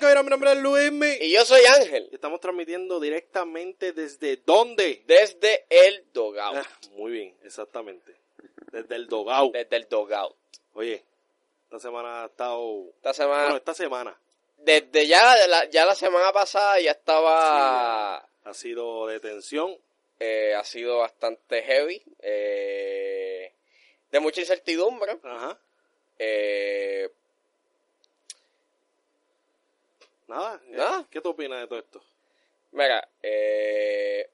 mira, mi nombre es Luis Mi. Y yo soy Ángel, Y estamos transmitiendo directamente desde dónde. desde el Dogout. Ah, muy bien, exactamente. Desde el Dogao. Desde el Dogout. Oye, esta semana ha estado... Esta Bueno, semana, esta semana desde ya de la, ya la semana pasada ya estaba... ha sido de tensión. eh, ha sido bastante heavy, eh, de mucha incertidumbre. Ajá. eh, Nada. ¿qué- Nada. ¿Qué tú opinas de todo esto? mira, eh,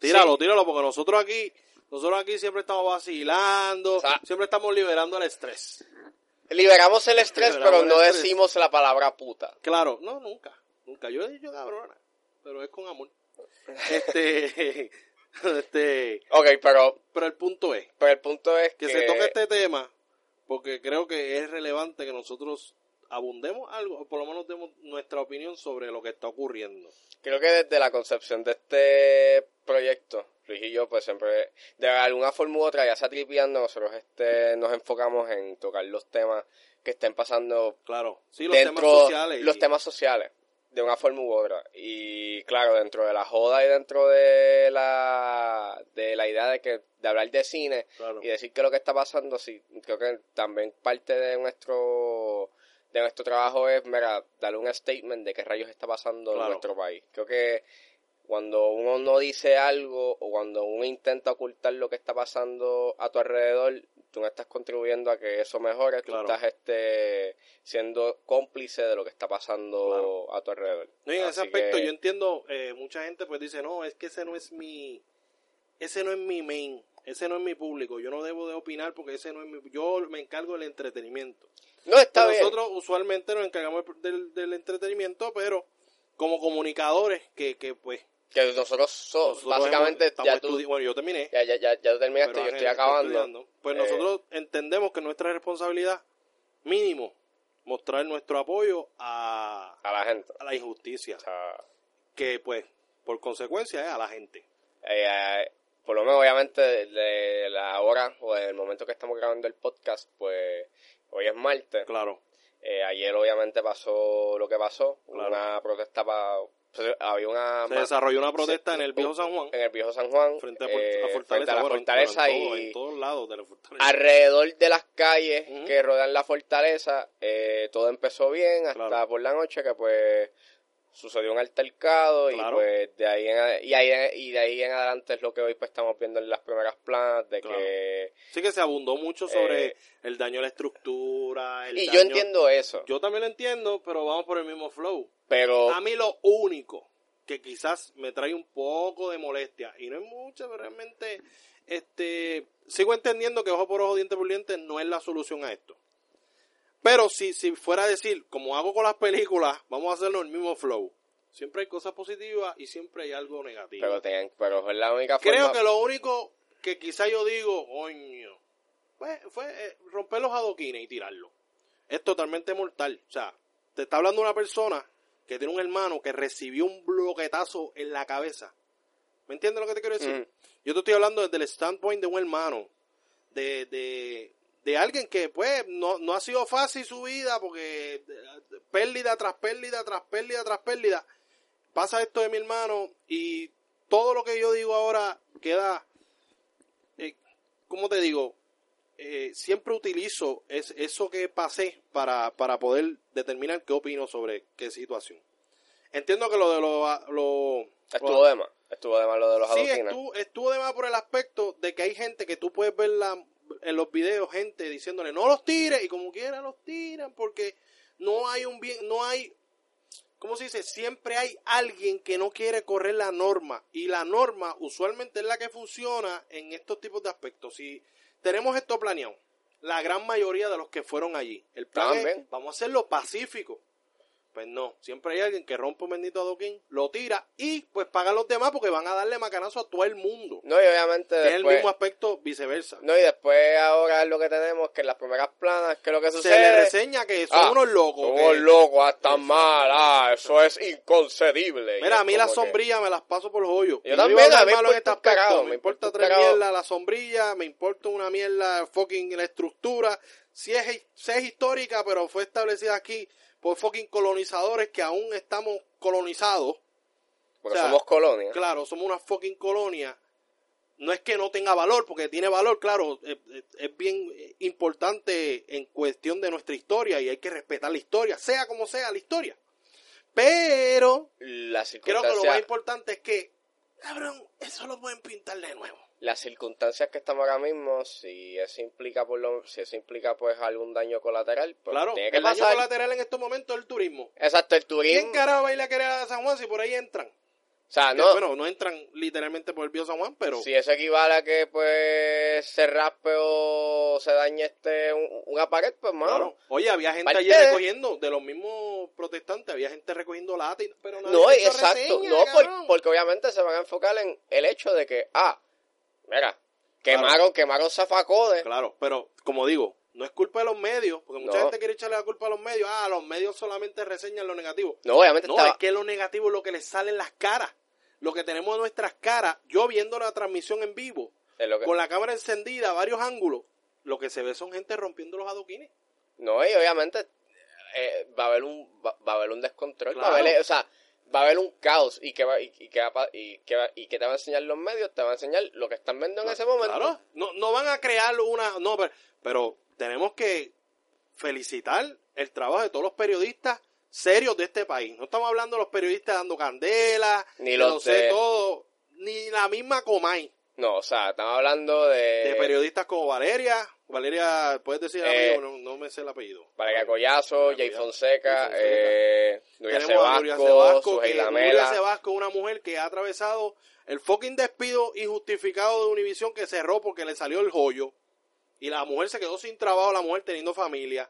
Tíralo, Sí. tíralo, porque nosotros aquí... Nosotros aquí siempre estamos vacilando, O sea, siempre estamos liberando el estrés. liberamos el estrés, Liberamos pero el no estrés. decimos la palabra puta. Claro, no, nunca, nunca. Yo he dicho cabrona, pero es con amor. Este, este, Ok, pero, pero el punto es pero el punto es que que... se toque este tema porque creo que es relevante que nosotros abundemos algo, o por lo menos demos nuestra opinión sobre lo que está ocurriendo. Creo que desde la concepción de este proyecto, Luis y yo, pues siempre, de alguna forma u otra, ya sea tripeando, nosotros este, nos enfocamos en tocar los temas que estén pasando Claro, sí, los dentro temas sociales. y- los temas sociales de una forma u otra y claro dentro de la joda y dentro de la de la idea de que de hablar de cine claro. y decir que lo que está pasando sí creo que también parte de nuestro de nuestro trabajo es mira darle un statement de qué rayos está pasando en Claro. nuestro país creo que cuando uno no dice algo o cuando uno intenta ocultar lo que está pasando a tu alrededor, tú no estás contribuyendo a que eso mejore, Claro. tú estás este, siendo cómplice de lo que está pasando a tu alrededor. No, y en ese Así aspecto que, yo entiendo, eh, mucha gente pues dice, no, es que ese no es mi, ese no es mi main, ese no es mi público, yo no debo de opinar porque ese no es mi, yo me encargo del entretenimiento. No, está bien. Nosotros usualmente nos encargamos del, del entretenimiento, pero como comunicadores que, que pues... Que nosotros, so- nosotros Pues, básicamente, hemos- estamos ya tú, estudi- Bueno, yo terminé. ya, ya, ya, ya tú terminaste, pero yo Ángel estoy está acabando. estudiando. Pues Eh, nosotros entendemos que nuestra responsabilidad mínimo mostrar nuestro apoyo a, A la gente. a la injusticia, O sea, que pues por consecuencia es a la gente. Eh, eh, por lo menos, obviamente, de la hora o del momento que estamos grabando el podcast, pues hoy es martes. Claro, Eh, ayer, obviamente, pasó lo que pasó. Claro. Una protesta para. había una. se desarrolló una protesta en el viejo San Juan, en el viejo San Juan. frente a, Fort- eh, a Fortaleza, frente a la bueno, fortaleza en todo- y en todos lados de la fortaleza. alrededor de las calles Ujú. que rodean la fortaleza, eh, todo empezó bien hasta Claro. por la noche que pues sucedió un altercado y Claro. pues de ahí, en, a- y ahí- y de ahí en adelante es lo que hoy pues estamos viendo en las primeras planas de Claro. que Sí que se abundó mucho sobre Eh, el daño a la estructura. El y yo daño- entiendo eso, Yo también lo entiendo, pero vamos por el mismo flow. pero A mí lo único que quizás me trae un poco de molestia, y no es mucho, pero realmente este, sigo entendiendo que ojo por ojo, diente por diente no es la solución a esto. Pero si, si fuera a decir, como hago con las películas, vamos a hacerlo en el mismo flow. Siempre hay cosas positivas y siempre hay algo negativo. pero tenían- pero es la única Creo forma que lo único que quizá yo digo, coño, fue, fue eh, romper los adoquines y tirarlo. Es totalmente mortal. O sea, te está hablando una persona que tiene un hermano que recibió un bloquetazo en la cabeza. ¿Me entiendes lo que te quiero decir? Mm. Yo te estoy hablando desde el standpoint de un hermano, de, de, de alguien que pues no, no ha sido fácil su vida porque eh, pérdida tras pérdida, tras pérdida, tras pérdida. Pasa esto de mi hermano y todo lo que yo digo ahora queda, eh, ¿cómo te digo? Eh, siempre utilizo es, eso que pasé para, para poder determinar qué opino sobre qué situación. Entiendo que lo de lo, lo- estuvo de más, estuvo de más lo de los sí, adoquines. estuvo, estuvo de más por el aspecto de que hay gente que tú puedes ver la- en los videos, gente diciéndole no los tires y como quiera los tiran porque no hay un bien, no hay, ¿cómo se dice? Siempre hay alguien que no quiere correr la norma y la norma usualmente es la que funciona en estos tipos de aspectos. Si tenemos esto planeado, la gran mayoría de los que fueron allí, el plan es, También. vamos a hacerlo pacífico. Pues no, siempre hay alguien que rompe un bendito adoquín, lo tira y pues paga a los demás porque van a darle macanazo a todo el mundo. No, y obviamente Que es el después, mismo aspecto viceversa. no, y después ahora es lo que tenemos que en las primeras planas, que lo que Se sucede le reseña que son Ah, unos locos. Somos que- locos, ah, tan mal, ah, eso es inconcebible. Y Mira, es a mí las como que- sombrillas me las paso por el hoyo. Yo no también, iba hablar a mí me malo en importa este un carajo, aspecto. me Me importa importa un tres carajo. mierdas la sombrilla, me importa una mierda fucking la estructura. sí es, sí es histórica, pero fue establecida aquí por fucking colonizadores que aún estamos colonizados. Porque O sea, somos colonia. Claro, somos una fucking colonia. No es que no tenga valor, porque tiene valor, claro, es, es- es bien importante en cuestión de nuestra historia y hay que respetar la historia, sea como sea la historia. Pero Las creo que lo más circunstancias, importante es que, cabrón, eso lo pueden pintar de nuevo. las circunstancias que estamos ahora mismo, si eso implica por lo, si eso implica pues algún daño colateral, pues Claro, tiene que el daño pasar. colateral en estos momentos es el turismo. Exacto, el ¿Quién turismo. O carajo va a ir a querer a San Juan si por ahí entran? sea, Que, Ah, no, Eh, Bueno, no entran literalmente por el Bío San Juan, pero si eso equivale a que pues se raspe o se dañe este un- una pared, pues mano. Claro. Oye, había gente Parte allí de- recogiendo, de los mismos protestantes, había gente recogiendo lata, y- pero nadie No, le hizo exacto. reseña, No, por- cabrón. porque obviamente se van a enfocar en el hecho de que, ah, mira, quemaron, quemaron zafacodes. Claro, pero como digo, no es culpa de los medios, porque mucha No. gente quiere echarle la culpa a los medios. Ah, los medios solamente reseñan lo negativo. No, obviamente No, estaba. es que lo negativo es lo que les sale en las caras. Lo que tenemos en nuestras caras, yo viendo la transmisión en vivo, es lo que- con la cámara encendida, varios ángulos, lo que se ve son gente rompiendo los adoquines. No, y obviamente eh, va a haber un va, va a haber un descontrol, va a Claro. haber, eh, o sea, va a haber un caos y que va y, y que va a pa- y que va- y que te va a enseñar los medios, te va a enseñar lo que están viendo en ese momento. Pues, Claro, no, no van a crear una. No, pero, pero tenemos que felicitar el trabajo de todos los periodistas serios de este país. No estamos hablando de los periodistas dando candela, Ni que los no sé de- todo, ni la misma Comay, No, o sea, estamos hablando de, de periodistas como Valeria. Valeria, puedes decir el Eh, apellido, no, no me sé el apellido. Valeria Collazo, Valeria Jay Collazo, Fonseca, Jay Fonseca. eh, Nuria Tenemos a Nuria Sebasco, que- Sujei Nuria Lamela. Sebasco es una mujer que ha atravesado el fucking despido injustificado de Univisión que cerró porque le salió el joyo. Y la mujer se quedó sin trabajo, la mujer teniendo familia.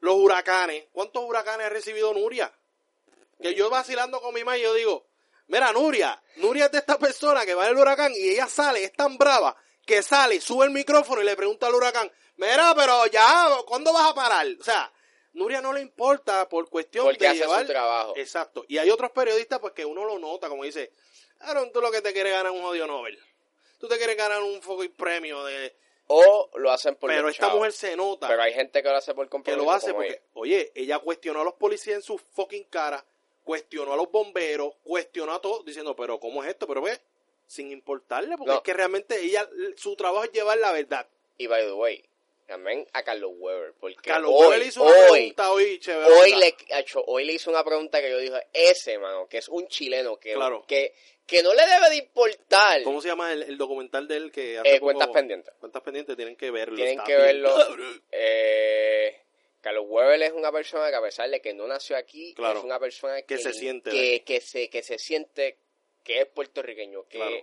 Los huracanes. ¿Cuántos huracanes ha recibido Nuria? Que yo vacilando con mi madre, yo digo, mira Nuria, Nuria es de esta persona que va en el huracán y ella sale, es tan brava, que sale, sube el micrófono y le pregunta al huracán, mira, pero ya, ¿cuándo vas a parar? O sea, Nuria no le importa por cuestión Porque de hace llevar... su trabajo. Exacto. Y hay otros periodistas pues que uno lo nota, como dice, Aaron, tú lo que te quieres ganar es un jodido Nobel. Tú te quieres ganar un fucking premio de... O lo hacen por pero los esta chavos. mujer se nota Pero hay gente que lo hace por que compromiso. lo hace como porque, ella. oye, ella cuestionó a los policías en su fucking cara, cuestionó a los bomberos, cuestionó a todos, diciendo, pero ¿cómo es esto? Pero ve, sin importarle, porque No. es que realmente ella, l- su trabajo es llevar la verdad. Y by the way, también a Carlos Weber. Porque Carlos hoy, Weber le hizo una hoy, pregunta hoy, chévere. hoy, ¿verdad? le, acho, hoy le hizo una pregunta que yo dije, ese, mano, que es un chileno, que, Claro. que, que no le debe de importar. ¿Cómo se llama el, el documental de él que hace Eh, cuentas poco- pendientes. Cuentas pendientes, tienen que verlo. Tienen está que bien verlo. cabrón. Eh, Carlos Weber es una persona que a pesar de que no nació aquí, Claro. es una persona que, Que se siente de que, que se, que se siente que es puertorriqueño, que, Claro.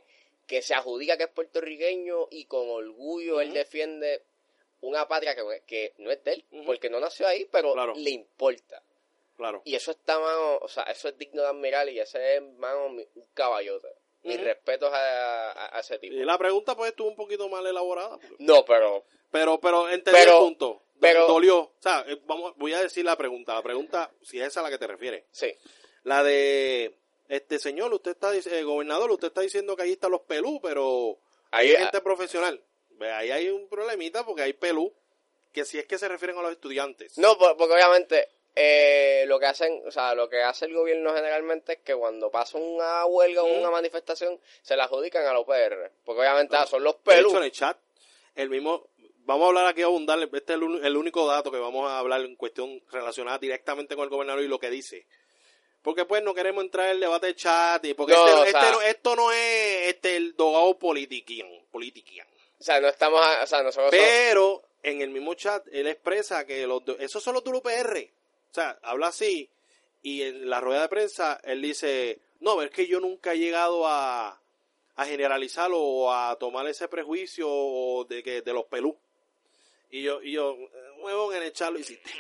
que se adjudica que es puertorriqueño y con orgullo él Ujú. defiende una patria que, que no es de él, Ujú. porque no nació ahí, pero Claro. le importa. Claro. Y eso está, mano, o sea, eso es digno de admirar y ese es, mano, mi- un caballote. Mis Ujú. respetos a, a- a ese tipo. Y la pregunta pues estuvo un poquito mal elaborada. porque- No, pero Pero, pero entendí Pero- el punto. pero- Dolió. O sea, eh, vamos, voy a decir la pregunta. La pregunta, si es esa a la que te refieres. sí, La de, este señor, usted está, dic- eh, gobernador, usted está diciendo que ahí están los pelú, pero ahí, hay gente profesional. Ve, Ahí hay un problemita porque hay pelú que si es que se refieren a los estudiantes. No, por- porque obviamente eh, lo que hacen, o sea, lo que hace el gobierno generalmente es que cuando pasa una huelga o Ujú. una manifestación se la adjudican a los PR, porque obviamente No. ah, son los De hecho, en pelus. el chat, el mismo, vamos a hablar aquí abundar, este es el, un- el único dato que vamos a hablar en cuestión relacionada directamente con el gobernador y lo que dice. Porque pues no queremos entrar en el debate del chat y porque No, este no- o este sea- no- esto no es este el dogado politiquian, politiquian. O sea, no estamos, a- o sea, nosotros somos- Pero en el mismo chat él expresa que los de- esos son los del UPR. O sea, habla así y en la rueda de prensa él dice, no, pero es que yo nunca he llegado a, a generalizarlo o a tomar ese prejuicio de, que, de los pelú. Y yo, y yo, eh, huevón en el chat lo hiciste.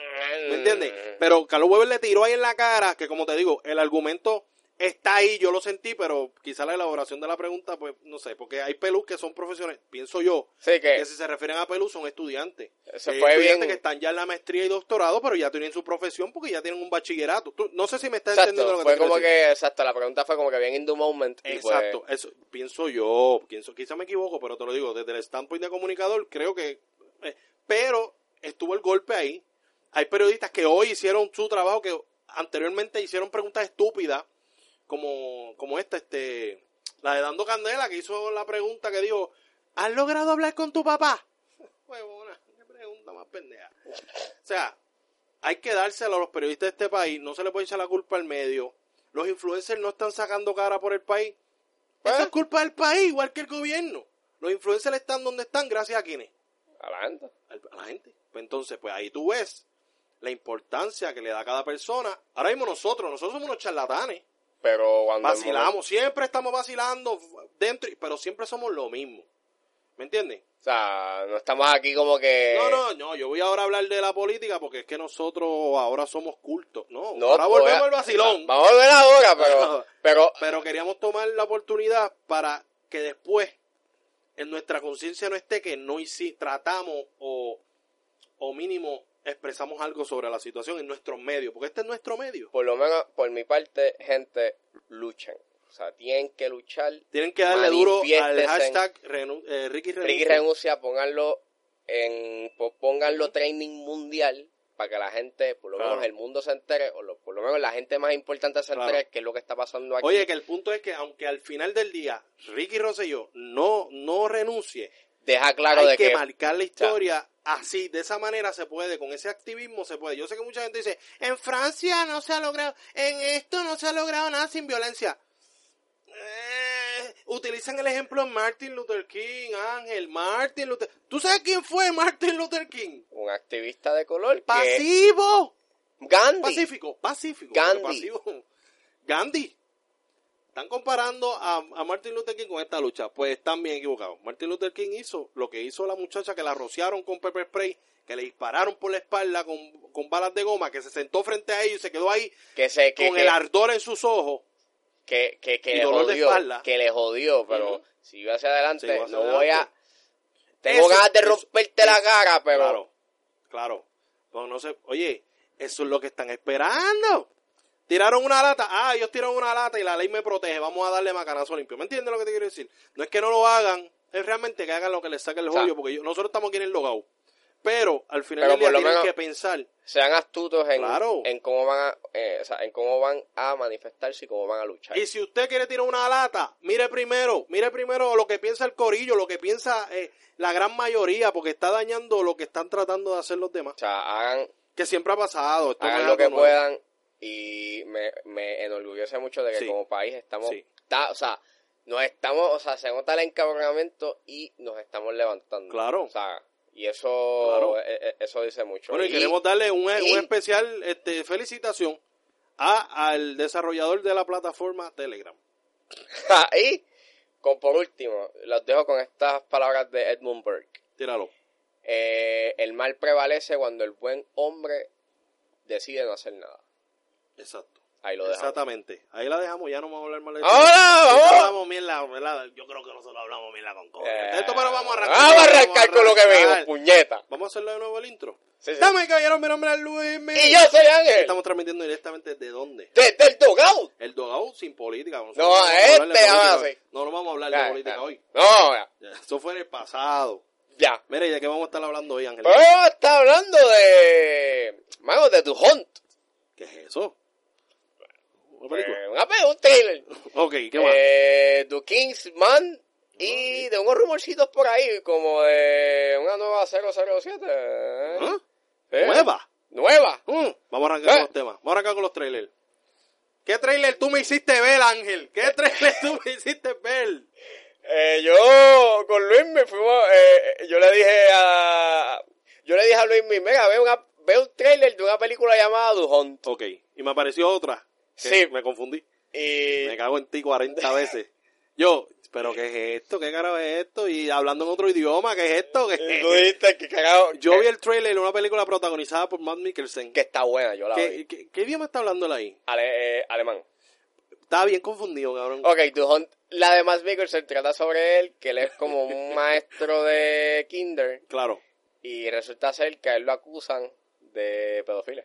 ¿Me entiendes? Mm. Pero Carlos Weber le tiró ahí en la cara que, como te digo, el argumento está ahí, yo lo sentí, pero quizá la elaboración de la pregunta, pues no sé, porque hay pelús que son profesionales, pienso yo, Sí, que que si se refieren a Pelú son estudiantes. Eh, Se Hay fue Eh, estudiantes bien. que están ya en la maestría y doctorado, pero ya tienen su profesión porque ya tienen un bachillerato. Tú- no sé si me estás exacto, entendiendo lo que fue te quiero como decir. que, exacto, la pregunta fue como que bien in the moment. y pues, Exacto, eso pienso yo, pienso, quizá me equivoco, pero te lo digo, desde el standpoint de comunicador, creo que... eh, pero estuvo el golpe ahí. Hay periodistas que hoy hicieron su trabajo, que anteriormente hicieron preguntas estúpidas, como, como esta, este, la de Dando Candela, que hizo la pregunta que dijo, ¿has logrado hablar con tu papá? Huevona, qué pregunta más pendeja. O sea, hay que dárselo a los periodistas de este país, no se le puede echar la culpa al medio. Los influencers no están sacando cara por el país. Eso es culpa del país, igual que el gobierno. Los influencers están donde están, gracias a quienes. A la gente. A la gente. Pues entonces, pues ahí tú ves la importancia que le da a cada persona. Ahora mismo nosotros, nosotros somos unos charlatanes. Pero cuando el momento- Vacilamos, siempre estamos vacilando dentro, y- pero siempre somos lo mismo. ¿Me entiendes? O sea, no estamos aquí como que. No, no, no, yo voy ahora a hablar de la política porque es que nosotros ahora somos cultos, ¿no? No, pues, eh, ahora volvemos voy a- al vacilón. Vamos a volver ahora, pero. pero Pero queríamos tomar la oportunidad para que después en nuestra conciencia no esté que no hici- tratamos o, o mínimo expresamos algo sobre la situación en nuestros medios, porque este es nuestro medio. por lo menos, por mi parte, gente, luchen. O sea, tienen que luchar. Tienen que darle duro al Manifiéstense. hashtag renu- eh, Ricky Renuncia. Ricky renuncia, pónganlo en. po- Pónganlo training mundial para que la gente, por lo Claro. menos el mundo se entere, o lo- por lo menos la gente más importante se entere Claro. que es lo que está pasando aquí. Oye, que el punto es que aunque al final del día Ricky Rosselló no, no renuncie, Deja claro hay de que, que. marcar la historia así, de esa manera se puede, con ese activismo se puede. Yo sé que mucha gente dice, en Francia no se ha logrado, en esto no se ha logrado nada sin violencia. Eh, utilizan el ejemplo de Martin Luther King, Ángel, Martin Luther ¿Tú sabes quién fue Martin Luther King? Un activista de color. Que, Pasivo. Gandhi. Pacífico, pacífico. Gandhi. porque pasivo. Gandhi. Están comparando a, a Martin Luther King con esta lucha. Pues están bien equivocados. Martin Luther King hizo lo que hizo la muchacha que la rociaron con pepper spray, que le dispararon por la espalda con, con balas de goma, que se sentó frente a ellos y se quedó ahí Que se. Que, con que- el ardor en sus ojos. que, que, que Y le dolor de jodió, espalda. que le jodió, pero Ujú. si yo hacia adelante, Sí, voy hacia no voy a... adelante. Tengo Ese- ganas de eso- romperte la eso- cara, pero... Claro, claro. Pero no sé, oye, eso es lo que están esperando. Tiraron una lata, ah, ellos tiraron una lata y la ley me protege, vamos a darle macanazo limpio. ¿Me entiendes lo que te quiero decir? No es que no lo hagan, es realmente que hagan lo que les saque el O sea, joyo, porque yo- nosotros estamos aquí en el logado. Pero al final Pero del día por lo tienen menos- que pensar, Sean astutos en, Claro. en cómo van a, eh, o sea, en cómo van a manifestarse y cómo van a luchar. y si usted quiere tirar una lata, mire primero, mire primero lo que piensa el corillo, lo que piensa eh, la gran mayoría, porque está dañando lo que están tratando de hacer los demás. O sea, hagan, Que siempre ha pasado. esto no es hagan lo algo que nuevo. puedan y me, me enorgullece mucho de que Sí. como país estamos... Sí. ta- o sea, nos estamos, o sea, se nota el encabronamiento y nos estamos levantando. Claro. O sea, y eso, Claro. eh, eh, eso dice mucho. Bueno, y Y- queremos darle un, y- un especial este, felicitación a, al desarrollador de la plataforma Telegram. y con, por último, los dejo con estas palabras de Edmund Burke. Tíralo. Eh, el mal prevalece cuando el buen hombre decide no hacer nada. Exacto. Ahí lo dejo. Exactamente. Ahí la dejamos, ya no vamos a hablar mal de ¡Ahora, Ahorita vamos! hablamos mierda, ¿verdad? Yo creo que nosotros hablamos mierda con cojones. De Esto pero vamos a arrancar. Eh, Vamos a arrancar con lo que arrancar. vimos, puñeta. Vamos a hacerlo de nuevo el intro. Sí, sí. Dame caballero, mi nombre es Luis. mi- Y yo soy Ángel. Estamos transmitiendo directamente desde dónde. Desde el dogado. El dogado sin política. Nosotros No, vamos a este hablar de política ahora hoy. sí. No, no vamos a hablar de Ya, política ya. hoy. No, ya. Eso fue en el pasado. ya. Mira, ¿y de qué vamos a estar hablando hoy, Ángel? Pero está hablando de. Mano, de tu hunt. ¿Qué es eso? ¿Una película? Eh, una pe- un trailer. Ok, ¿qué más? Eh, The Kingsman y de unos rumorcitos por ahí, como de una nueva 007. ¿eh? ¿Ah? Sí. ¿Nueva? Nueva. Mm, Vamos a arrancar con Eh. los temas. Vamos a arrancar con los trailers. ¿Qué trailer tú me hiciste ver, Ángel? ¿Qué trailer tú me hiciste ver? Eh, yo con Luis me fuimos, eh, yo le dije a, yo le dije a Luis, mira, ve, una, ve un trailer de una película llamada Dujon. Ok, y me apareció otra. que Sí. Me confundí. Y, Me cago en ti 40 veces. Yo, ¿pero qué es esto? ¿Qué carajo es esto? Y hablando en otro idioma, ¿qué es esto? ¿Qué es y tú esto? dijiste que cagado. Yo que- vi el trailer de una película protagonizada por Matt Mikkelsen. que está buena, yo la vi. ¿Qué, qué, qué idioma está hablando él ahí? Ale- eh, alemán. Estaba bien confundido, cabrón. Ok, Dujon, la de Max se trata sobre él, que él es como un maestro de kinder. Claro. Y resulta ser que a él lo acusan de pedofilia.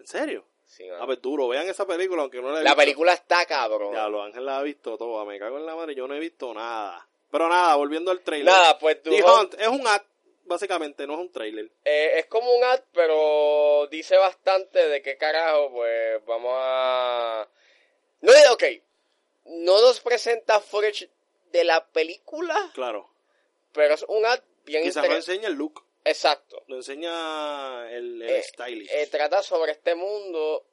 ¿En serio? Sí, mano. A ver, duro, vean esa película, aunque no la pues, he la visto. película está cabrón. Ya, los Ángel la ha visto toda, me cago en la madre, yo no he visto nada. Pero nada, volviendo al trailer. Nada, pues tú. The Hunt es un ad básicamente, no es un trailer. Eh, es como un ad, pero dice bastante de qué carajo, pues vamos a... No, ok. No nos presenta footage de la película, Claro. pero es un ad bien Quizás no interesante. enseña el look, Exacto. lo enseña el, el Eh, stylish. eh, trata sobre este mundo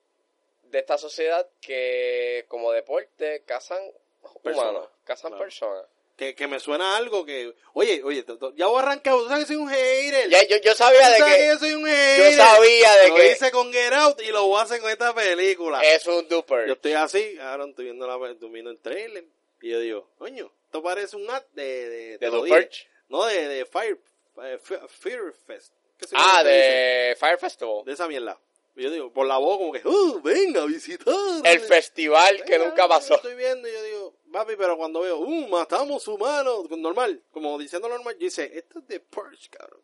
de esta sociedad que como deporte cazan humanos, Personas, cazan claro. personas. que, que me suena a algo que... Oye, oye, t- t- ya voy a arrancar. Tú sabes que soy un hater. Ya, yo, yo sabía Tú de sabes que que yo soy un hater. sabía de lo que- Eh, hice con Get Out y lo voy a hacer con esta película. es un duper. Yo estoy así, ahora estoy viendo, la, estoy viendo el trailer y yo digo, coño, esto parece un ad de... De, te de lo The dije. Purge. No, de, de Fire, eh, Fe- Fear Fest. ¿Qué se llama Ah, lo que dice? de Fire Festival. De esa mierda. Y yo digo, por la voz como que, "Uh, venga a visitar. El festival Venga, que nunca yo pasó. Estoy viendo y yo digo, papi, pero cuando veo, uh, matamos humanos, normal, como diciendo normal, yo dice, esto es de Purge, cabrón.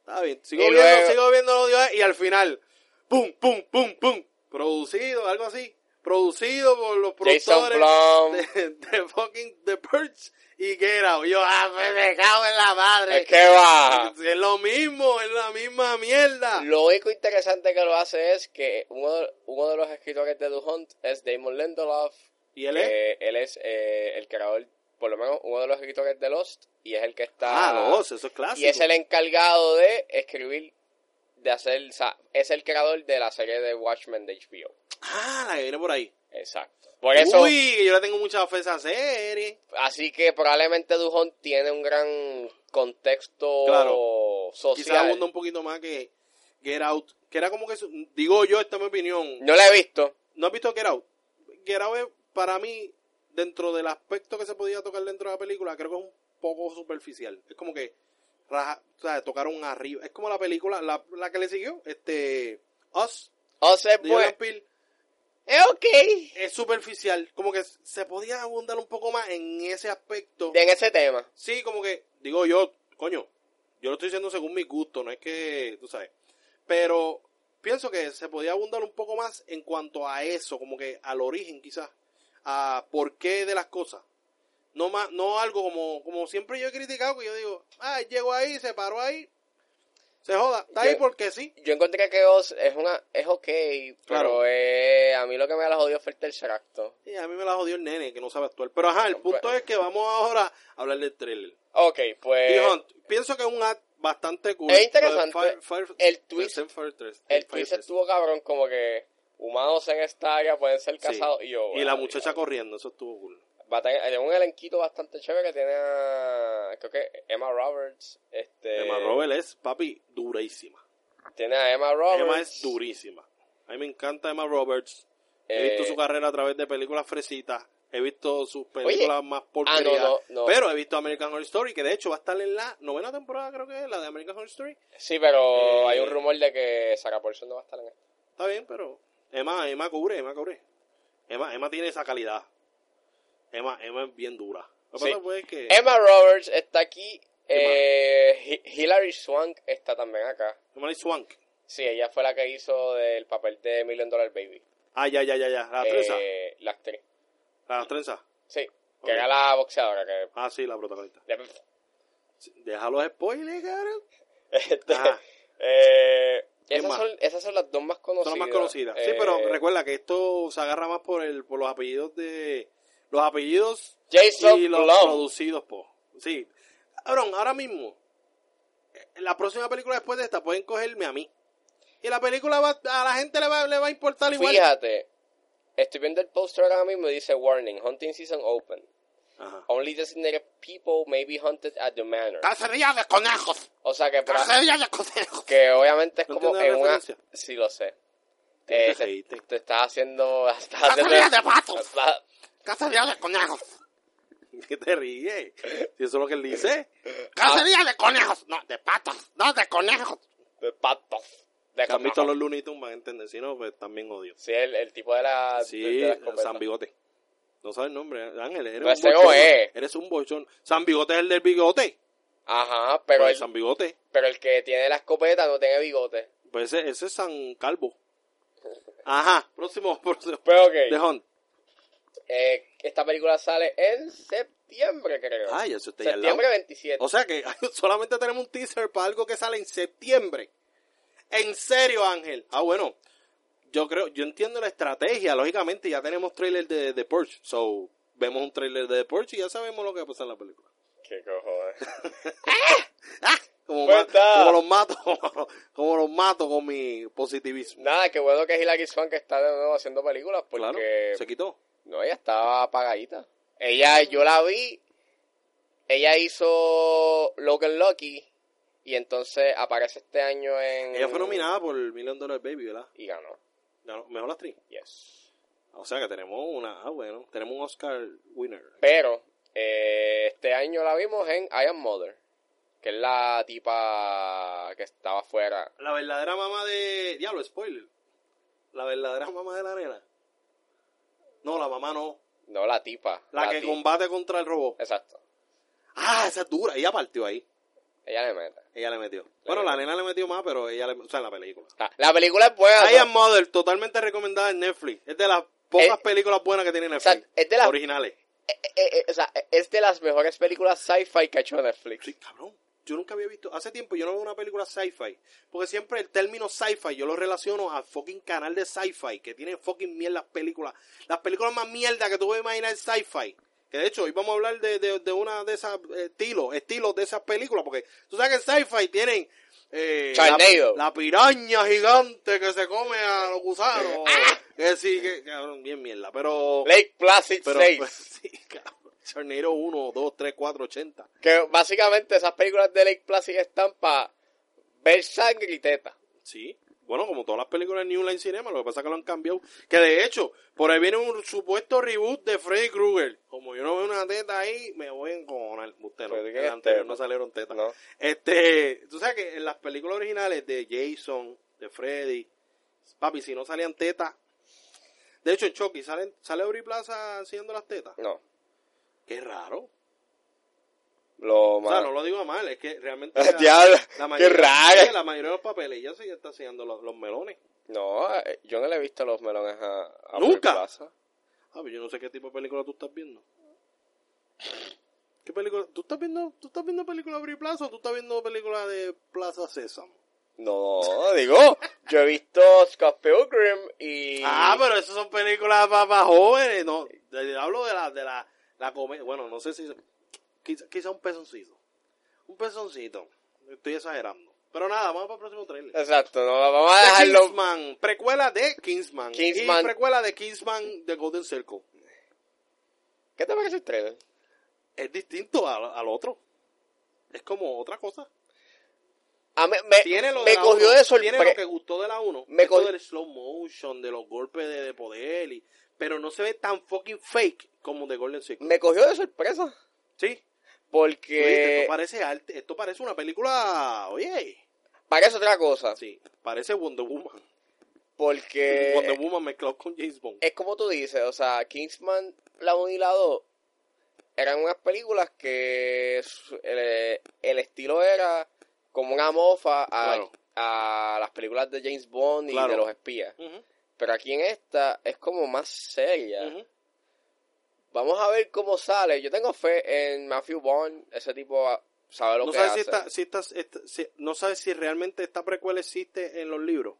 Está bien, sigo Y viendo, luego- sigo viendo los dioses y al final, pum, pum, pum, pum, producido, algo así, producido por los Jason productores Blum. de, de fucking The Purge y Get Out. Y yo, ah, pues, me cago en la madre. Es que va. Es lo mismo, es la misma mierda. Lo único interesante que lo hace es que uno de, uno de los escritores de The Hunt es Damon Lindelof. ¿Y él es? que él es eh, el creador, por lo menos uno de los escritores de Lost. Y es el que está. Ah, dos, eso es clásico. y es el encargado de escribir, de hacer. o sea, es el creador de la serie de Watchmen de HBO. Ah, la que viene por ahí. Exacto. Por eso. Uy, que yo le tengo mucha fe a esa serie. Así que probablemente Dujon tiene un gran contexto Claro. Quizás social. abunda un poquito más que Get Out. Que era como que, su- digo yo, esta es mi opinión. No la he visto. ¿No has visto Get Out? Get Out es, para mí, dentro del aspecto que se podía tocar dentro de la película, creo que es un poco superficial. Es como que raja- o sea, tocaron arriba. Es como la película, la, la que le siguió, este, Us, O sea, de Jordan pues, Peele. es ok. Es superficial. Como que se podía abundar un poco más en ese aspecto. En ese tema. Sí, como que, digo yo, coño, yo lo estoy diciendo según mi gusto, no es que, tú sabes. Pero pienso que se podía abundar un poco más en cuanto a eso, como que al origen quizás, a por qué de las cosas. No más, no algo como, como siempre yo he criticado, que yo digo, ah, llegó ahí, se paró ahí, se joda, está ahí Yo- porque sí. Yo encontré que Oz es una es ok, pero Claro. eh, a mí lo que me la jodió fue el tercer acto. Y a mí me la jodió el nene, que no sabe actuar. Pero ajá, el punto es que vamos ahora a hablar del trailer. Ok, Y pues Hunt, pienso que es un ad bastante cool. Es interesante. Lo de Fire- Fire- El twist- Fire- Fire Fest. el Fire twist Fest. estuvo cabrón como que humanos en esta área pueden ser Sí. casados y yo. Y la bueno, muchacha corriendo, eso estuvo cool. va a tener- hay eh, un elenquito bastante chévere tiene a, creo que Emma Roberts, este Emma Robert es, papi, durísima. tiene a Emma Roberts. Emma es durísima. A mí me encanta Emma Roberts. He Eh, visto su carrera a través de películas fresitas. He visto sus películas más porquerías. ah, no, no. Pero he visto American Horror Story, que de hecho va a estar en la novena temporada, creo que es, la de American Horror Story. Sí, pero Eh, hay un rumor de que Sarah Paulson no va a estar en esto. Está bien, pero Emma, Emma cubre, Emma cubre. Emma, Emma tiene esa calidad. Emma, Emma es bien dura. Lo que Sí. Em- pasa, pues, es que Emma Roberts está aquí. ¿Qué Eh, Hi- Hilary Swank está también acá. Emma Swank. Sí, ella fue la que hizo del papel de Million Dollar Baby. Ah, ya, ya, ya, ya. La Eh, trenza. la actriz. La trenza. Sí, que Ok. era la boxeadora. Que, Ah, sí, la protagonista. Sí, Deja los spoilers, cabrón. Este, Ajá. eh, Ah. ¿Quién esas, más? son, esas son las dos más conocidas. Son las más conocidas. Sí, pero Eh, recuerda que esto se agarra más por el por los apellidos de. Los apellidos Jason y los Blum. producidos, po. Sí. Cabrón, ahora mismo. eh, La próxima película después de esta pueden cogerme a mí. Y la película va, a la gente le va, le va a importar igual. Fíjate, estoy viendo el póster ahora mismo y dice Warning, Hunting Season Open. Ajá. Only designated people may be hunted at the manor. Cacería de conejos. O sea que, pra- Cacería de conejos. que obviamente es ¿No como entiendes en la una... referencia? Sí, lo sé. Te Eh, te, reíste. te estás haciendo... Estás Cacería haciendo de patos. estás- Cacería de conejos. ¿Qué te ríes? Si eso es lo que él dice. Cacería de conejos. No, de patas. No, de conejos. de patos. De Que han visto conejo. los Looney Tunes, van a entender. Si no, pues también odio. Sí, el, el tipo de la... de, Sí, de la escopeta. San Bigote. No sabes el nombre, ¿eh? Ángel. Eres Pues un ese no bochón. es. Eres un bochón. San Bigote es el del bigote. Ajá, pero Pues el, San Bigote. pero el que tiene la escopeta no tiene bigote. Pues ese, ese es San Calvo. Ajá. Próximo, próximo. Pero ok, De Hunt. eh, esta película sale en septiembre, creo. Ah, ya eso está ahí al lado. septiembre 27. O sea que solamente tenemos un teaser para algo que sale en septiembre. En serio, Ángel. Ah, bueno. Yo creo, yo entiendo la estrategia. Lógicamente, ya tenemos trailer de The Purge. So, vemos un trailer de The Purge y ya sabemos lo que va a pasar en la película. Qué cojones. ¡Ah! Como, Pues ma- está. como los mato, como los mato con mi positivismo. Nada, qué bueno que Hilary Swank está de nuevo haciendo películas Claro, porque se quitó. no, ella estaba apagadita. Ella, yo la vi, ella hizo Logan Lucky y entonces aparece este año en... Ella fue nominada por Million Dollar Baby, ¿verdad? Y ganó, Ganó- Mejor actriz. yes. O sea que tenemos una, ah bueno, tenemos un Oscar winner. Pero eh, este año la vimos en I Am Mother, que es la tipa que estaba afuera. La verdadera mamá de. Diablo, spoiler. La verdadera mamá de la nena. No, la mamá no. No, la tipa. La, que ti- combate contra el robot. Exacto, Ah, esa es dura. Ella partió ahí. ella le mete. Ella le metió. Bueno, la nena le metió más, pero ella le. O sea, en la película. La, la película es buena. I Am Mother, totalmente recomendada en Netflix. Es de las pocas Eh, películas buenas que tiene Netflix. exacto, es de las- Originales. Eh, eh, eh, o sea, es de las mejores películas sci-fi que ha hecho Netflix. Sí, cabrón. Yo nunca había visto. Hace tiempo yo no veo una película sci-fi. Porque siempre el término sci-fi yo lo relaciono al fucking canal de sci-fi que tiene fucking mierda las películas. Las películas más mierda que tú puedes imaginar sci-fi. Que de hecho hoy vamos a hablar de, de, de una de esas eh, estilos, estilos de esas películas. Porque tú sabes que en sci-fi tienen. eh, la, Tornado. la piraña gigante que se come a los gusanos. Que sí, que cabrón, bien mierda. Pero. Lake Placid pero pues, 6. sí, cabrón. Tornado 1, 2, 3, 4, 80. Que básicamente esas películas de Lake Placid están para ver sangre y teta. Sí. Bueno, como todas las películas de New Line Cinema, lo que pasa es que lo han cambiado. Que de hecho, por ahí viene un supuesto reboot de Freddy Krueger. Como yo no veo una teta ahí, me voy a encojonar. Usted no, Pero ¿de qué el es anterior teta? no salieron tetas. No. Este, tú sabes que en las películas originales de Jason, de Freddy, papi, si no salían tetas. De hecho, en Chucky salen, sale Aubrey Plaza haciendo las tetas. No. Qué raro. Lo O sea, malo. no lo digo a mal, es que realmente. Ah, diablo, qué sí, raro. la mayoría de los papeles ya se está enseñando los- los melones. No, eh, yo no le he visto los melones a, a Nunca. Lake Placid. Ah, pero yo no sé qué tipo de película tú estás viendo. ¿Qué película? ¿Tú estás viendo, tú estás viendo película de Brie Plaza o tú estás viendo película de Plaza Sésamo? No, digo, yo he visto Scott Pilgrim y... Ah, pero esas son películas para, jóvenes, no. de- hablo de la, de la, la comedia. Bueno, no sé si. Quizá, quizá un pezoncito. Un pezoncito. Estoy exagerando. Pero nada, vamos para el próximo trailer. Exacto, no, vamos a Eh, De dejarlo... Kingsman, precuela de Kingsman. Kingsman. Y precuela de Kingsman de Golden Circle. ¿Qué te parece el trailer? Es distinto al- al otro. Es como otra cosa. A mí- me, tiene lo Eh, me de la cogió uno, de Tiene lo sorpresa. que gustó de la 1. Me Me cogió- del slow motion, de los golpes de, de poder. y- pero no se ve tan fucking fake como de Golden Circle. Me cogió de sorpresa. Sí. Tú dijiste, Porque esto parece arte. Esto parece una película. Oye. parece otra cosa. Sí. Parece Wonder Woman. Wonder Porque Woman mezclado con James Bond. es como tú dices, o sea, Kingsman, la 1 y la 2 eran unas películas que su- el, el estilo era como una mofa a, Claro. a las películas de James Bond y Claro. de los espías. Ujú, Pero aquí en esta es como más seria. ujú. Vamos a ver cómo sale. Yo tengo fe en Matthew Bond, ese tipo ah, sabe lo No que sabes hace. si, esta- si, esta- esta- si- no sabes si realmente esta precuela existe en los libros.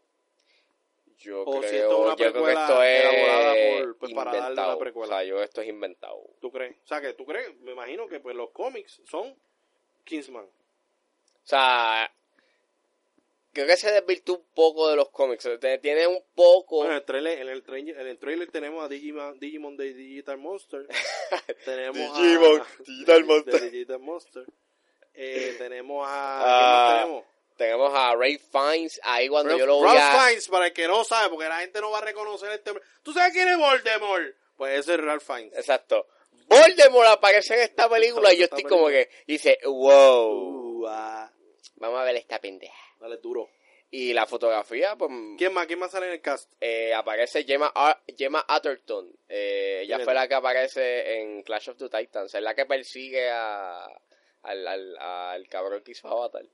Yo O si creo, esto es una yo creo que precuela esto es elaborada por- pues, para darle una inventado. precuela. O sea, yo esto es inventado. ¿Tú crees? O sea, que tú crees. Me imagino que pues los cómics son Kingsman. O sea, creo que se desvirtúa un poco de los cómics. O sea, Tiene un poco. Bueno, en el trailer, en el trailer, en el trailer tenemos a Digimon, Digimon de Digital Monster. tenemos a- Digimon, Digital Monster. De Digital Monster. Eh, tenemos a. Ah, ¿quién más tenemos? Tenemos a Ray Fiennes ahí cuando yo lo Ralph voy a. Fiennes, para el que no sabe, porque la gente no va a reconocer este. ¿Tú sabes quién es Voldemort? Pues ese es Ralph Fiennes. Exacto. Voldemort aparece en esta película y yo Esta estoy como que. y Dice, wow. Uh, ah, Vamos a ver esta pendeja. dale duro. Y la fotografía, pues. ¿Quién más? ¿Quién más sale en el cast? eh, aparece Gemma, Ar- Gemma Atherton. Eh, ella ¿Quién fue es? la que aparece en Clash of the Titans. Es la que persigue a, al, al, al cabrón que hizo Avatar.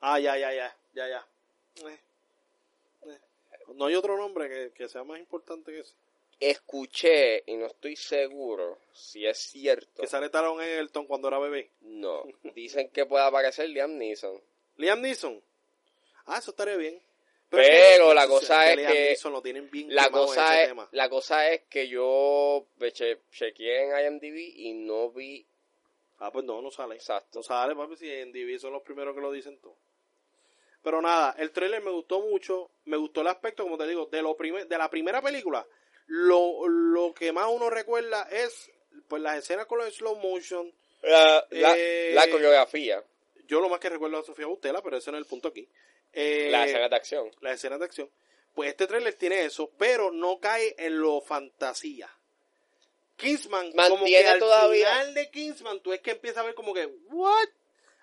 Ah, ya, ya, ya, ya, ya. Eh, eh. No hay otro nombre que, que sea más importante que ese. escuché, y no estoy seguro si es cierto. Que sale Taron Egerton cuando era bebé. No, dicen que puede aparecer Liam Neeson. Liam Neeson. Ah, eso estaría bien. Pero es que la o sea, cosa es Liam que- Neeson lo tienen bien La quemado en cosa, ese es, tema. la cosa es que yo me che- chequeé en IMDb y no vi Ah, pues no, no sale. exacto. No sale, papi, si en DVD son los primeros que lo dicen todo. Pero nada, el trailer me gustó mucho. Me gustó el aspecto, como te digo, de, lo prime- de la primera película. Lo, lo que más uno recuerda es pues las escenas con los slow motion. La, la- Eh, la coreografía, Yo lo más que recuerdo es a Sofía Bustela, pero ese no es el punto aquí. Eh, la escena de acción. las escenas de acción. Pues este trailer tiene eso, pero no cae en lo fantasía. Kingsman, como que Mantiene al todavía- final de Kingsman, tú es que empiezas a ver como que, ¿what?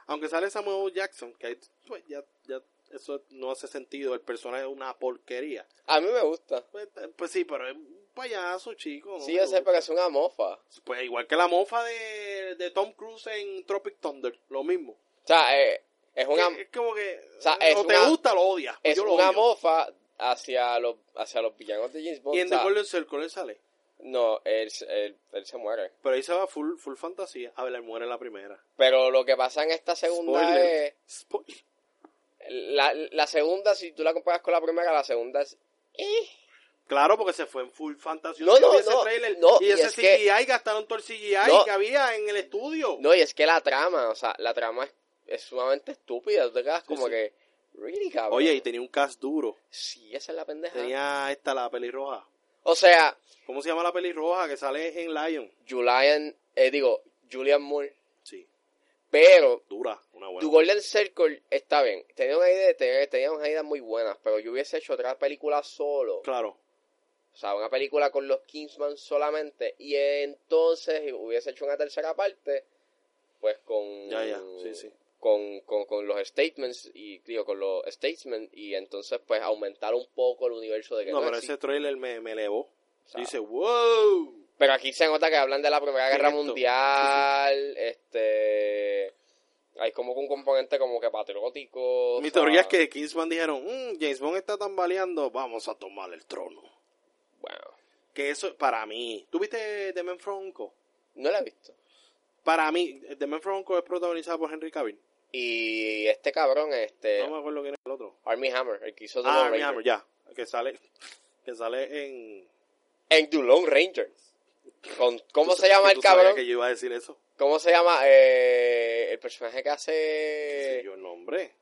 Aunque sale Samuel Jackson, que ahí, pues, ya, ya, eso no hace sentido, el personaje es una porquería. A mí me gusta. Pues, eh, pues sí, pero es un payaso, chico. ¿no? Sí, yo sé, pero es una mofa. O Pues igual que la mofa de, de Tom Cruise en Tropic Thunder, lo mismo. sea, eh, es una, es, es como que, O sea, eh, es o te una- gusta o lo odias. Pues es yo lo una odio. mofa hacia los, hacia los villanos de James Bond. Y o en The sea, Golden Circle él sale. No, él, se- él- él se muere. Pero ahí se va full, full fantasía. A ver, él muere en la primera. Pero lo que pasa en esta segunda es... Spoiler. Spoiler. La, la segunda, si tú la comparas con la primera, la segunda es... ¡eh! Claro, porque se fue en full fantasía. No, Usted no, vio ese no, tráiler no, y y ese es que- CGI, gastaron todo el CGI No. que había en el estudio. No, y es que la trama, o sea, la trama es, es sumamente estúpida. Tú te quedas como sí. que... Really, cabrón. Oye, y tenía un cast duro. Sí, esa es la pendeja. Tenía esta, la pelirroja. O sea, ¿Cómo se llama la pelirroja que sale en Lion? Julian... eh, digo, Julian Moore. Sí, Pero dura, una buena. Tu Golden Circle está bien. Tenía una idea, tenía, tenía unas ideas muy buenas, pero yo hubiese hecho otra película solo. Claro. O sea, una película con los Kingsman solamente. Y entonces hubiese hecho una tercera parte, pues con. Ya, ya, sí, sí. Con, con, con los statements y digo, con los statements y entonces pues aumentar un poco el universo de que No, no, pero existe. ese trailer me, me elevó. sea, Dice, wow. Pero aquí se nota que hablan de la Primera Guerra Directo. Mundial, este... Hay como que un componente como que patriótico. o Mi sea, teoría es que Kingsman dijeron, "Mm, James Bond está tambaleando, vamos a tomar el trono. Bueno, Que eso, para mí. ¿Tú viste The Man from Uncle? no la he visto. Para mí, The Man from Uncle es protagonizada por Henry Cavill. Y este cabrón, este... No me acuerdo quién es el otro. Army Hammer, el que hizo The Ah, Lone Armie Ranger. Hammer, ya. Que sale, que sale en... En The Lone Ranger. Con, ¿Cómo Tú se llama el sabías que tú sabías cabrón? que yo iba a decir eso. ¿Cómo se llama eh, el personaje que ¿Qué sé hace... yo el nombre.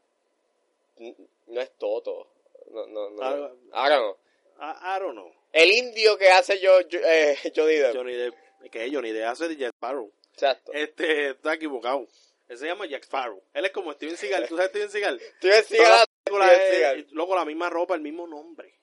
N- No es Toto. No, no, no. Ah, Ahora no. I, I don't know. El indio que hace yo, yo- eh, Johnny Depp. Johnny Depp. Que es Johnny Depp hace de Jack Sparrow. Exacto. Este, está equivocado. Él se llama Jack Sparrow. Él es como Steven Seagal. ¿Tú sabes Steven Seagal? Steven Todas las Seagal, películas Steven es- Seagal. Loco, la misma ropa, el mismo nombre.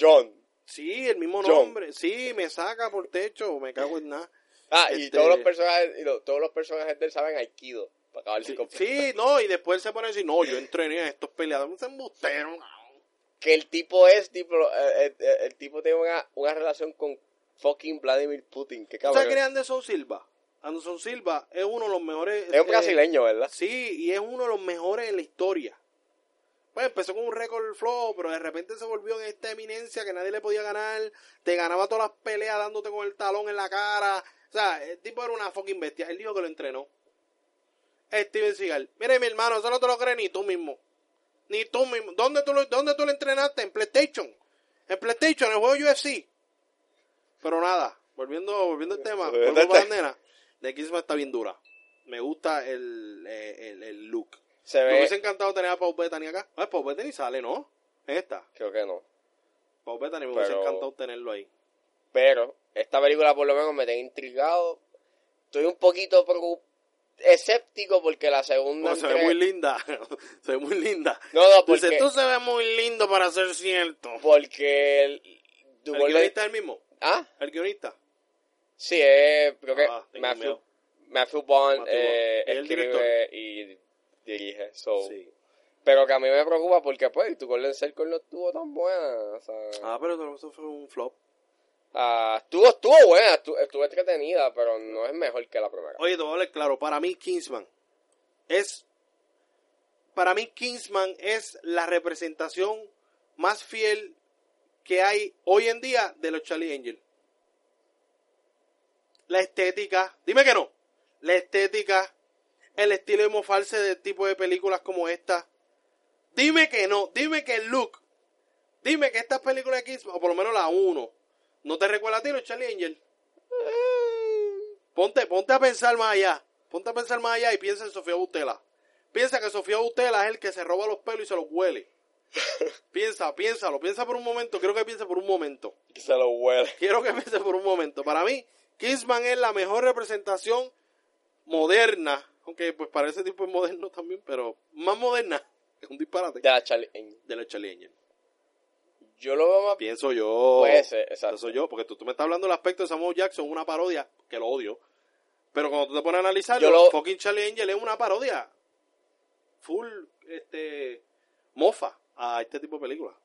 John. Sí, el mismo John. nombre. Sí, me saca por techo, me cago en nada. Ah, y Este- todos los personajes, y lo- todos los personajes de él saben Aikido. Para acabar Sí, con- sí, no, y después él se pone a decir, no, yo entrené a estos peleadores, un embustero. cabrón. Que el tipo es, tipo, eh, eh, eh, el, tipo tiene una, una relación con fucking Vladimir Putin. Que ¿Tú sabes cabrón. quién es Anderson Silva? Anderson Silva es uno de los mejores. Es un eh, brasileño, ¿verdad? Sí, y es uno de los mejores en la historia. Pues empezó con un récord flojo, pero de repente se volvió en esta eminencia que nadie le podía ganar. Te ganaba todas las peleas dándote con el talón en la cara. O sea, el tipo era una fucking bestia. Él dijo que lo entrenó. Steven Seagal. Mire, mi hermano, eso no te lo crees ni tú mismo. Ni tú mismo. ¿Dónde tú lo, dónde tú lo entrenaste? En PlayStation. En PlayStation, en el juego UFC. Pero nada, volviendo, volviendo al tema, Volviendo vuelvo al para la nena. De Kisma está bien dura. Me gusta el, eh, el, el look. Se Me ve. hubiese encantado tener a Pau Bettany acá. Ay, Pau Bettany sale, ¿no? En esta. Creo que no. Pau Bettany me hubiese Pero- encantado tenerlo ahí. Pero esta película por lo menos me tiene intrigado. Estoy un poquito preocup- escéptico porque la segunda. No, se ve entrega- muy linda. se ve muy linda. no, no, Dice, porque, tú se ves muy lindo para ser cierto. porque el, tu ¿El Golden- guionista es el mismo? ¿Ah? ¿El guionista? Sí, eh, creo que Ah, tengo Matthew, miedo. Matthew Bond Matthew eh, Bond. ¿Y el escribe y dirige. So. Sí. Pero que a mí me preocupa porque, pues, tu Golden Circle no estuvo tan buena. O sea, Ah, pero eso fue un flop. ah, estuvo, estuvo buena, estuvo, estuvo entretenida, pero no es mejor que la primera. Oye, te voy a hablar claro. Para mí, Kingsman es. Para mí, Kingsman es la representación más fiel que hay hoy en día de los Charlie Angels. La estética, dime que no. La estética, el estilo de mofarse de tipo de películas como esta. Dime que no, dime que el look. Dime que estas películas de Kingsman, o por lo menos la 1, no te recuerda a ti los Charlie Angels. Ponte, ponte a pensar más allá. Ponte a pensar más allá y piensa en Sofía Butela. Piensa que Sofía Butela es el que se roba los pelos y se los huele. piensa, piénsalo, piensa por un momento. Quiero que piense por un momento. Que se lo huele. Quiero que piense por un momento. Para mí, Kingsman es la mejor representación moderna. Aunque pues para ese tipo es moderno también, pero más moderna. Es un disparate. De la Charlie Angel. De los Charlie Angels. Yo lo veo más. Pienso yo. Puede ser, Pues, eh, exacto. Eso soy yo, porque tú, tú me estás hablando del aspecto de Samuel Jackson, una parodia, que lo odio. Pero cuando tú te pones a analizarlo, Yo lo- fucking Charlie Angel es una parodia. Full, este, mofa a este tipo de películas.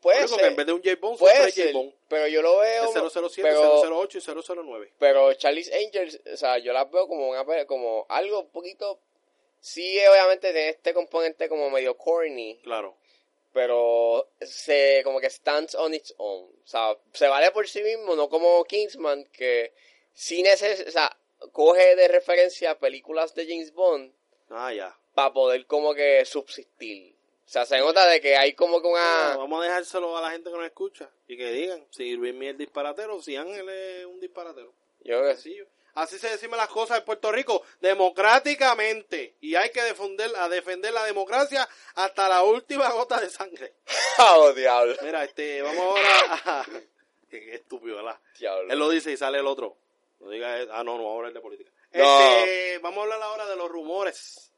Puede Único que en ser. vez de un J. Bond, son Puede tres J. ser. Bond. Pero yo lo veo. El 007, pero, 008 y 009. pero Charlie's Angels, o sea, yo las veo como una pe- como algo un poquito. Sí, obviamente tiene este componente como medio corny, Claro. pero se como que stands on its own. O sea, se vale por sí mismo, no como Kingsman, que sí neces o sea, coge de referencia películas de James Bond Ah, ya. para poder como que subsistir. O sea, se nota de que hay como que una... Bueno, vamos a dejárselo a la gente que nos escucha y que digan si Luis Miel es disparatero o si Ángel es un disparatero. Yo creo que sí. Sencillo. Así se decimos las cosas en Puerto Rico, democráticamente. Y hay que defender, a defender la democracia hasta la última gota de sangre. ¡Oh, diablo! Mira, este, vamos ahora a... Qué estúpido, ¿verdad? Diablo. Él lo dice y sale el otro. No diga, eh, ah, no, no, vamos a hablar de política. No. Este, vamos a hablar ahora de los rumores.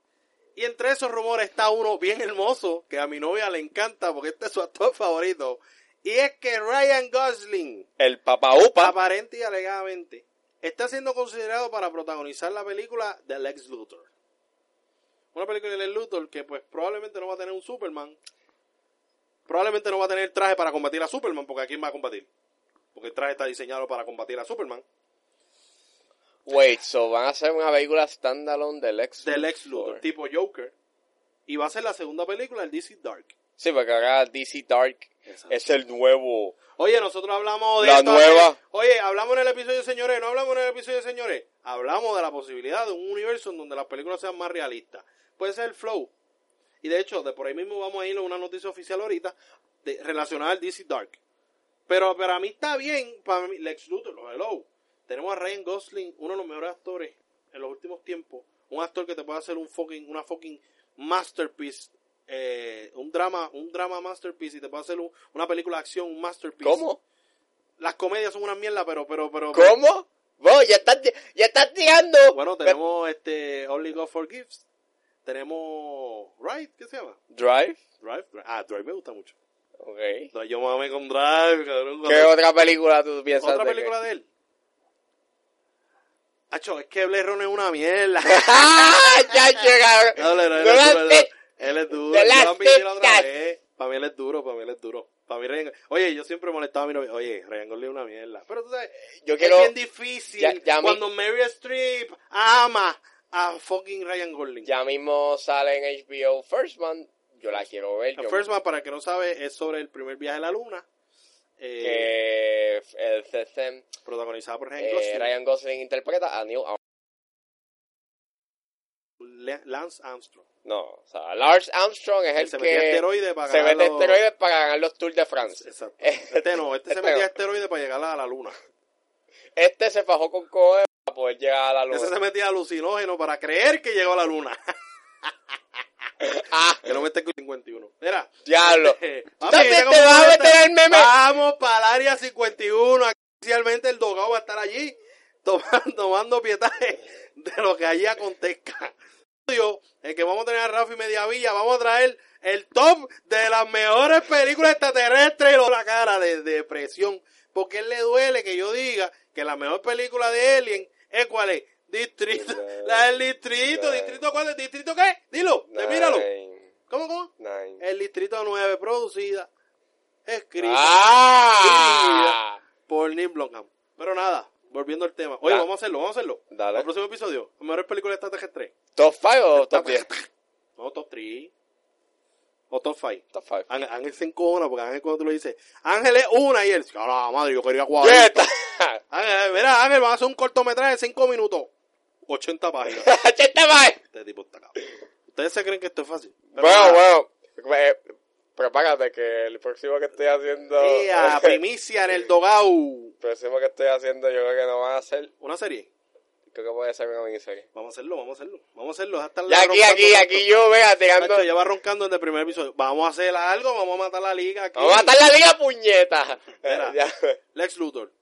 Y entre esos rumores está uno bien hermoso, que a mi novia le encanta porque este es su actor favorito. Y es que Ryan Gosling, El Papa Upa. aparente y alegadamente, está siendo considerado para protagonizar la película de Lex Luthor. Una película de Lex Luthor que pues probablemente no va a tener un Superman. Probablemente no va a tener traje para combatir a Superman, porque ¿a quién va a combatir? Porque el traje está diseñado para combatir a Superman. Wait, so van a hacer una película standalone del ex del ex Luthor, tipo Joker. Y va a ser la segunda película, el DC Dark. Sí, porque ahora DC Dark Exacto. es el nuevo. Oye, nosotros hablamos de La en el- nueva. Oye, hablamos en el episodio, señores. No hablamos en el episodio, señores. Hablamos de la posibilidad de un universo en donde las películas sean más realistas. Puede ser el flow. Y de hecho, de por ahí mismo vamos a ir a una noticia oficial ahorita de- relacionada al DC Dark. Pero para mí está bien, para mí, Lex Luthor, hello. Tenemos a Ryan Gosling, uno de los mejores actores en los últimos tiempos. Un actor que te puede hacer un fucking, una fucking masterpiece. eh, un drama, un drama masterpiece y te puede hacer un- una película de acción, un masterpiece. ¿Cómo? Las comedias son una mierda, pero, pero, pero. ¿Cómo? Vos, ya estás, ya estás tirando. Bueno, tenemos este Only God Forgives. Tenemos Drive, ¿qué se llama? Drive. Drive, Drive. Ah, Drive me gusta mucho. Ok. No, yo me amé con Drive, cabrón. ¿Qué otra película tú piensas? otra de película de él? Acho, es que Blade Runner es una mierda. que... ¡Ah! Ya llegaron. No, Blade Runner No es la duro, sé. Él es duro. No Yo la lo admití la otra aceptas. vez. Para mí él es duro, para mí él es duro. Para mí Ryan- Oye, yo siempre molestaba a mi novia. Oye, Ryan Gosling es una mierda. Pero tú sabes, Yo es quiero. bien difícil Ya- ya mi- cuando Mary Streep ama a fucking Ryan Gosling. Ya mismo sale en HBO First Man. Yo la quiero ver. La yo- Ah, First Man, para el que no sabe, es sobre el primer viaje a la luna, eh, Que el CCM, protagonizada por Ryan eh, Gosling, Ryan Gosling interpreta a Neil Le- Lance Armstrong. No, o sea, Lars Armstrong es Que el se metía que esteroides para se ganar mete los- esteroides para ganar los Tours de France. Exacto. Este, Este no, este se Este metía no. esteroides para llegar a la luna. este se fajó con Coe para poder llegar a la Ese se luna. metía alucinógeno para creer que llegó a la luna. ¡Ah, que no me esté con 51. Mira. diablo! eh, papi, ¡También mira te cómo vas a está. meter el meme! Vamos para el área 51. Aquí Oficialmente el dogado va a estar allí tomando, tomando pietaje de lo que allí acontezca. Yo, El que vamos a tener a Rafi Mediavilla, vamos a traer el top de las mejores películas extraterrestres y lo- la cara de depresión. Porque a él le duele que yo diga que la mejor película de Alien es cuál es. Distrito, la del distrito, Nine. distrito cuál es, distrito qué, dilo, Nine, Eh, míralo. Eh, ¿Cómo, cómo? nine. El distrito 9, producida, escrita ¡Ah! por Neil Blomkamp. Pero nada, volviendo al tema. Oye, Da- vamos a hacerlo, vamos a hacerlo. Ah. Dale. El próximo episodio, la mejor película de Star Trek 3. ¿Top 5 o top 10? No, top 3. O top 5. Top five. Ángel, Ángel se encojona porque Ángel cuando tú le dices, Ángel es una y él, "A la madre, yo quería cuadrar. Ya está. Ángel, mira, Ángel, van a hacer un cortometraje de 5 minutos. 80 páginas. Ya está, bye. este tipo está cabrón. Ustedes se creen que esto es fácil. Pero Bueno, nada. bueno. eh, prepárate que el próximo que estoy haciendo. eh. Ea, primicia en el Dogau. el próximo que estoy haciendo, yo creo que no van a hacer. Una serie. Creo que puede ser una miniserie. Vamos a hacerlo, vamos a hacerlo. Vamos a hacerlo. Hasta Ya aquí, aquí, aquí yo, vea, tirando. ya va roncando en el primer episodio. Vamos a hacer algo, vamos a matar la liga aquí. Vamos a matar la liga, puñeta. Mira. Ya. Lex Luthor.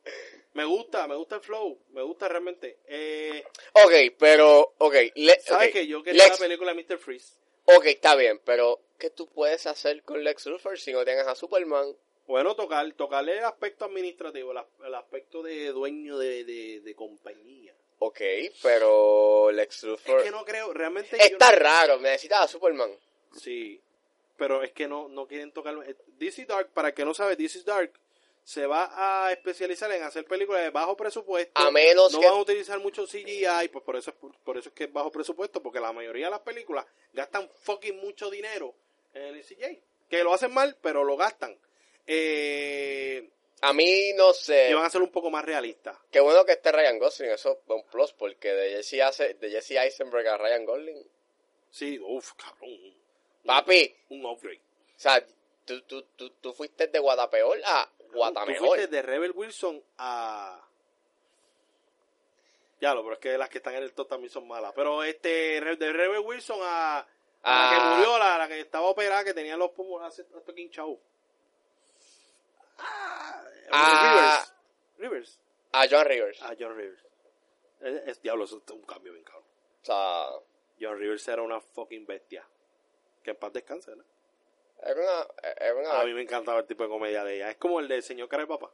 Me gusta, me gusta el flow. Me gusta realmente. Eh, Ok, pero. Ok, le- ¿Sabes ok, que yo quería Lex- la película de Mr. Freeze? Ok, está bien, pero. ¿Qué tú puedes hacer con Lex Luthor si no tienes a Superman? Bueno, tocar, tocarle el aspecto administrativo, el, as- el aspecto de dueño de, de- de compañía. Ok, pero Lex Luthor. Es que no creo, realmente... yo Está no- raro, me necesitas a Superman. Sí, pero es que no, no quieren tocar. DC Dark, para el que no sabe, DC Dark se va a especializar en hacer películas de bajo presupuesto. A menos no que- van a utilizar mucho CGI, pues por eso, es- por eso es que es bajo presupuesto, porque la mayoría de las películas gastan fucking mucho dinero en el CGI. Que lo hacen mal, pero lo gastan. Eh, A mí no sé. y van a ser un poco más realistas. Qué bueno que esté Ryan Gosling, eso es un plus, porque de Jesse, hace, de Jesse Eisenberg a Ryan Gosling. Sí, uff, cabrón. Papi, Un upgrade. o sea, tú, tú, tú, tú fuiste de Guatapeor a Tú Guatameor. fuiste de Rebel Wilson a. Ya lo, pero es que las que están en el top también son malas. Pero este, re- de Rebel Wilson a. a la Ah. que murió, la, la que estaba operada, que tenía los pulmones hasta quinchao. Ah, Ah. Rivers. Rivers. A John Rivers. Ah, John Rivers. Es, es- diablo, eso es un cambio bien cabrón. O sea, John Rivers era una fucking bestia. Que en paz descanse, ¿no? era una... Era una A mí me encantaba el tipo de comedia de ella. Es como el de Señor Cara de Papá.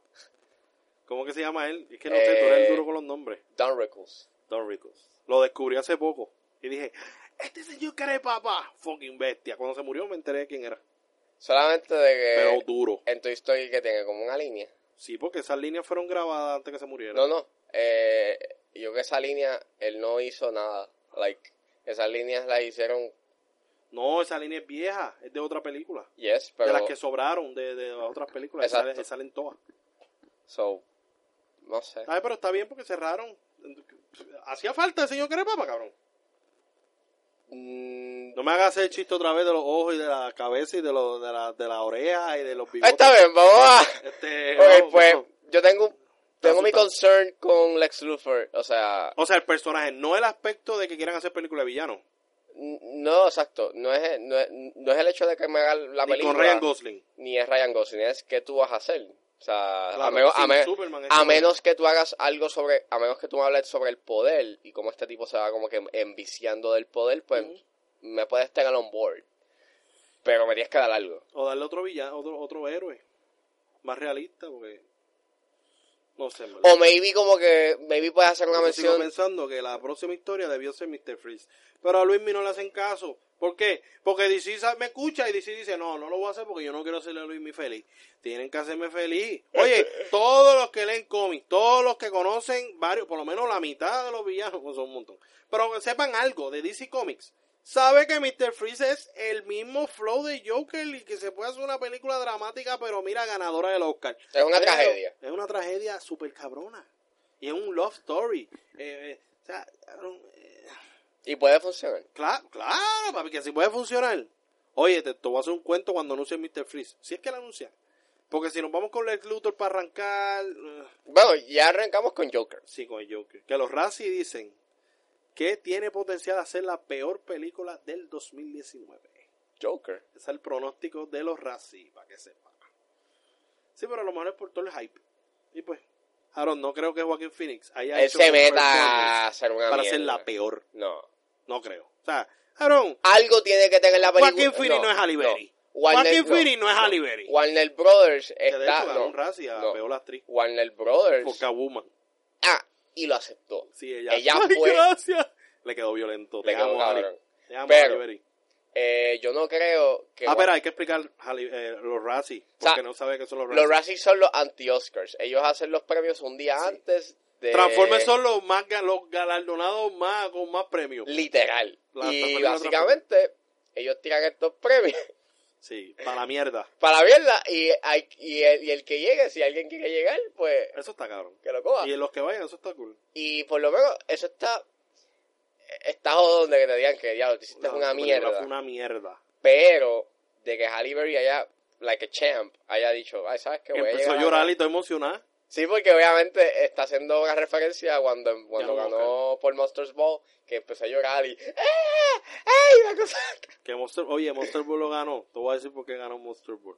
¿Cómo que se llama él? Es que no sé, tú eres Eh. el duro con los nombres. Don Rickles. Don Rickles. Lo descubrí hace poco. Y dije, este señor Cara de Papá, fucking bestia. Cuando se murió me enteré de quién era. Eh. Solamente de Pero que duro. en tu historia que tiene como una línea. Sí, porque esas líneas fueron grabadas antes que se muriera. No, no. Eh, yo que esa línea, él no hizo nada. Like, esas líneas las hicieron, No, esa línea es vieja. Es de otra película. yes, pero... De las que sobraron de, de otras películas. Exacto. Salen, salen todas. So, no sé. ¿Sabes? Pero está bien porque cerraron. Hacía falta el señor Cara de Papá, cabrón. Mm, No me hagas el chiste otra vez de los ojos y de la cabeza y de, lo, de, la, de la oreja y de los bigotes. Está bien, vamos a... Este, Ok, vamos, pues, vamos. yo tengo, tengo mi asustado. concern con Lex Luthor, o sea, O sea, el personaje, no el aspecto de que quieran hacer película de villano. n- no, exacto, no es, no es, no es el hecho de que me haga la Ni película, con Ryan Gosling. ni es Ryan Gosling, es que tú vas a hacer, o sea, a, Claro, menos- a sin me- Superman, a este- menos que tú hagas algo sobre, a menos que tú me hables sobre el poder y cómo este tipo se va como que enviciando del poder, pues Ujú. me puedes tener on board, pero me tienes que dar algo. O darle otro villano, otro, otro héroe. Más realista, porque. No sé, en verdad. O maybe como que, maybe puedes hacer una Yo sigo mención, pensando que la próxima historia debió ser Mr. Freeze. Pero a Luismi no le hacen caso. ¿Por qué? Porque DC sa- me escucha y DC dice, no, no lo voy a hacer porque yo no quiero hacerle a Luismi feliz. Tienen que hacerme feliz. Este, Oye, eh, todos los que leen cómics, todos los que conocen varios, por lo menos la mitad de los villanos, pues son un montón. Pero que sepan algo de DC Comics. Sabe que Mr. Freeze es el mismo flow de Joker y que se puede hacer una película dramática, pero mira, ganadora del Oscar. es una Pero tragedia. Es una tragedia súper cabrona. Y es un love story. Eh, eh, o sea, cabrón, eh, Y puede funcionar. claro, claro, papi, que así puede funcionar. Oye, te, te voy a hacer un cuento cuando anuncie Mr. Freeze. Si es que la anuncia. Porque si nos vamos con Lex Luthor para arrancar. eh, Bueno, ya arrancamos con Joker. sí, con el Joker. Que los Razzie dicen que tiene potencial de hacer la peor película del 2019. Joker. Ese es el pronóstico de los Razzie, para que sepa. Sí, pero a lo mejor es por todo el hype. Y pues, Aaron, no creo que Joaquín Phoenix haya Él hecho se un meta performance a hacer una para mierda. ser la peor. No. No creo. O sea, Aaron, Algo tiene que tener la película. Joaquín Phoenix no es Halle Berry. Joaquín Phoenix no es Halle Berry. Warner Brothers que de está... hecho Eh, ganó ah, no, un Razzie a no. Pues peor actriz. Warner Brothers... Por Catwoman. Ah, y lo aceptó. Sí, ella. Ella Ay, fue- gracias. Le quedó violento. Te Le quedó amo, Halle. cabrón. Te amo, Pero- Halle Berry. Eh, yo no creo que... Ah, pero hay que explicar Halle- eh, los Razzie, sea, porque no sabe qué son los Razzie. los Razzies son los anti-Oscars. Ellos hacen los premios un día antes de... Transformers son los más ga- los galardonados más con más premios. Literal. La- y Transformers- básicamente, ellos tiran estos premios Sí, para la mierda. Para la mierda, y, hay- y, el, y el que llegue, si alguien quiere llegar, pues Eso está cabrón. que lo coja. Y los que vayan, eso está cool. Y por lo menos, eso está. Está jodón de que te digan que diablo, te hiciste No, una pero mierda. Fue una mierda. Pero de que Halle Berry haya, like a champ, haya dicho, ay, ¿sabes qué? Voy a Empezó a llegar llorar y todo emocionada. Sí, porque obviamente está haciendo una referencia a cuando, cuando Ya lo ganó por Monsters Ball, que empezó a llorar y. ¡Ah! ¡Ay! Una cosa. Que Monster, oye, Monster Ball lo ganó. Te voy a decir por qué ganó Monster Ball.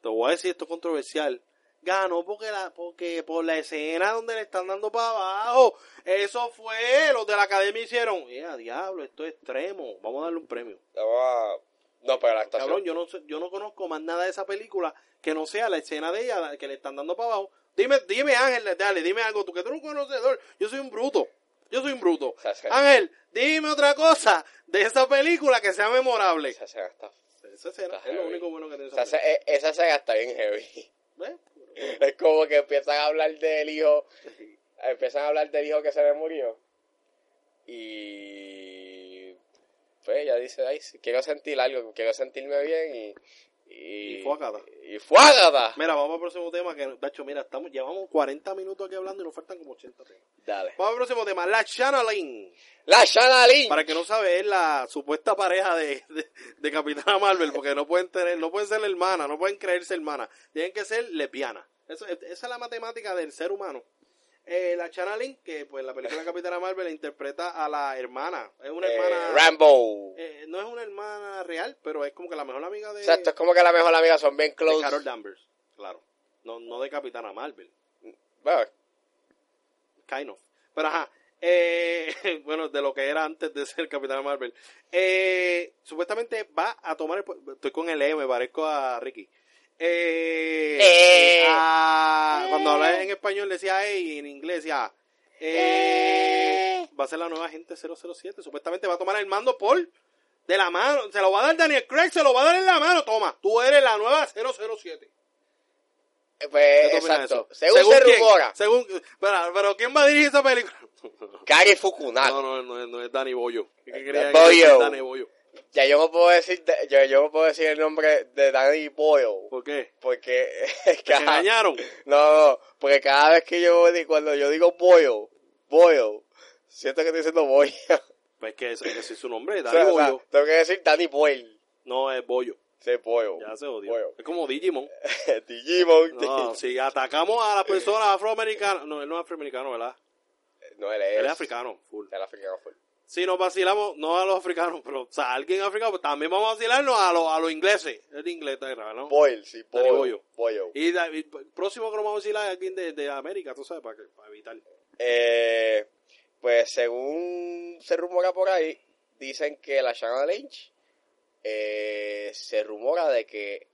Te voy a decir esto es controversial. Ganó porque la, porque por la escena donde le están dando para abajo. Eso fue, los de la academia hicieron. ¡Eh, diablo, esto es extremo. Vamos a darle un premio. Estaba- No, pero la actuación. Cabrón, yo no sé- yo no conozco más nada de esa película que no sea la escena de ella la que le están dando para abajo. Dime, dime Ángel, dale, dime algo, tú que tú eres un conocedor, yo soy un bruto. Yo soy un bruto. O sea, se- Ángel, dime otra cosa de esa película que sea memorable. Esa escena está. Esa escena Está es lo heavy. único bueno que tiene Esa, esa escena- e- esa escena está bien heavy. película. ¿Ves? Es como que empiezan a hablar del hijo. Empiezan a hablar del hijo que se le murió. Y. Pues ella dice, ay, sí, quiero sentir algo, quiero sentirme bien y. Y, Y fue Agatha. Y fue Agatha. Mira, vamos al próximo tema que, Tacho, mira, estamos, llevamos 40 minutos aquí hablando y nos faltan como 80 temas. Dale. Vamos al próximo tema, la Shanna Lynn. La Shana Lynch. Para el que no sabe, es la supuesta pareja de, de, de Capitana Marvel, porque no pueden tener, no pueden ser hermanas, no pueden creerse hermanas, tienen que ser lesbianas. Eso, esa es la matemática del ser humano. Eh, la Chana Lynn, que pues en la película Capitana Marvel interpreta a la hermana, es una Eh, hermana, Rambo. eh, no es una hermana real, pero es como que la mejor amiga de, Exacto, es como que la mejor amiga son bien de close. Carol Danvers, claro, no, no de Capitana Marvel. Bueno, eh, Kind of. Pero ajá. eh, bueno, de lo que era antes de ser Capitán Marvel. Eh, supuestamente va a tomar. el pu- Estoy con el E, me parezco a Ricky. Eh, Eh. a- cuando hablaba en español decía E y en inglés decía. eh, va a ser la nueva gente 007. Supuestamente va a tomar el mando Paul de la mano. Se lo va a dar Daniel Craig, se lo va a dar en la mano. Toma, tú eres la nueva 007. eh, ¿Qué pues tú opinas de exacto. eso? Según, se quién? rumora, Según, pero, pero ¿quién va a dirigir esa película? Kari Fukunaga. No, no, no, es- no es Danny Boyo. ¿Qué Ah. Eh, creía Boyo. que era Danny Boyo? Ya yo no puedo decir, de- yo, yo no puedo decir el nombre de Danny Boyle. ¿Por qué? Porque ¿Te cada, no, engañaron? no, porque cada vez que yo di- cuando yo digo Boyle, Boyle, siento que estoy diciendo Boyle. Pues que ese, ese es su nombre, O Danny sea, o sea, Boyo. tengo que decir Danny Boyle. No, es Boyo. Sí, Boyle. Ya se odió. Boyle. Es como Digimon. Digimon. No, si atacamos a las personas afroamericanas. No, él no es afroamericano, ¿verdad? No, él es. Él es africano, full. Él es africano full. Si nos vacilamos, no a los africanos, pero o sea, a alguien africano, pues también vamos a vacilarnos a los, a los ingleses. El inglés, ¿no? Boyle, sí, Danny Boyle. Boyle. Y da- y el próximo que nos vamos a vacilar es alguien de, de América, tú sabes, para, que- para evitar. Eh, pues según se rumora por ahí, dicen que la Shanna Lynch eh, se rumora de que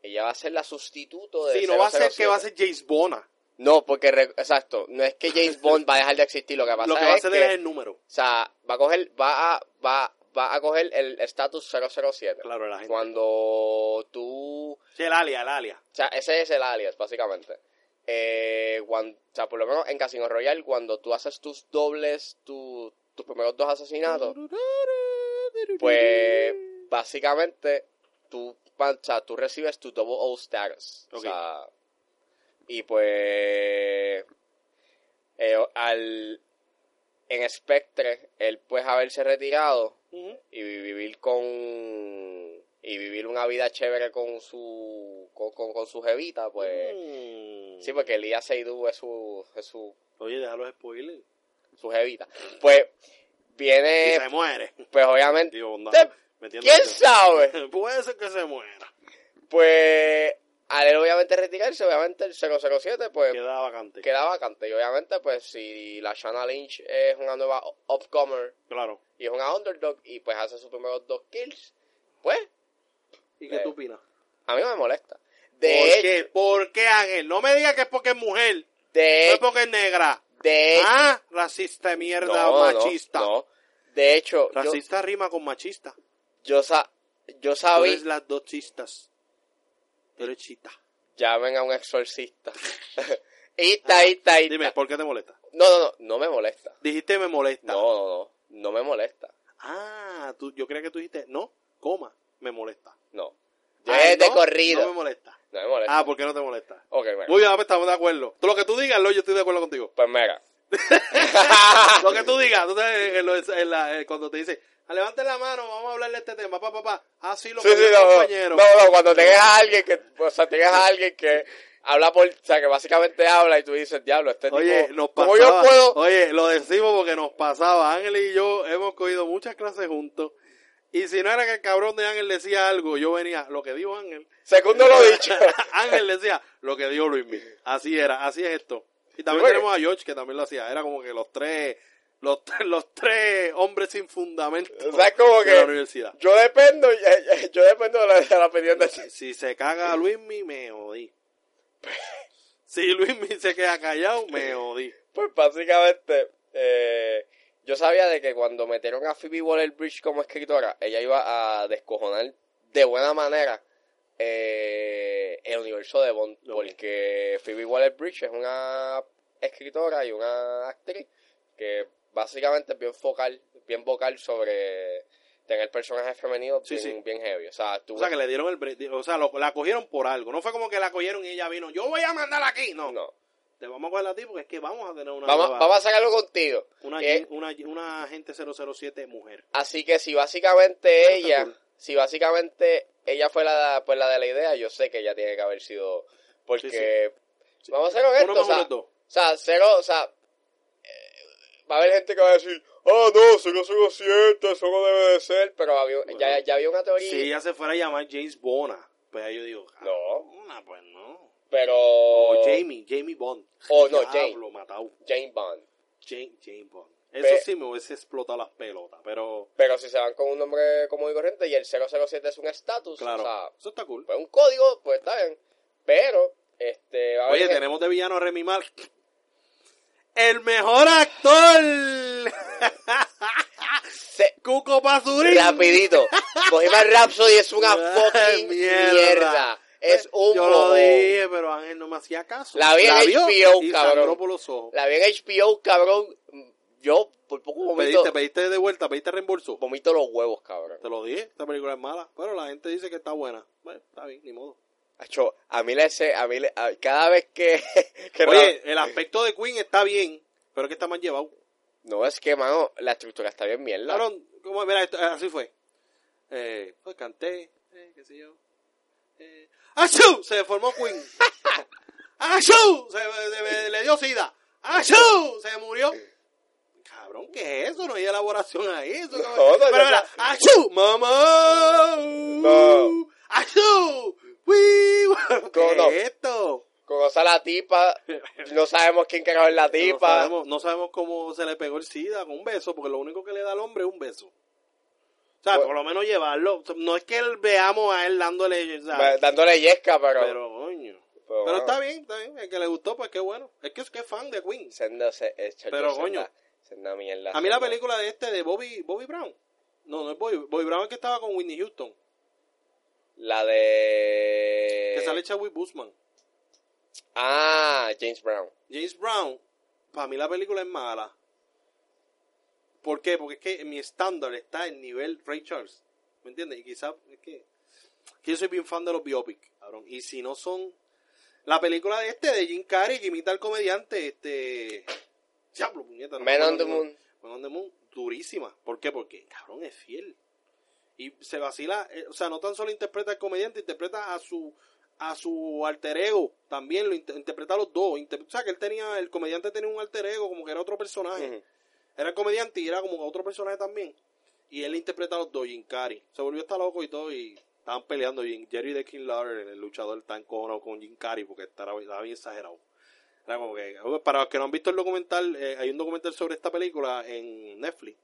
ella va a ser la sustituto de Sí, no va a ser 007. que va a ser James Bona. No, porque, re- exacto, no es que James Bond va a dejar de existir, lo que pasa Lo que va a es hacer que, es el número. o sea, va a coger, va a, va, va a coger el estatus 007. Claro, la gente. Cuando tú Sí, el alia, el alia. O sea, ese es el alias, básicamente. Eh, cuan- o sea, por lo menos en Casino Royale, cuando tú haces tus dobles, tu- tus primeros dos asesinatos, pues básicamente tú, pa- o sea, tú recibes tu double O status. O Ok. sea, y pues eh, al, en Spectre, él pues haberse retirado Ujú. y vi- vivir con y vivir una vida chévere con su con, con, con su jevita pues Mm. sí pues. porque Lía Seydoux es su es su, Oye, deja los spoilers. su jevita pues Y viene se muere. pues obviamente Digo, no, te- me Eh, entiendo quién yo. sabe Puede ser que se muera. pues al él obviamente retirarse obviamente el 007 pues Queda vacante. queda vacante y obviamente pues si la Shanna Lynch es una nueva upcomer Claro. y es una underdog y pues hace sus primeros dos kills pues ¿Y Eh, qué tú opinas? a mí no me molesta ¿Por de hecho, qué? ¿Por qué, Ángel? No me digas que es porque es mujer. de No es hecho, porque es negra. de hecho, Ah, racista de mierda, machista. eh, no. De hecho, yo, Racista rima con machista. yo, sa- yo Tú sabía. eres las dos chistas. Tú eres chita. Llamen a un exorcista. ista, ista, ista. Ah, Dime, ¿por qué te molesta? No, no, no, no me molesta. Dijiste me molesta. No, no, no, no me molesta. Ah, tú, yo creía que tú dijiste, no, coma, me molesta. No. Yo Ah, es de no, corrido. No me molesta. No me molesta. Ah, ¿por qué no te molesta? ok, bueno. Muy bien, pues, estamos de acuerdo. Todo lo que tú digas, lo yo estoy de acuerdo contigo. Pues mira. Ah. Lo que tú digas, tú sabes, en lo- en la- eh, cuando te dice, "Ah, levante la mano, vamos a hablar de este tema, papá, papá. Ah, sí, lo Sí, que sí, dijo el no, compañero. no, no, cuando tengas a alguien que, o sea, tengas a alguien que habla por, o sea, que básicamente habla y tú dices, diablo, este Oye, tipo, nos ¿cómo pasaba, yo puedo? oye, lo decimos porque nos pasaba. Ángel y yo hemos cogido muchas clases juntos. Y si no era que el cabrón de Ángel decía algo, yo venía, lo que dijo Ángel. Segundo lo dicho. Ángel decía lo que dijo Luis Así era, así es esto. Y también Sí, porque- tenemos a George que también lo hacía. Era como que los tres, los, tres- los tres hombres sin fundamento O sea, es como de la que universidad. yo dependo, yo dependo de la, de la opinión de Si se caga Luismi, me jodí. Si Luismi se queda callado, me jodí. Pues básicamente, eh, yo sabía de que cuando metieron a Phoebe Waller-Bridge como escritora, ella iba a descojonar de buena manera eh, el universo de Bond, Ok. porque Phoebe Waller-Bridge es una escritora y una actriz que básicamente es bien focal, bien vocal sobre tener personajes femeninos Sí, bien, sí. bien heavy. O sea, tú O sea, que le dieron el... bre- O sea, lo- la cogieron por algo. No fue como que la cogieron y ella vino, yo voy a mandar aquí. No, no. te vamos a coger a ti porque es que vamos a tener una... Vamos, nueva- vamos a sacarlo contigo. una, Eh, una, una agente 007 mujer. Así que si básicamente Eso está ella, cool. si básicamente ella fue la, pues la de la idea, yo sé que ella tiene que haber sido, porque Sí. vamos a ser honestos, Pues Uno más o sea, uno es dos. o sea, cero, o sea, eh, va a haber gente que va a decir, ah no, si no sigo cierto, eso no debe de ser, pero había- Bueno. ya, ya había una teoría, Si ella se fuera a llamar James Bona, pues ahí yo digo... ah, no, Una, pues no. pero O Jamie, Jamie Bond. O no, Diablo, matado. Jane Pues Bond, Jane, Jane Bond. Eso Pe- sí me hubiese explotado las pelotas, pero... pero si se van con un nombre común y corriente y el 007 es un estatus, Claro, o sea, eso está cool. pues un código, pues está bien, pero este, va a haber Oye, gente- tenemos de villano a Remy Malek. ¡El mejor actor! se- ¡Cuco Pasurín! Rapidito. Bohemian Rhapsody es una Ah, fucking mierda. mierda. Es un Yo lo mojón. dije, pero Ángel no me hacía caso. La vi en HBO, y cabrón. sangró por los ojos. La vi en HBO, cabrón. Yo por poco vomito, Pediste, pediste de vuelta, pediste reembolso. vomito los huevos, cabrón. Te lo dije, esta película es mala. Pero la gente dice que está buena. Bueno, está bien, ni modo. Acho, a mí la ese, a mí la- a- cada vez que, que Oye, el aspecto de Queen está bien, pero es que está mal llevado. no no, es que mano, la estructura está bien mierda. Cabrón, ¿cómo? Mira, esto, ah, así fue. Eh, pues canté, eh, qué sé yo. Eh, ¡Achú! Se formó Queen. ¡Achú! Se, se- se- le dio sida. ¡Achú! Se murió. Cabrón, ¿qué es eso? No hay elaboración ahí. Eso, No, cabrón. no, Pero no, mira, no. ¡Achú! ¡Mamá! No. ¡Achú! ¡Uy! ¿Qué no. es esto? Conoce a la tipa, no sabemos quién carajo es la No tipa. sabemos, no sabemos cómo se le pegó el SIDA con un beso, porque lo único que le da al hombre es un beso. O sea, Bueno. por lo menos llevarlo. No es que él- veamos a él dándole. o sea, Va- dándole yesca, pero, pero, coño. pero, Pero mano, está bien, está bien. El que le gustó, pues qué bueno. Es que es que es fan de Queen. senda se- eh, chacho, Pero, senda- coño. senda mierda. A mí la senda- película de este, de Bobby, Bobby Brown. No, no es Bobby. Bobby Brown es el que estaba con Whitney Houston. La de. Que sale Chadwick Boseman. Ah, James Brown. James Brown, para mí la película es mala. ¿Por qué? Porque es que mi estándar está en nivel Ray Charles. ¿Me entiendes? Y quizás es que, que yo soy bien fan de los biopic, cabrón. Y si no son. La película de este, de Jim Carrey, que imita al comediante, este. Diablo, puñeta. no me Men acuerdo on the el nombre. Moon. Men on the Moon, durísima. ¿Por qué? Porque, cabrón, es fiel. Y se vacila, eh, o sea, no tan solo interpreta al comediante, interpreta a su a su alter ego también lo int- interpreta a los dos Inter- o sea que él tenía el comediante tenía un alter ego como que era otro personaje Ujú. era el comediante y era como otro personaje también y él interpreta a los dos Jim Carrey se volvió hasta loco y todo y estaban peleando Jim- Jerry de King Lawler el luchador tan cojonado con Jim Carrey porque estaba, estaba bien exagerado era como que para los que no han visto el documental eh, hay un documental sobre esta película en Netflix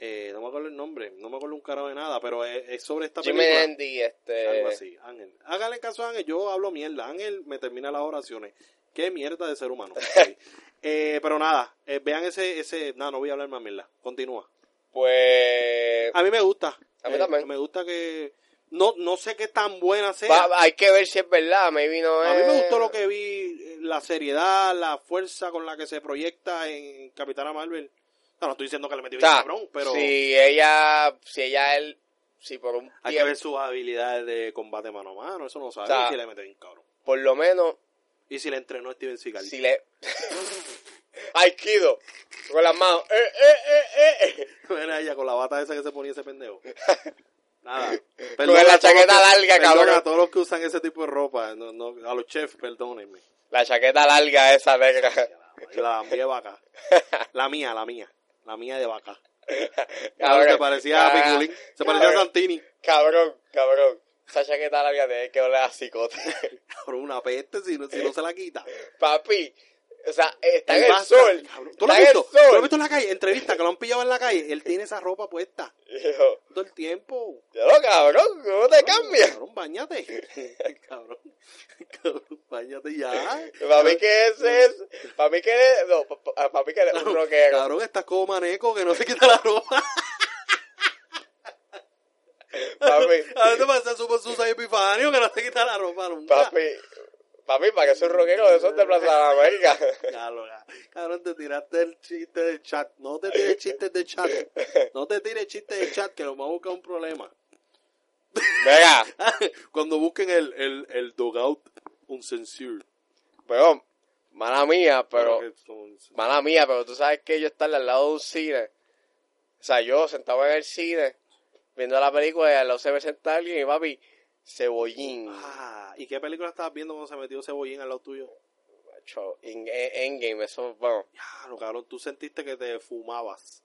Eh, no me acuerdo el nombre no me acuerdo un carajo de nada pero es, es sobre esta Jim película and Andy, este. algo así, Ángel. Hágale caso a Ángel, yo hablo mierda. Ángel me termina las oraciones. Qué mierda de ser humano. Ok. Eh, pero nada, eh, vean ese, ese, nada, no voy a hablar más mierda. Continúa. Pues. A mí me gusta. Eh, A mí también. Me gusta que, no, no sé qué tan buena sea. va- hay que ver si es verdad. Maybe no es. A mí me gustó lo que vi, eh, la seriedad, la fuerza con la que se proyecta en Capitana Marvel. No, no estoy diciendo que le metí O bien sea, cabrón, pero Si ella. Si ella él si por un Hay que ver tiempo, sus habilidades de combate mano a mano, eso no O sabe sea, si le mete bien cabrón. por lo menos, Y si le entrenó Steven Seagal. si le... Aikido, con las manos. Eh, eh, eh, eh. Era ella con la bata esa que se ponía ese pendejo. Nada. la a todos chaqueta los larga, perdón cabrón. a todos los que usan ese tipo de ropa. No, no, a los chefs, perdónenme. La chaqueta larga esa negra. La mía de vaca. La mía, la mía. La mía de vaca. Claro, Cabrón, se parecía a cabrón, Piculín. Se parecía a cabrón, Santini. Cabrón, cabrón. Esa chaqueta larga tiene que oler a cicote. Cabrón, una peste si no, si no se la quita. Papi, o sea, está en Él el va a estar- sol. cabrón. ¿Tú lo Está has en el visto? ¿Tú lo has sol. visto en la calle? Entrevista que lo han pillado en la calle. Él tiene esa ropa puesta Y yo, todo el tiempo. yo no, cabrón, ¿cómo te cambias? Cabrón, bañate. cabrón, cabrón, bañate ya. Para mí que ese es, para mí que eres, no, pa- pa- para mí que eres un rockero. Cabrón, estás como maneco que no se quita la ropa. Papi, A veces pasa su Susa y Epifanio que no se quita la ropa nunca. papi, papi, para que soy un rockero de esos de Plaza de América. Cabrón, cabrón, te tiraste el chiste del chat. No te tires chistes de chat. No te tires chistes de chat que nos va a buscar un problema. Venga, Cuando busquen el, el, el dogout, un censure. pero, mala mía, pero, Que son- Mala mía, pero tú sabes que yo estar al lado de un cine. O sea, yo sentado en el cine, viendo la película, y al lado se me senta alguien y papi, cebollín. Ah, ¿y qué película estabas viendo cuando se metió Cebollín al lado tuyo? macho, en en- Endgame, eso, vamos. Claro, cabrón, tú sentiste que te fumabas.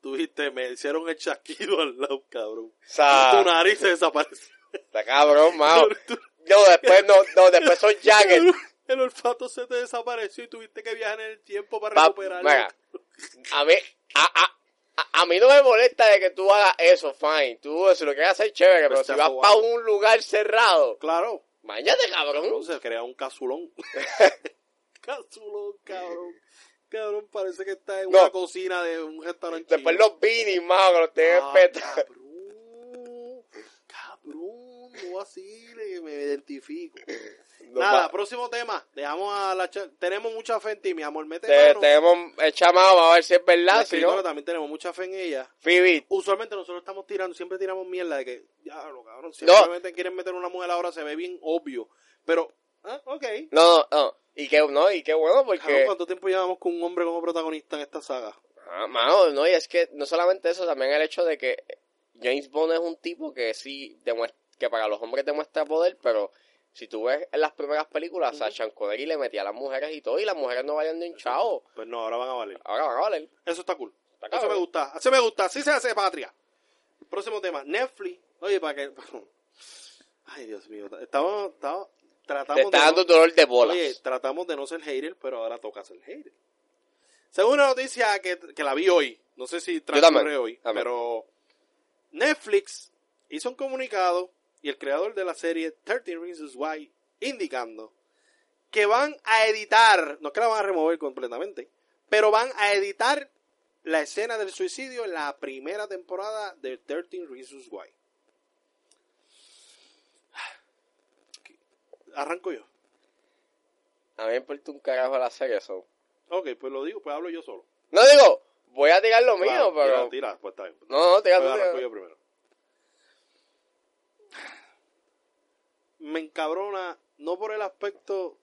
Tú dijiste, me hicieron el chasquido al lado, cabrón. O sea, Tu nariz se desapareció. está cabrón, mao. Tú- No, después, no, no, después son El, jackets. el olfato se te desapareció y tuviste que viajar en el tiempo para Pa- recuperarlo. mira, a mí, a, a, a, a mí no me molesta de que tú hagas eso, fine. Tú, si lo quieres hacer, chévere, pero Pues si te vas afobas. para un lugar cerrado, Claro, mañana, cabrón. entonces crea un casulón. casulón, cabrón. Cabrón, parece que está en No. una cocina de un restaurante. Después chino. los beanies, mao, que los tienen Ah, peta. Cabrón, cabrón, no así me identifico. No, Nada, ma- próximo tema. Dejamos a la cha- tenemos mucha fe en ti, mi amor. Mete Te- mano. tenemos el chamado, vamos a ver si es La verdad, si escritora no. también tenemos mucha fe en ella. Phoebe, Usualmente nosotros estamos tirando, siempre tiramos mierda de que, ya lo cabrón, si simplemente quieren meter una mujer ahora se ve bien obvio. Pero, ah, ok. no, no, no. Y qué, no, y qué bueno, Cabrón, porque. ¿Cuánto tiempo llevamos con un hombre como protagonista en esta saga? Ah, mano, no, y es que no solamente eso, también el hecho de que James Bond es un tipo que sí, demuestra, que para los hombres demuestra poder, pero si tú ves en las primeras películas, a Sean Connery le metía a las mujeres y todo, y las mujeres no valían ni un chavo. Pues no, ahora van a valer. Ahora van a valer. Eso está cool. Eso cabrón. me gusta. Eso me gusta. Así se hace patria. Próximo tema. Netflix. Oye, para que... Ay, Dios mío. Estamos... estamos tratamos Te está de no- dando dolor de bolas. Oye, tratamos de no ser hater, pero ahora toca ser hater. Según una noticia que, que la vi hoy, no sé si transcurre también, hoy, también. pero Netflix hizo un comunicado y el creador de la serie 13 Reasons Why indicando que van a editar, no es que la van a remover completamente, pero van a editar la escena del suicidio en la primera temporada de 13 Reasons Why. Arranco yo. A mí me importa un carajo la serie eso. Ok, pues lo digo, pues hablo yo solo. No digo, voy a tirar lo mío, Claro, pero. Tira, tira, pues está bien. No, no, tira Pues tú, tira. arranco yo primero. Me encabrona, no por el aspecto...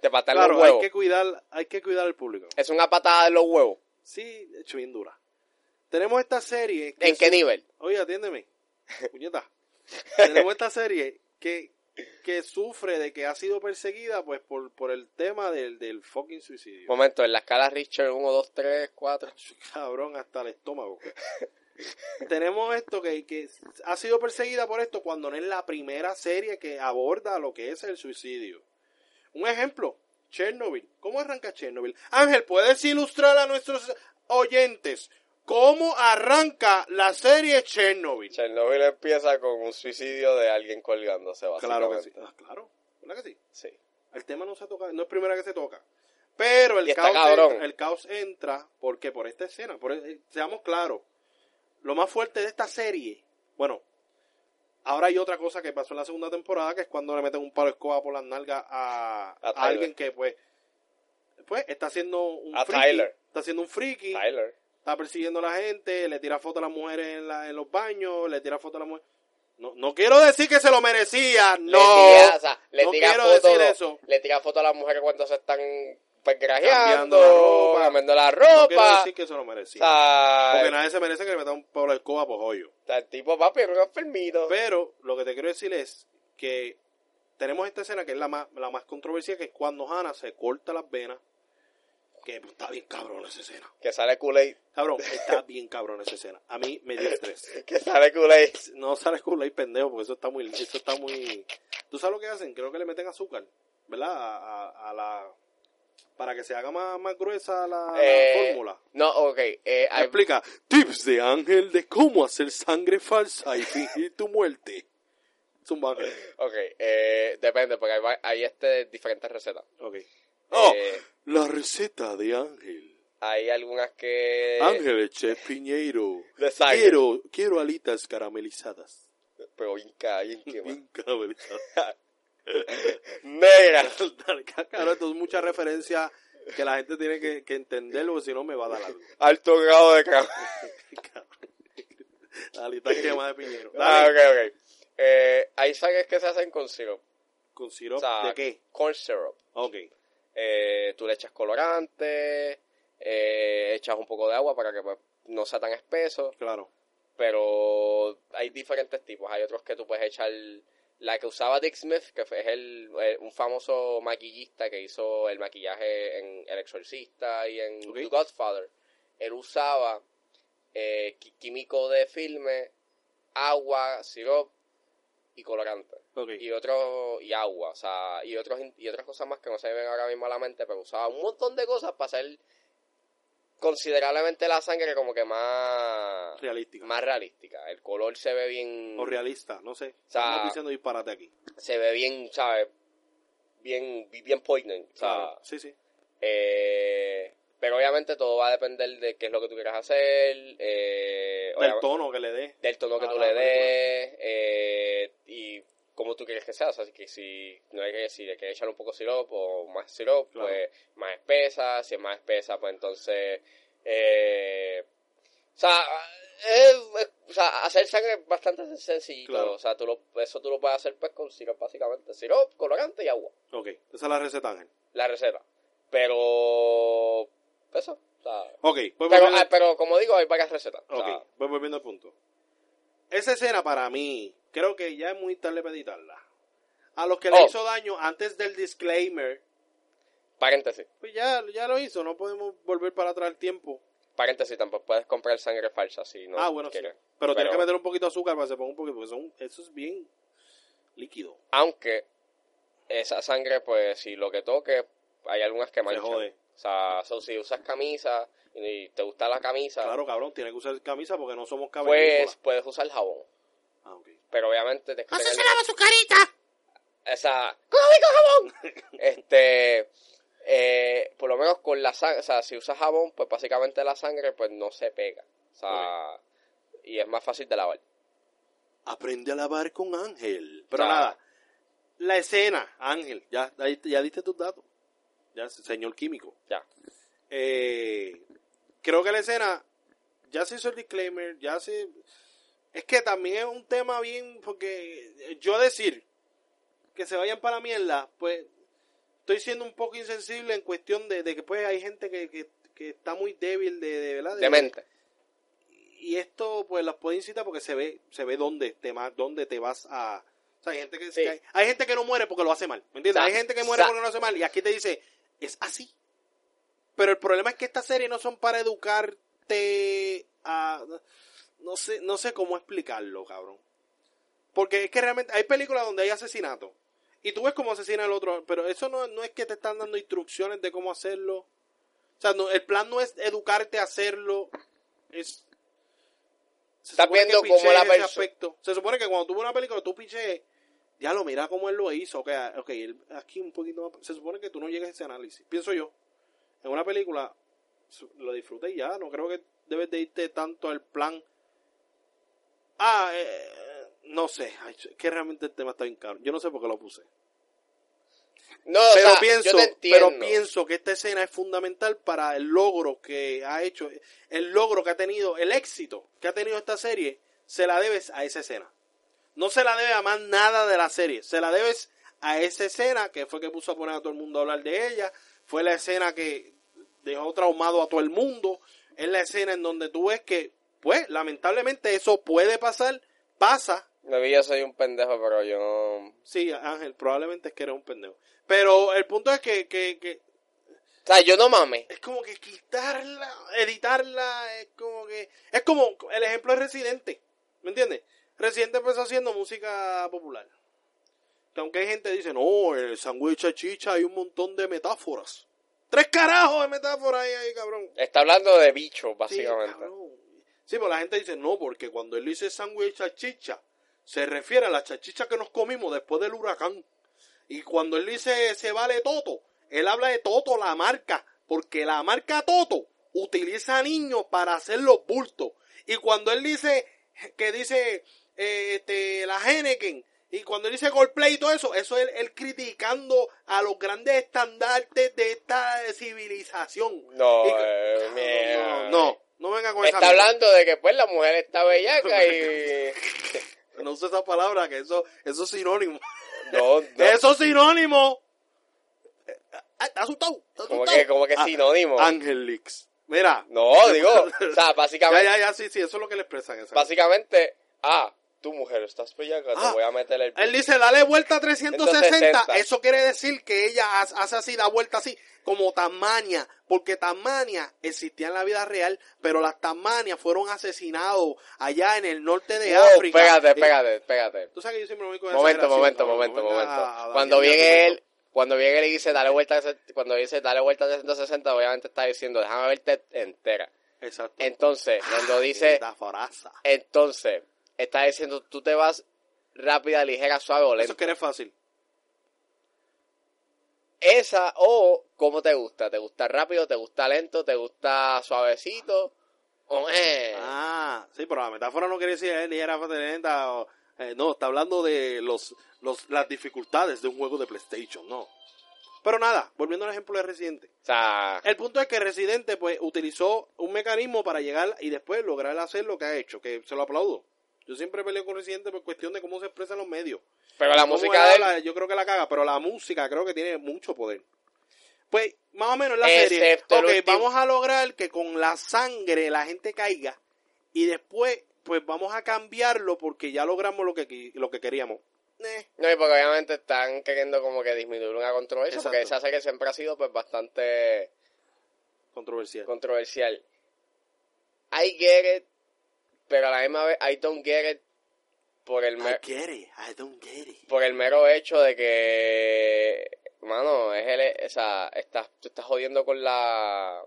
Te patan Claro, los hay huevos. que cuidar hay que cuidar al público. Es una patada de los huevos. Sí, hecho bien dura. Tenemos esta serie... que ¿En qué su- nivel? Oye, atiéndeme, puñeta. Tenemos esta serie que, que sufre de que ha sido perseguida pues por, por el tema del, del fucking suicidio. Momento, en la escala Richard 1, 2, 3, 4. cabrón hasta el estómago. Tenemos esto que, que ha sido perseguida por esto cuando no es la primera serie que aborda lo que es el suicidio. Un ejemplo, Chernobyl. ¿Cómo arranca Chernobyl? Ángel, ¿puedes ilustrar a nuestros oyentes cómo arranca la serie Chernobyl? Chernobyl empieza con un suicidio de alguien colgándose, Claro que sí. básicamente. Ah, claro, ¿verdad que sí? sí. El tema no se ha tocado, no es primera que se toca. Pero Y el está caos, cabrón. entra, el caos entra porque por esta escena, por, eh, seamos claros, lo más fuerte de esta serie, bueno, ahora hay otra cosa que pasó en la segunda temporada, que es cuando le meten un palo de escoba por las nalgas a, A a Tyler. alguien que pues, pues está haciendo un A friki, Tyler. está haciendo un friki, Tyler. está persiguiendo a la gente, le tira foto a las mujeres en, la- en los baños, le tira foto a las mujeres. No, no quiero decir que se lo merecía, no. le tira, o sea, le no tira quiero foto, decir eso. le tira foto a las mujeres cuando se están pues, la grajeando, ropa. cambiando la No quiero ropa. decir que se lo merecía. Porque Ay, nadie se merece que le metan un palo de escoba por hoyo. está el tipo papi era un enfermito. Pero lo que te quiero decir es que tenemos esta escena que es la más, la más controversial, que es cuando Hannah se corta las venas. Que pues, está bien cabrón esa escena. Que sale Kool-Aid. Cabrón, está bien cabrón esa escena. A mí me dio estrés. Que sale Kool-Aid. No sales con ahí pendejo, porque eso está muy, eso está muy. ¿Tú sabes lo que hacen? Creo que le meten azúcar, ¿verdad? A, a- a la para que se haga más, más gruesa la, la Eh, fórmula. No, ok. eh, Me hay- Explica tips de Ángel de cómo hacer sangre falsa y fingir tu muerte. Zumba. Ángel. ok, eh, depende, porque hay, va- hay este, diferentes recetas. Ok. Oh, Eh, la receta de Ángel. hay algunas que... Ángel Chef Piñeiro. De sangre. Quiero, quiero alitas caramelizadas. Pero bien ca- bien quemada. Bien caramelizadas. Negra. Claro, esto es mucha referencia que la gente tiene que, que entender, porque si no me va a dar algo. Alto grado de cam- Alita quema de piñero. Ah, ok, Dale. ok. Eh, hay sangres que se hacen con syrup. ¿Con O sirope sea, de qué? Corn syrup. Ok. Eh, tú le echas colorante, eh, echas un poco de agua para que pues, no sea tan espeso, Claro. pero hay diferentes tipos. Hay otros que tú puedes echar la que usaba Dick Smith, que fue- es el, eh, un famoso maquillista que hizo el maquillaje en El Exorcista y en Ok. The Godfather. Él usaba eh, qui- químico de filme, agua, sirope y colorante Ok. y otro y agua, o sea, y otros in- y otras cosas más que no se me ven ahora mismo a la mente, pero usaba un montón de cosas para hacer considerablemente la sangre como que más Realística. más realística. El color se ve bien O realista, no sé. sea- Estamos diciendo disparate aquí. se ve bien, ¿sabes? Bien bi- bien poignant, o sea, Claro. Sí, sí. eh, pero obviamente todo va a depender de qué es lo que tú quieras hacer, eh, Del obvia- tono que le dé. del tono que Ah, tú la le des película. eh, y cómo tú quieres que sea. O sea, que si no hay que, si le quieres echar un poco de sirope o más sirope, Claro. pues más espesa. Si es más espesa, pues entonces. Eh, o sea, es- es- o sea, hacer sangre es bastante sencillito. Claro. O sea, tú lo, eso tú lo puedes hacer pues con sirope, básicamente. Sirope, colorante y agua. Ok. Esa es la receta, Ángel. La receta. Pero. Eso. O sea, Ok. Pues pero, volviendo- ah, pero como digo, hay varias recetas. o Ok, sea, voy volviendo al punto. Esa escena para mí, creo que ya es muy tarde para editarla. A los que le Oh. hizo daño antes del disclaimer, paréntesis. pues ya, ya lo hizo, no podemos volver para atrás el tiempo. Paréntesis, tampoco puedes comprar sangre falsa si no ah, bueno, sí. quieres. Pero, tienes que meter un poquito de azúcar para que se ponga un poquito, porque son, eso es bien líquido. Aunque esa sangre, pues si lo que toque, hay algunas que manchan. jode. O sea, so, si usas camisa y te gusta la camisa, Claro, cabrón, tienes que usar camisa porque no somos pues cavernícolas. puedes usar jabón. Ah, ok. Pero obviamente te No se lava su carita. Esa. ¡Cómico jabón! este. eh, por lo menos con la sangre, o sea, si usas jabón, pues básicamente la sangre pues no se pega. O sea, y es más fácil de lavar. Aprende a lavar con Ángel. Pero Claro. nada, la escena, Ángel, ya, ya, diste- ya diste tus datos. Ya, señor químico. Ya. Eh, creo que la escena ya se hizo el disclaimer, ya se. Es que también es un tema bien, porque eh, yo decir que se vayan para mierda, pues estoy siendo un poco insensible en cuestión de, de que pues hay gente que, que- que está muy débil de, de Ah, verdad. de- Demente. y esto pues las puede incitar porque se ve se ve dónde te ma- dónde te vas a o sea, hay gente que Sí. hay, hay gente que no muere porque lo hace mal ¿me entiendes? Sa- hay gente que muere sa- porque no lo hace mal y aquí te dice es así pero el problema es que estas series no son para educarte a no sé no sé cómo explicarlo cabrón porque es que realmente hay películas donde hay asesinato y tú ves cómo asesina al otro pero eso no, no es que te están dando instrucciones de cómo hacerlo o sea no- el plan no es educarte a hacerlo es se Estás supone que viendo cómo pichees la ese perso- aspecto. Se supone que cuando tú ves una película, tú piches, ya lo mira cómo él lo hizo. Ok, ah, ok, él- aquí un poquito más. Se supone que tú no llegas a ese análisis. Pienso yo. En una película, su- lo disfruté ya. No creo que debes de irte tanto al plan. Ah, eh, no sé. Ay, es que realmente el tema está bien caro. Yo no sé por qué lo puse. No, pero o sea, pienso, yo te entiendo. pero pienso que esta escena es fundamental para el logro que ha hecho, el logro que ha tenido, el éxito que ha tenido esta serie, se la debes a esa escena. No se la debe a más nada de la serie, se la debes a esa escena que fue que puso a poner a todo el mundo a hablar de ella, fue la escena que dejó traumado a todo el mundo, es la escena en donde tú ves que, pues, lamentablemente eso puede pasar, pasa, Me vi, yo soy un pendejo, pero yo no... sí, Ángel, probablemente es que eres un pendejo. Pero el punto es que- que- que O sea, yo no mames. es como que quitarla, editarla, es como que... Es como el ejemplo es Residente, ¿me entiendes? Residente empezó haciendo música popular. Que aunque hay gente que dice, no, el sándwich de chicha hay un montón de metáforas. Tres carajos de metáforas ahí, ahí cabrón. Está hablando de bichos, Sí, básicamente. cabrón. Sí, pero la gente dice, no, porque cuando él dice sándwich chachicha, se refiere a la chachicha que nos comimos después del huracán. Y cuando él dice se vale Toto, él habla de Toto, la marca, porque la marca Toto utiliza a niños para hacer los bultos. Y cuando él dice que dice eh, este, la Henneken, y cuando él dice Goldplay y todo eso, eso es él, él criticando a los grandes estandartes de esta civilización. No, Y- eh, no, mierda. no, no venga con eh, Está esa mierda. hablando de que pues la mujer está bellaca y... No use esa palabra, que eso, eso es sinónimo. No, no. Eso es sinónimo. Ah, Está asustado. está Como asustado. que, como que Ah, sinónimo. Ángel Leaks. Mira. No, digo, o sea, Ya, básicamente, ya, ya, sí, sí, eso es lo que le expresan. esa- básicamente, ah, tu mujer estás bellaca, Ah. te voy a meter el... Él dice, dale vuelta 360. 360. Eso quiere decir que ella ha- hace así, da vuelta así, como Tasmania. Porque Tasmania existía en la vida real, pero las Tasmanias fueron asesinados allá en el norte de Oh, África. Pégate, Eh, pégate, pégate. Tú sabes que yo siempre me voy con esa Momento, generación, momento, cabrón, momento, no venga momento. a- a dar Cuando mierda viene con él, cuando viene él y dice dale vuelta, a ese- cuando dice dale vuelta a 360, obviamente está diciendo déjame verte entera. esto. Exacto. Entonces, Ah, cuando dice, Mierda, foraza. entonces, está diciendo tú te vas rápida, ligera, suave o Eso lenta. es que eres fácil. Esa o cómo te gusta, te gusta rápido, te gusta lento, te gusta suavecito. O, eh. Ah, sí, pero la metáfora no quiere decir él era fácil, lenta o- eh, no, está hablando de los, los, las dificultades de un juego de PlayStation, no. Pero nada, volviendo al ejemplo de Residente. O sea, El punto es que Residente pues utilizó un mecanismo para llegar y después lograr hacer lo que ha hecho, que se lo aplaudo. Yo siempre peleo con Residente por cuestión de cómo se expresan los medios. pero la Cómo música él de él habla, yo creo que la caga, pero la música creo que tiene mucho poder. Pues, más o menos la Excepto el serie. Ok, último- vamos a lograr que con la sangre la gente caiga. Y después, pues vamos a cambiarlo porque ya logramos lo que, qui- lo que queríamos. Eh, No, y porque obviamente están queriendo como que disminuir una controversia, porque Exacto. esa serie siempre ha sido pues bastante controversial. controversial. I get it, pero a la misma vez I don't get it por el, me- I get it, I don't get it. por el mero hecho de que, mano, es el, esa, estás, tú estás jodiendo con la,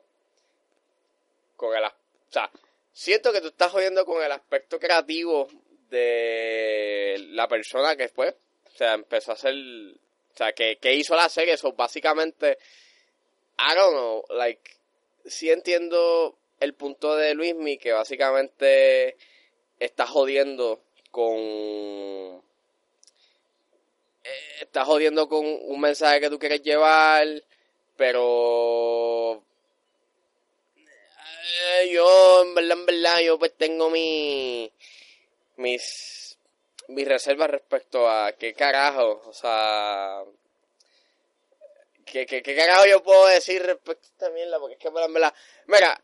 con el, as- o sea, siento que tú estás jodiendo con el aspecto creativo de la persona que después, o sea, empezó a hacer, o sea, que, que hizo la serie, eso básicamente, I don't know, like, sí entiendo el punto de Luismi que básicamente está jodiendo con eh, está jodiendo con un mensaje que tú quieres llevar, pero eh, yo en verdad en verdad yo pues tengo mi mis mis reservas respecto a qué carajo, o sea, ¿Qué, qué, qué carajo yo puedo decir respecto a esta mierda? Porque es que, en verdad, mira,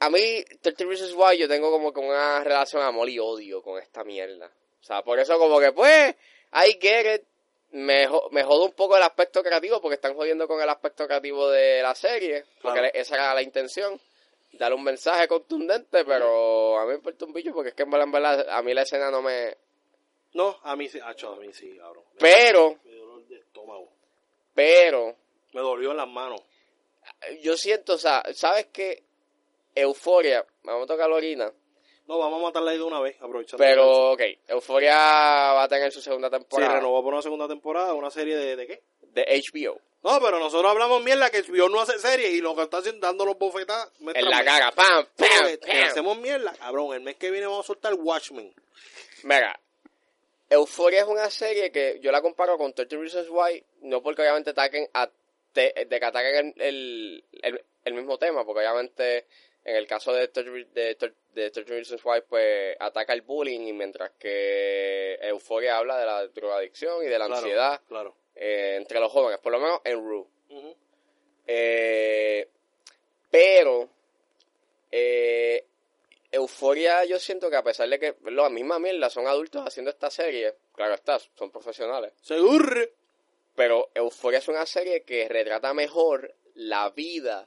a mí, 30 Reasons Why, yo tengo como que una relación amor y odio con esta mierda. O sea, por eso como que, pues, I get it. Me, jo- me jodo un poco el aspecto creativo porque están jodiendo con el aspecto creativo de la serie. Porque Claro. le- esa era la intención. Dar un mensaje contundente, pero a mí me importa un bicho porque es que, en verdad, en verdad, a mí la escena no me... No, a mí sí, acho, a mí sí, cabrón. Me- Pero, Me dolor de estómago. pero... Me dolió en las manos. yo siento, o sea, ¿sabes qué? Euforia, vamos a tocar la orina, No, vamos a matarla ahí de una vez, aprovechando. pero ok, Euforia va a tener su segunda Sí, temporada renovó por una segunda temporada, una serie de, de qué? de HBO, No, pero nosotros hablamos mierda que vio no hace serie y lo que está haciendo dándonos bofetadas. nuestra en la mesa. cara, pam, pam, Pero que- que pam. hacemos mierda, cabrón. El mes que viene vamos a soltar Watchmen. Mira, Euphoria es una serie que yo la comparo con 30 Reasons Why, no porque obviamente ataquen a te- de que ataquen el, el, el- el mismo tema, porque obviamente en el caso de 30, Re- de, 30 de 30 Reasons Why, pues ataca el bullying, y mientras que Euphoria habla de la drogadicción y de la Claro, ansiedad Claro. eh, entre los jóvenes, por lo menos en Rue. Ujú. Eh, pero eh, Euforia yo siento que a pesar de que la misma mierda son adultos haciendo esta serie, claro está, son profesionales, Seguro. pero Euforia es una serie que retrata mejor la vida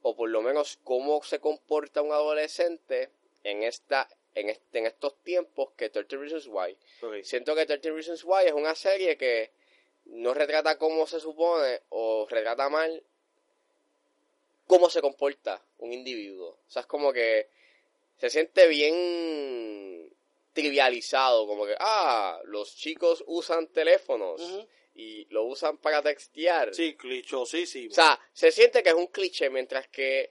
o por lo menos cómo se comporta un adolescente en esta en, este, en estos tiempos que 30 Reasons Why. Ok. Siento que 30 Reasons Why es una serie que no retrata como se supone o retrata mal cómo se comporta un individuo. O sea, es como que se siente bien trivializado, como que, ah, los chicos usan teléfonos Ujú. y lo usan para textear. Sí, clichosísimo. O sea, se siente que es un cliché, mientras que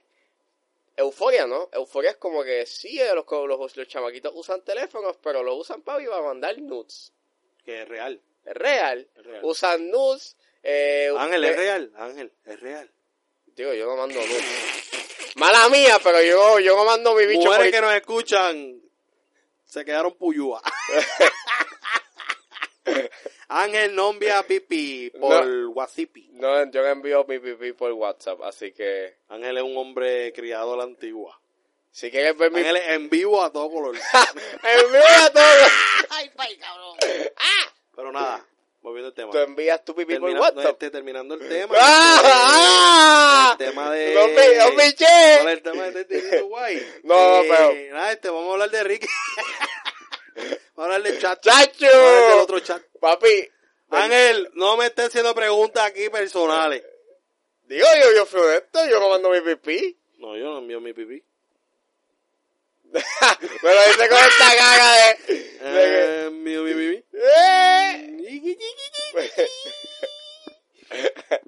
Euforia, ¿no? Euforia es como que sí, eh, los, los, los chamaquitos usan teléfonos, pero lo usan para, para mandar nudes. que es real. Es real. Es real. Usan nudes. Eh, Ángel, de- es real. Ángel, es real. Digo, yo no mando nudes. Mala mía, pero yo, yo no mando mi bicho. Mujeres por- que nos escuchan se quedaron puyúa. Ángel no envía pipi por Guacipi. No, yo le envío mi pipí por WhatsApp, así que Ángel es un hombre criado a la antigua. si quieres ver mi... Ángel es en vivo a todo color. ¡Envía todo! Ay, pay, cabrón. Pero nada, volviendo al tema. Tú envías tu pipí por Termina- no, WhatsApp. este, terminando el tema. este, ¡Ah! ¡Ah! El tema de. ¡No, pi- no piché! ¿Cuál es el tema de este tirito, guay? No, Eh, pero- Nada, este, vamos a hablar de Ricky. vamos a hablar del chat. ¡Chacho! Vamos a hablar del otro chat. Papi, Ángel, no me estés haciendo preguntas aquí personales. digo yo, yo fui honesto, yo no mando mi pipí. No, yo no envío mi pipí. Me lo dice con esta cara de... de Eh, envío mi pipí. que- ¡Eh!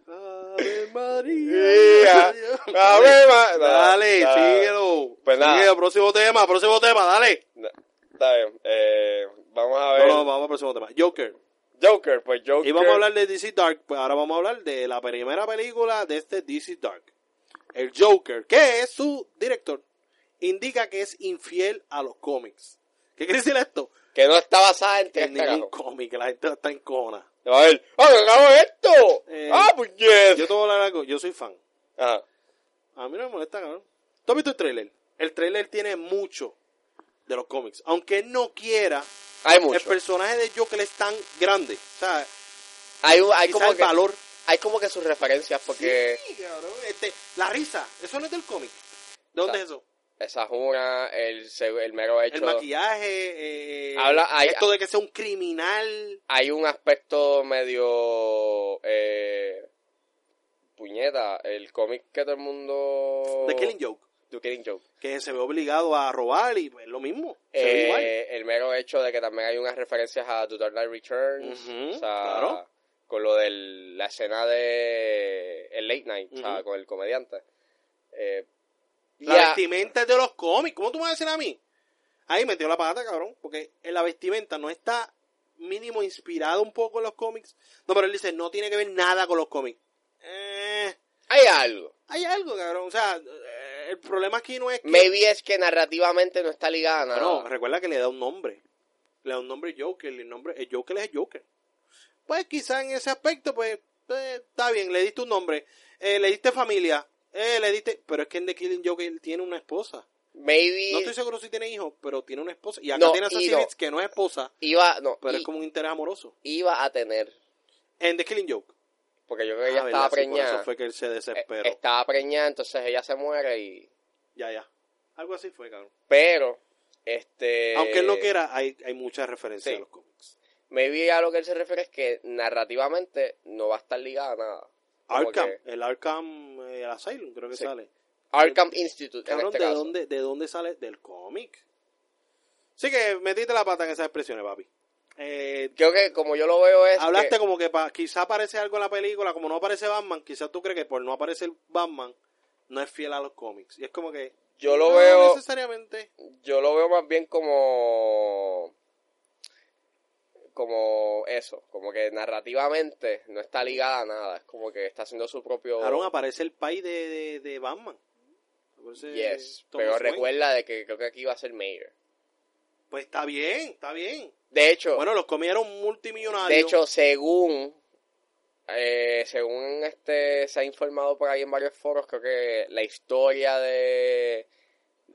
Ave María. Ya. A ver, ma- Dale, da- síguelo. Pues nada. Síguelo, próximo tema, próximo tema, dale. da- Está bien, eh, vamos a ver. No, no, vamos al próximo tema. Joker. Joker, pues Joker. Y vamos a hablar de DC Dark. Pues ahora vamos a hablar de la primera película de este DC Dark. El Joker, que es su director, indica que es infiel a los cómics. ¿Qué quiere decir esto? Que no está basada en Que tres en cagajos. ningún cómic, la gente está en cona. A ver, ¡ah, me acabo esto! Eh, ¡Ah, pues yes! Yo te voy a hablar algo, yo soy fan. Ajá. A mí no me molesta, cabrón. ¿Tú has visto el trailer? El trailer tiene mucho de los cómics. Aunque él no quiera, Hay el mucho. personaje de Joker es tan grande. O sea, Hay, hay, quizá como el que, valor. hay como que sus referencias, porque Sí, cabrón. Este, la risa, eso no es del cómic. ¿De dónde es eso? esa jura, el, se- el mero hecho. El maquillaje, eh, Habla- hay- esto de que sea un criminal. hay un aspecto medio eh, puñeta el cómic que todo el mundo De Killing Joke. The Killing Joke. Que se ve obligado a robar y pues, lo mismo. Se ve Eh, igual. el mero hecho de que también hay unas referencias a The Dark Knight Returns Ujú, o sea, claro. con lo de la escena de el late night o sea, Ujú. con el comediante eh, La ya- vestimenta es de los cómics. ¿Cómo tú me vas a decir a mí? Ahí metió la pata, cabrón. Porque en la vestimenta no está mínimo inspirado un poco en los cómics. No, pero él dice, no tiene que ver nada con los cómics. Eh, hay algo hay algo, cabrón. O sea, eh, el problema aquí no es que... maybe es que narrativamente no está ligada a nada No, recuerda que le da un nombre. Le da un nombre Joker. El, nombre, el Joker es el Joker. Pues quizá en ese aspecto, pues, eh, está bien, le diste un nombre. Eh, le diste familia. Eh, le diste... Pero es que en The Killing Joker él tiene una esposa. maybe No estoy seguro si tiene hijos, pero tiene una esposa. Y acá No, tiene a y Sassy no. Beats, que no es esposa, iba no pero i- es como un interés amoroso. iba a tener En The Killing Joke. porque yo creo que ella Ah, estaba ¿verdad? Sí, por preñada eso fue que él se desesperó. Eh, Estaba preñada, entonces ella se muere y... Ya, ya. Algo así fue, cabrón. Pero, este... Aunque él no quiera, hay, hay muchas referencias sí. a los cómics. Maybe a lo que él se refiere es que narrativamente no va a estar ligada a nada. Como Arkham, que- el Arkham, eh, el Asylum, creo que Sí. sale. Arkham Institute, en Cabrón, este ¿de, caso. dónde, ¿de dónde sale? Del cómic. Sí que metiste la pata en esas expresiones, papi. Eh, Creo que como yo lo veo es Hablaste que- como que pa- quizá aparece algo en la película, como no aparece Batman, quizás tú crees que por no aparecer Batman no es fiel a los cómics. Y es como que... Yo lo no veo... necesariamente. Yo lo veo más bien como... como eso, como que narrativamente no está ligada a nada, es como que está haciendo su propio... Aaron aparece el país de, de, de Batman. Aparece Yes, Thomas pero Wayne. recuerda de que creo que aquí va a ser Mayer. Pues está bien, está bien. De hecho, Bueno, los comieron multimillonarios. de hecho, según eh, según este se ha informado por ahí en varios foros, creo que la historia de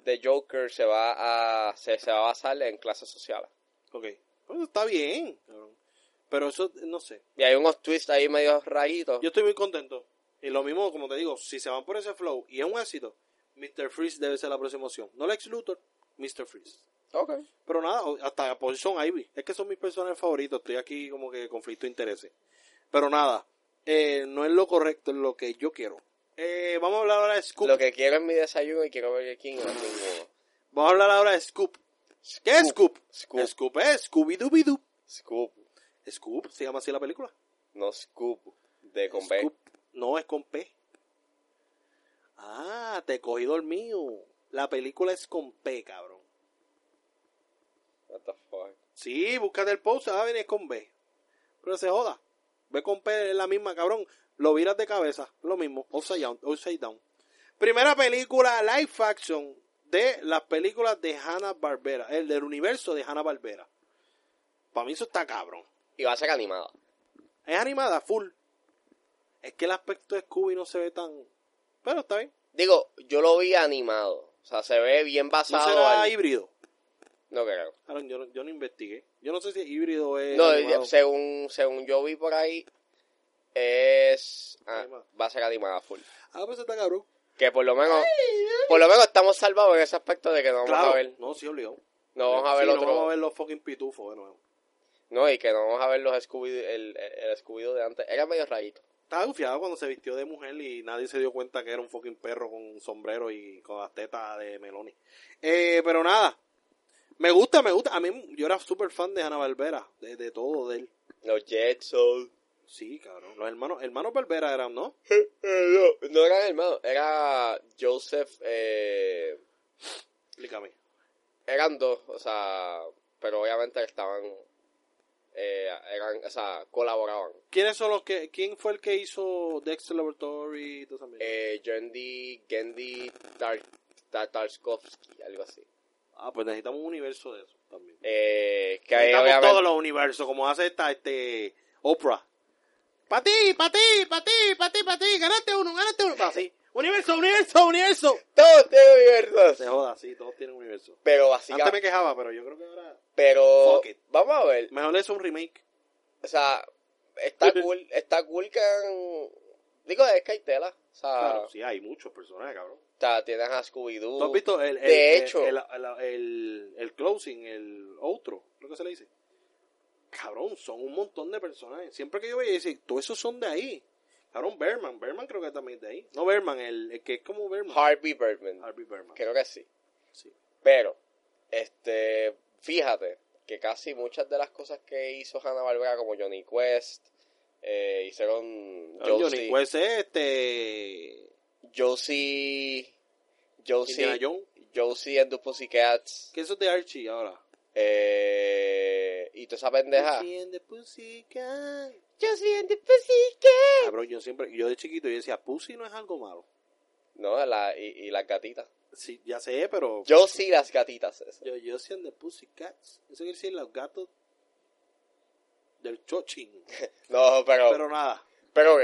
de Joker se va a se, se va a basar en clases sociales. Ok. Pues está bien, cabrón. Pero eso, no sé. Y hay unos twists ahí medio raritos. Yo estoy muy contento. Y lo mismo, como te digo, si se van por ese flow y es un éxito, Mr. Freeze debe ser la próxima opción. No Lex Luthor, Mr. Freeze. Okay. Pero nada, o- hasta Poison Ivy. Es que son mis personajes favoritos. Estoy aquí como que conflicto de intereses. Pero nada, eh, no es lo correcto, es lo que yo quiero. Eh, vamos a hablar ahora de Scoop. Lo que quiero es mi desayuno y quiero Burger King y no es ninguno. Vamos a hablar ahora de Scoop. ¿Qué es Scoop? Scoop. Scoop, es Scooby-Doo. Scoop, Scoop, se llama así la película. no Scoop de con B. Scoop. No, es con P. Ah, te cogí dormido. La película es con P, cabrón. What the fuck. Sí, búscate el post, ah, viene con B. Pero se joda. B con P es la misma, cabrón. Lo viras de cabeza, lo mismo. Upside down, upside down. Primera película live action de las películas de Hanna-Barbera, el del universo de Hanna-Barbera. Para mí eso está cabrón. Y va a ser animada. Es animada, full. Es que el aspecto de Scooby no se ve tan... Pero está bien. Digo, yo lo vi animado. O sea, se ve bien No basado será al- híbrido. No creo. Aaron, yo, no- yo no investigué. Yo no sé si híbrido es. No, animado. según, según yo vi por ahí, es... ah, Animada. va a ser animada full. Ah, pues está cabrón. Que por lo menos... Por lo menos estamos salvados en ese aspecto de que no vamos Claro. a ver... No, sí, obligado. No vamos a Sí, ver No vamos a otro... ver los fucking pitufos de nuevo. No, y que no vamos a ver los Scooby... El, el Scooby de antes. Era medio rayito. Estaba gufiado cuando se vistió de mujer y nadie se dio cuenta que era un fucking perro con un sombrero y con las tetas de Meloni. Eh, pero nada. Me gusta, me gusta. A mí, yo era súper fan de Hanna Barbera. De, de todo, de él. Los Jetsons. Sí, cabrón. Los hermanos, hermanos Barbera eran, ¿no? Eh, no, no eran hermanos. Era Joseph... Eh... Explícame. Eran dos, o sea, pero obviamente estaban, eh, eran, o sea, colaboraban. ¿Quiénes son los que, quién fue el que hizo Dexter Laboratory y todo eso? Eh, Gendy, Gendy Tar, Tar- Tarkovsky, algo así. Ah, pues necesitamos un universo de eso también. Eh, que ahí Necesitamos todos obviamente, los universos, como hace esta este, Oprah. Pa' ti, pa' ti, pa' ti, pa' ti, pa' ti, ganaste uno, ganaste uno. Así. Universo, universo, universo. todos Se diversos. joda, sí, todos tienen universo. Pero Antes me básicamente, quejaba, pero yo creo que ahora. pero, Fuck it. vamos a ver, Mejor es un remake. o sea, está cool, está cool que hagan- digo, es que hay tela, o sea, Claro, sí, hay muchos personajes, cabrón. o sea, tienes a ¿Tú has Scooby-Doo, visto el, el, de el- hecho. el, el, el- el closing, el outro, lo que se le dice? Cabrón, son un montón de personajes. Siempre que yo veía, decir, todos esos son de ahí. Cabrón, Berman, Berman creo que también es de ahí. No Berman, el, el que es como Berman. Harvey Birdman, Harvey Berman. creo que sí. Sí. Pero, este, fíjate que casi muchas de las cosas que hizo Hanna Barbera, como Johnny Quest, eh, hicieron Johnny Josie, Quest es este. Josie, Indiana Josie, Jones. Josie and the Pussycats, Que eso es de Archie ahora. eh, y toda esa pendeja. Pussy and the Pussycat. Josie and the Pussycats. Cabrón, yo siempre. Yo de chiquito yo decía, Pussy no es algo malo. No, la, y, y las gatitas. Sí, ya sé, pero. Josie y las gatitas. esa. Yo, yo soy de Pussycats. Eso quiere decir los gatos del chochín. No, pero, Pero nada. Pero ok,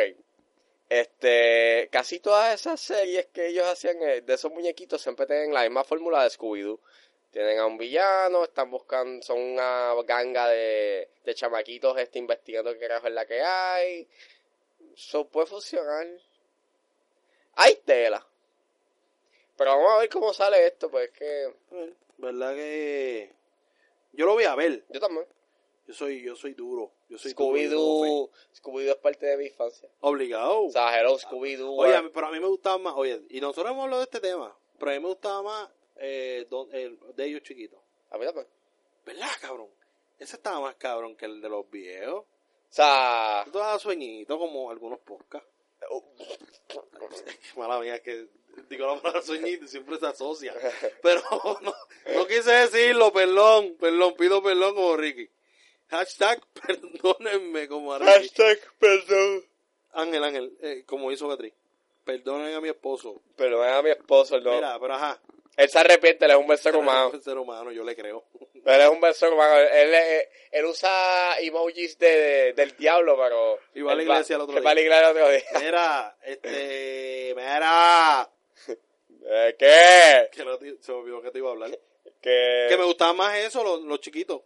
este, casi todas esas series que ellos hacían eh, de esos muñequitos siempre tienen la misma fórmula de Scooby-Doo. Tienen a un villano, están buscando, son una ganga de, de chamaquitos este, investigando qué carajo es la que hay. Eso puede funcionar. Hay tela. Pero vamos a ver cómo sale esto, pues es que Bueno, ¿Verdad que.? Yo lo voy a ver. yo también. Yo soy, yo soy duro. Yo soy duro, yo tengo fe. Scooby-Doo Scooby es parte de mi infancia. Obligado. O sea, hello Scooby-Doo. Oye, a mí- pero a mí me gustaba más, oye, y nosotros hemos hablado de este tema, pero a mí me gustaba más eh, don- el de ellos chiquitos. a mí también. ¿Verdad, cabrón? Ese estaba más cabrón que el de los viejos. O sea, Tú te dabas sueñito como algunos podcasts. Oh. Mala mía, que digo la palabra sueñito y siempre se asocia. Pero no, no quise decirlo, perdón, perdón, pido perdón como Ricky. Hashtag perdónenme como Araki. Hashtag perdón. Ángel, Ángel, eh, como hizo Beatriz. Perdonen a mi esposo. Pero a mi esposo, no. Mira, pero ajá. Él se arrepiente, él es un buen ser humano. Es un ser humano, yo le creo. Él es un buen ser humano. Él, él- él usa emojis de, del diablo, pero. Y va a la él iglesia el otro él día. va a la iglesia el otro día. Mira, este. Mira. Eh, ¿Qué? Que no te- se me olvidó que te iba a Eh. hablar. ¿Qué? Que me gustaba más eso, los, los chiquitos.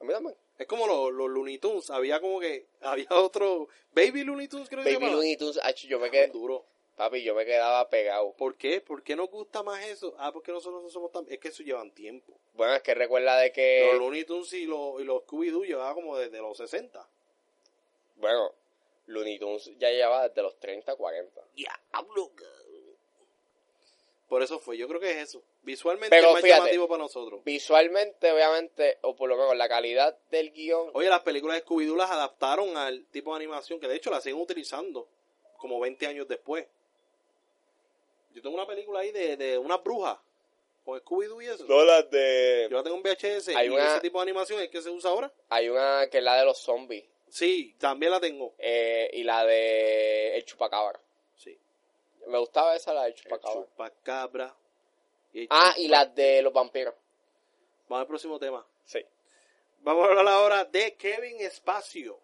A mí también. Es como los, los Looney Tunes. Había como que. Había otro. Baby Looney Tunes, creo que se Baby llamaba. Looney Tunes, ach, yo me quedé. Duro. Papi, yo me quedaba pegado. ¿Por qué? ¿Por qué nos gusta más eso? Ah, porque nosotros no somos tan... Es que eso llevan tiempo. Bueno, es que recuerda de que. Los Looney Tunes y los, y los Scooby-Doo llevaban como desde los 60. Bueno, Looney Tunes ya llevaba desde los 30, 40. Diablo. cabrón. Por eso fue. Yo creo que es eso. Visualmente Pero es más fíjate. llamativo para nosotros. Visualmente, obviamente, o por lo menos la calidad del guión. Oye, las películas de Scooby-Doo las adaptaron al tipo de animación que de hecho la siguen utilizando como 20 años después. Yo tengo una película ahí de, de una bruja con Scooby-Doo y eso. Dólares de. Yo la tengo en VHS Hay y una- ese tipo de animación es que se usa ahora. Hay una que es la de los zombies. Sí, también la tengo. eh, y la de El Chupacabra. Sí. Me gustaba esa, la del El Chupacabra. chupacabra. Y el ah, chupa- y la de los vampiros. Vamos al próximo tema. Sí. Vamos a hablar ahora de Kevin Espacio.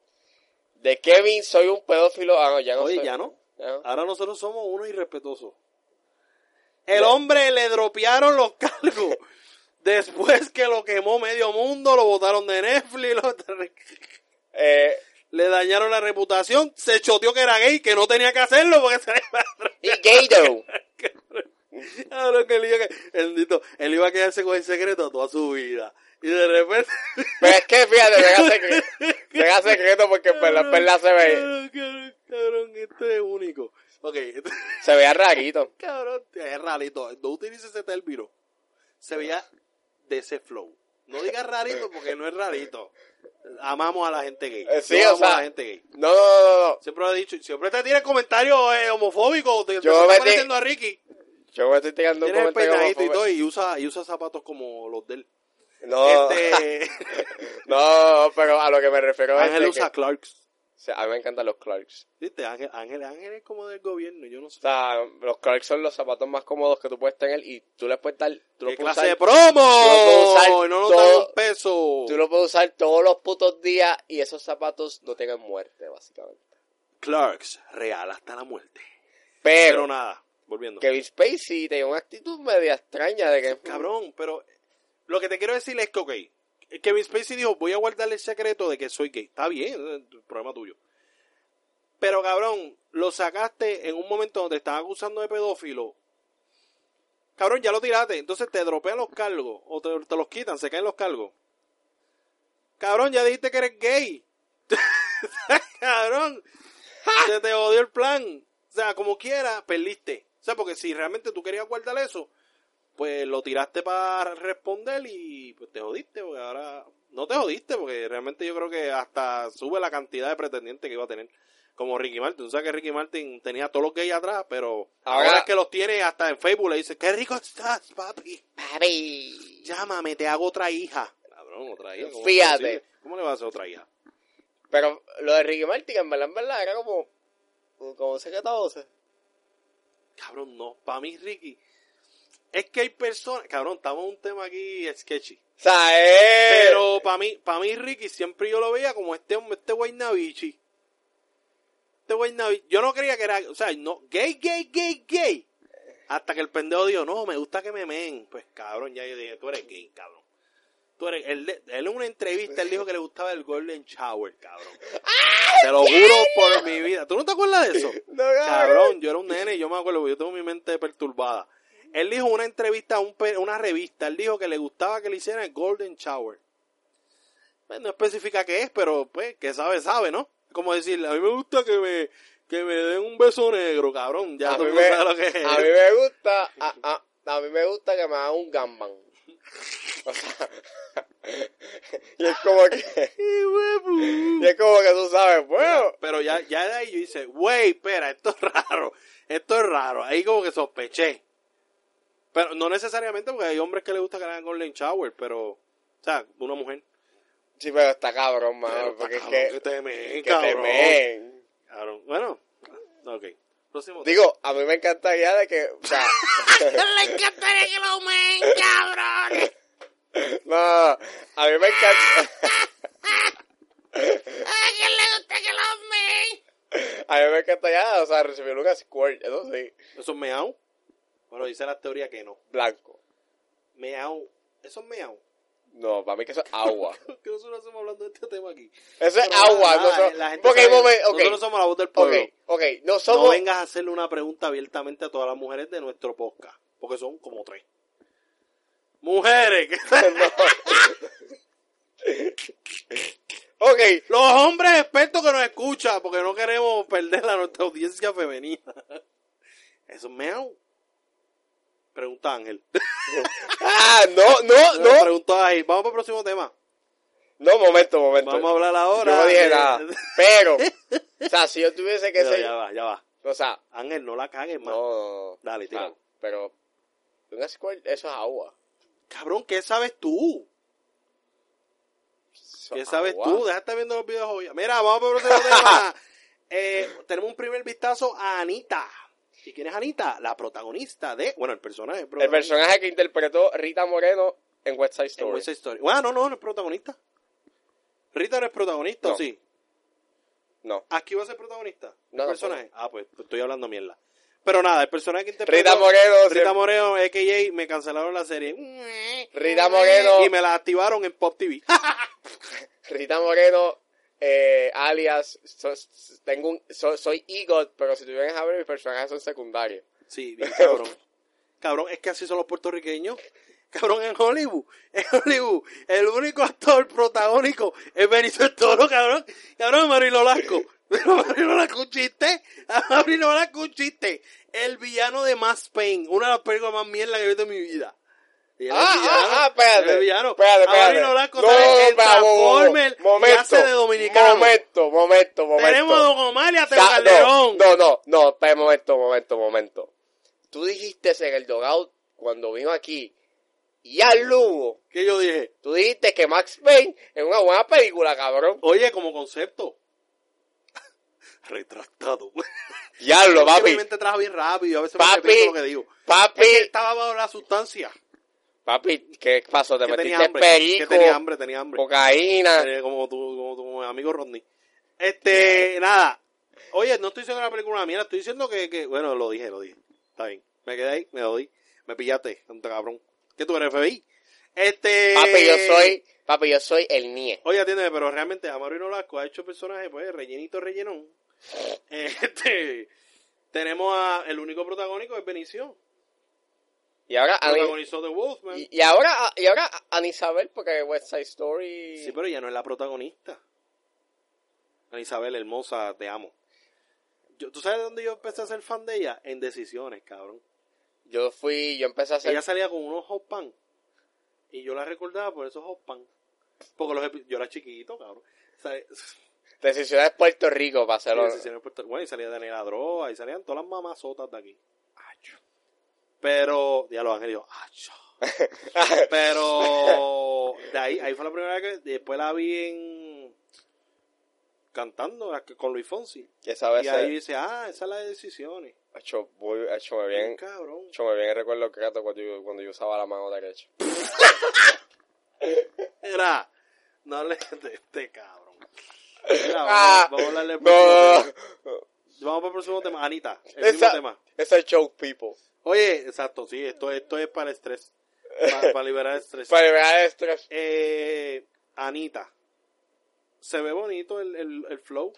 De Kevin, soy un pedófilo. Ah, no, ya no Oye, soy. ya no. Ya no. Ahora nosotros somos unos irrespetuosos. El hombre le dropearon los cargos. Después que lo quemó medio mundo, lo botaron de Netflix, lo- Eh, le dañaron la reputación, se choteó que era gay, que no tenía que hacerlo porque se le y Gato. Cabrón, que él iba, a- bendito, él iba a quedarse con el secreto toda su vida. Y de repente... Pero es que fíjate, me hace secreto. Me hace secreto porque en verdad- en verdad pues se ve, Cabrón, cabrón, cabrón, este es único. Ok, este- se veía rarito. cabrón, es rarito. No utilices ese término. Se veía de ese flow. No digas rarito porque no es rarito. Amamos a la gente gay. Eh, sí, Yo o amo sea- a la gente gay. No, no, no, no, no. Siempre lo he dicho. Siempre te tiras comentarios eh, homofóbicos. Te, te Yo está me di- pareciendo a Ricky. Yo me estoy tirando un Tienes el comentario peinadito y homofóbico. todo y usa, y usa zapatos como los de él. No, Este, no, pero a lo que me refiero es Ángel de usa que, Clarks. o sea, a mí me encantan los Clarks. ¿Viste? Ángel, Ángel, Ángel es como del gobierno. Yo no sé. O sea, los Clarks son los zapatos más cómodos que tú puedes tener y tú les puedes dar, tú los ¿Qué puedes clase usar, de promo? puedo usar Y no nos todo- dan un peso. tú los puedes usar todos los putos días y esos zapatos no tienen muerte, básicamente. Clarks, real hasta la muerte. Pero Pero, nada, volviendo. Kevin Spacey tenía una actitud media extraña de que... Cabrón, pero lo que te quiero decir es que, ok, Kevin Spacey dijo, voy a guardarle el secreto de que soy gay. Está bien, es un problema tuyo. Pero, cabrón, lo sacaste en un momento donde te estaban acusando de pedófilo. Cabrón, ya lo tiraste. Entonces te dropean los cargos o te, te los quitan, se caen los cargos. Cabrón, ya dijiste que eres gay. cabrón, se te odió el plan. O sea, como quiera, perdiste. O sea, porque si realmente tú querías guardar eso, pues lo tiraste para responder y pues te jodiste, porque ahora no te jodiste, porque realmente yo creo que hasta sube la cantidad de pretendientes que iba a tener. Como Ricky Martin, o sea que Ricky Martin tenía todos los gays atrás, pero ahora, Ahora- es que los tiene hasta en Facebook, le dice, qué rico estás, papi, Papi. llámame, te hago otra hija. Cabrón, otra hija. ¿cómo es Fíjate. posible? ¿Cómo le vas a hacer otra hija? Pero lo de Ricky Martin, en verdad, en verdad, era como... Como secreto voces. Cabrón, no, para mí Ricky, es que hay personas, cabrón, estamos en un tema aquí sketchy. O sea, eh... Pero para mí, para mí Ricky siempre yo lo veía como este hombre, este guaynabichi. Este guaynabichi. Yo no creía que era, o sea, no, gay, gay, gay, gay. Hasta que el pendejo dijo, no, me gusta que me men. Pues cabrón, ya yo dije, tú eres gay, cabrón. Tú eres, él, de- él en una entrevista, él dijo que le gustaba el Golden Shower, cabrón. Te lo juro por mi vida. ¿Tú no te acuerdas de eso? No, Cabrón, yo era un nene, yo me acuerdo, porque yo tengo mi mente perturbada. Él dijo en una entrevista a un pe- una revista, él dijo que le gustaba que le hicieran el Golden Shower. Pues, no especifica qué es, pero pues, que sabe, sabe, ¿no? Como decir, a mí me gusta que me, que me den un beso negro, cabrón. Ya a, todo mí el mundo me, sabe lo que es. a mí me gusta... A, a- a mí me gusta que me hagan un gamban. O sea... y es como que... Y, huevo. Y es como que tú sabes, bueno... Pero ya, ya de ahí yo hice, wey, espera, esto es raro, esto es raro. Ahí como que sospeché. Pero no necesariamente porque hay hombres que les gusta que le hagan golden shower, pero, o sea, una mujer. Sí, pero está cabrón, mano. Pero porque está es que. cabrón que te meen, que te cabrón. meen. Cabrón. Bueno, ok. Próximo. Digo, a mí me encantaría de que. O sea, Le encantaría que lo men, cabrón. no, a mí me encanta. A quien le gusta que lo men. A mí me encantaría, o sea, recibir un squirt, eso sí, ¿Eso es meao? Bueno, dice la teoría que no. blanco. Meao. ¿Eso es meao? No, para mí que eso es agua. que nosotros estamos hablando de este tema aquí. Eso es Pero agua. nada, no so- la gente porque sabe- momen- ok, Nosotros somos la voz del ok, pueblo. ok, no No somos. vengas a hacerle una pregunta abiertamente a todas las mujeres de nuestro podcast, porque son como tres. Mujeres, ok, los hombres expertos que nos escuchan, porque no queremos perder a nuestra audiencia femenina. Eso es meao. Pregunta Ángel. ah, no, no, no. Pregunta ahí. Vamos para el próximo tema. No, momento, momento. Vamos a hablar ahora. Yo no dije de- nada. Pero, o sea, si yo tuviese que Pero ser. ya va, ya va. O sea, Ángel, no la cagues no. Ah. más. no, no. Dale, O sea, tira. Pero, un squirt, eso es agua. Cabrón, ¿qué sabes tú? Eso ¿Qué es sabes agua. tú? Deja de estar viendo los videos hoy. Mira, vamos por otro tema. Eh, tenemos un primer vistazo a Anita. ¿Y quién es Anita? La protagonista de. Bueno, el personaje. El protagonista personaje que interpretó Rita Moreno en West Side en Story. West Side Story. Bueno, no, no, no es protagonista. Rita no es protagonista, No. sí. No. Aquí va a ser protagonista. el No, no, personaje. Ah, pues pues estoy hablando mierda. Pero nada, el personaje que interpretó. Rita Moreno. Rita siempre- Moreno, a.k.a. me cancelaron la serie. Rita Moreno. Y me la activaron en Pop TV. Rita Moreno, eh, alias, so- tengo un, so- soy Egot, pero si tuvieran a ver, mis personajes son secundarios. Sí, bien cabrón. Cabrón, es que así son los puertorriqueños. Cabrón, en Hollywood, en Hollywood, el único actor protagónico es Benito el Toro, cabrón. Cabrón, Marino Lasco. Pero Marino Lasco un chiste. Marino Lasco un chiste. El villano de Max Payne, una de las películas más mierda que he visto en mi vida. Y él es Ah, villano, ah, ah, espérate. él es villano. Espérate, A espérate. Marino Lasco No, sale no, en espérate, bo- bo- bo- Transformers y momento, hace de dominicano. Momento, momento, momento. Tenemos a Don Omar y a Teo Da- Calderón. No, no, no, no, espera, momento, momento, momento. Tú dijiste en el dogout cuando vino aquí y al Lugo, Que yo dije, tú dijiste que Max Payne es una buena película, cabrón. oye, como concepto. Retractado. Diablo, Yo papi. simplemente trabajo bien rápido, a veces Papi. me arrepiento de lo que digo. Es que Papi, estaba bajo la sustancia. papi, ¿qué pasó? Te que tenía metiste hambre. perico, Que tenía hambre, tenía hambre. cocaína. Eh, como tu, como tu amigo Rodney. Este, nada. Oye, no estoy diciendo que la película es una mierda, estoy diciendo que, que- bueno, lo dije, lo dije. Está bien. Me quedé ahí, me doy. Me pillaste, tonto cabrón. ¿Qué tú eres, FBI? Este. Papi, yo soy, papi, yo soy el nie. Oye, atiéndeme, pero realmente Amaro Nolasco ha hecho personajes, pues, rellenito, rellenón. Eh, Este. Tenemos a. El único protagónico es Benicio. Y ahora, Ani- Protagonizó The Wolfman. y, y ahora, y ahora, Ana Isabel, porque West Side Story. Sí, pero ya no es la protagonista. Ana Isabel, hermosa, te amo. Yo, ¿Tú sabes dónde yo empecé a ser fan de ella? En Decisiones, cabrón. Yo fui, yo empecé a hacer. Ella salía con unos hot pan. Y yo la recordaba por esos hot pan. Porque los, epi- yo era chiquito, cabrón. Sale- Decisiones de Puerto Rico, para hacerlo. Decisiones Puerto- Bueno, y salía Daniela Droga, y salían todas las mamazotas de aquí. Acho. Pero, ya los ángeles, yo, acho. Pero de ahí, ahí fue la primera vez que después la vi en cantando la que- con Luis Fonsi. Ya sabes, Y ahí dice, ah, esa es la de decisiones. ha hecho, muy- ha hecho muy Bien, bien. cabrón. Yo me bien recuerdo que gato cuando yo, cuando yo usaba la mano derecha. Era, no hables de este cabrón. Mira, vamos, Ah, vamos a hablarle del No, próximo tema. Vamos para el próximo tema, Anita. El mismo esa, tema. esa es joke people. Oye, exacto, sí, esto, esto es para el estrés. Para, para liberar el estrés. Para liberar estrés. Eh, Anita. Se ve bonito el, el, el flow.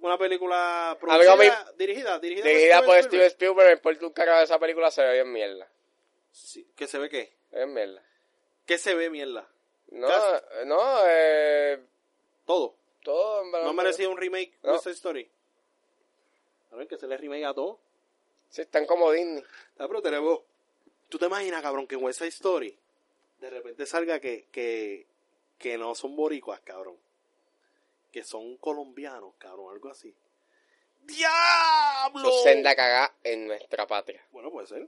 Una película Amigo mío. producida, dirigida, dirigida, Dirigida por Steven Spielberg. Spielberg, me importa un carajo de esa película, se ve bien mierda. Sí, ¿Que se ve qué? Se ve bien mierda. ¿Qué se ve, mierda? No, Cast. no, eh, Todo. todo en verdad. No merecía un remake Ah, No. de esta Story. A ver, que se le remake a todo. Sí, están como Disney. Ah, pero tenemos... ¿Tú te imaginas, cabrón, que en West Side Story de repente salga que, que, que no son boricuas, cabrón? Que son colombianos, cabrón, algo así. ¡Diablo! Su senda cagá en nuestra patria. Bueno, puede ser.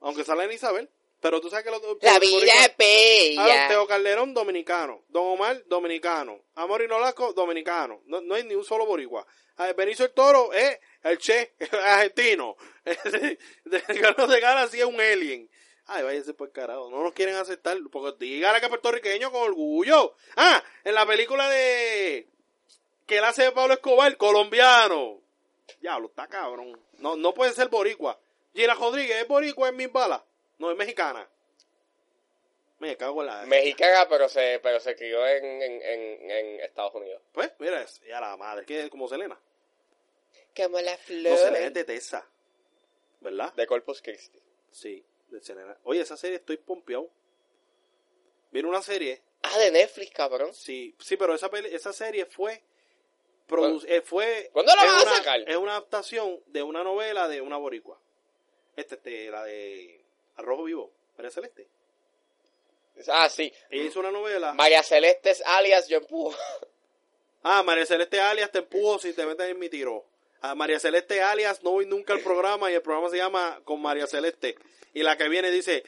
Aunque sale en Isabel. Pero tú sabes que los La los vida boricuas- es bella. Aaron Teo Calderón, dominicano. Don Omar, dominicano. Amory Nolasco, dominicano. No, no hay ni un solo boricua. Ah, Benicio el Toro, eh, el che, argentino. De- que no se gana si es un alien. Ay, váyase por carajo. No nos quieren aceptar. Porque dígale que es puertorriqueño con orgullo. Ah, en la película de... Que él hace de Pablo Escobar, colombiano. Diablo, está cabrón. No, no puede ser boricua. Gina Rodríguez es boricua en mis balas. No, es mexicana. Me cago en la... Mexicana, pero se, pero se crió en, en, en, en Estados Unidos. Pues, mira, es- y a la madre, que es como Selena. Como la No, flor. Selena es de Tessa. ¿Verdad? de Corpus Christi. Sí, de Selena. Oye, esa serie estoy pompeado. Viene una serie. Ah, de Netflix, cabrón. Sí, sí, pero esa, peli- esa serie fue. Bueno. produ- eh, fue ¿Cuándo la es van a una- sacar? Es una adaptación de una novela de una boricua. Este, este la de Arrojo Vivo, María Celeste. Ah, sí. Ella hizo una novela. María Celeste es alias Yo Empujo. Ah, María Celeste alias te empujo si te metes en mi tiro. A María Celeste alias no voy nunca al programa y el programa se llama Con María Celeste. Y la que viene dice,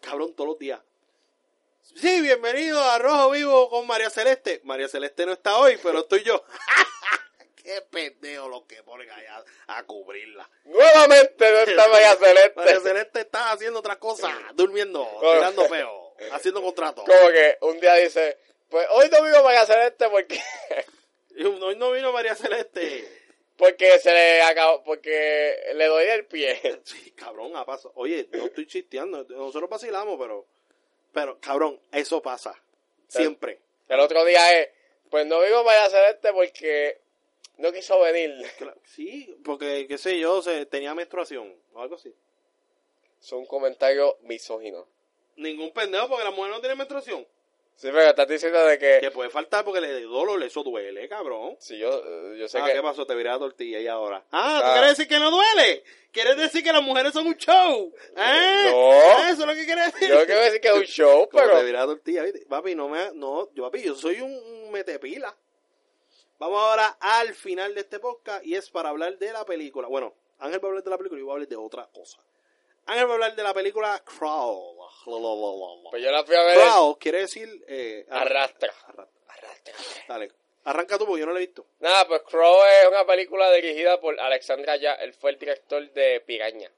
cabrón, todos los días. Sí, bienvenido a Rojo Vivo con María Celeste. María Celeste no está hoy, pero estoy yo. Qué pendejo lo que ponen allá a cubrirla. Nuevamente no está María María Celeste. Celeste está haciendo otras cosas, durmiendo, Bueno. tirando peo, haciendo contratos. Como que un día dice, pues hoy no vino María Celeste porque, Y Hoy no vino María Celeste. porque se le acabó, porque le doy el pie. Sí, cabrón, ha pasado. Oye, no estoy chisteando. Nosotros vacilamos, pero. Pero, cabrón, eso pasa. Siempre. El otro día es, pues no vino María Celeste porque no quiso venir. Cla- Sí, porque, qué sé yo, se, tenía menstruación o algo así. Es un comentario misógino. Ningún pendejo porque la mujer no tiene menstruación. Sí, pero estás diciendo de que, Que puede faltar porque le de dolor, eso duele, cabrón. si yo, yo sé Ah, que, ¿Qué pasó? Te viré la tortilla y ahora. Ah, ¿tú Ah. quieres decir que no duele? ¿Quieres decir que las mujeres son un show? ¿Eh? No. Eso es lo que quieres decir. yo quiero decir que es un show, Como pero te viré la tortilla, ¿viste? Papi, no me... No, yo, papi, yo soy un, un metepila. Vamos ahora al final de este podcast y es para hablar de la película. Bueno, Ángel va a hablar de la película y yo voy a hablar de otra cosa. Ángel va a hablar de la película Crawl. pues yo la fui a ver. Crawl quiere decir... Eh, arra- Arrastra. arra- Arrastra. Dale, arranca tú porque yo no la he visto. Nada, pues Crow es una película dirigida por Alexandra Ya. Él fue el director de Piraña.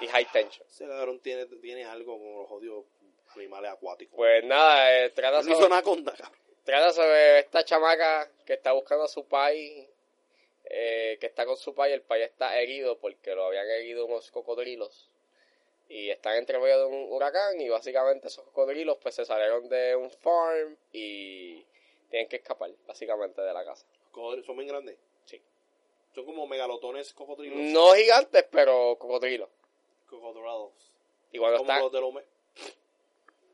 Y High Tension. Ese cabrón tiene, tiene algo como los odios animales acuáticos. Pues nada, eh, trata, No hizo sobre, anaconda, cabrón. trata sobre esta chamaca que está buscando a su país, eh, que está con su país, el país está herido porque lo habían herido unos cocodrilos. Y están entre medio de un huracán y básicamente esos cocodrilos pues se salieron de un farm y tienen que escapar básicamente de la casa. Los cocodrilos Son bien grandes. Sí. Son como megalotones cocodrilos. No gigantes, pero cocodrilos. Cocodrilados. Y cuando Como están... los de Lomé.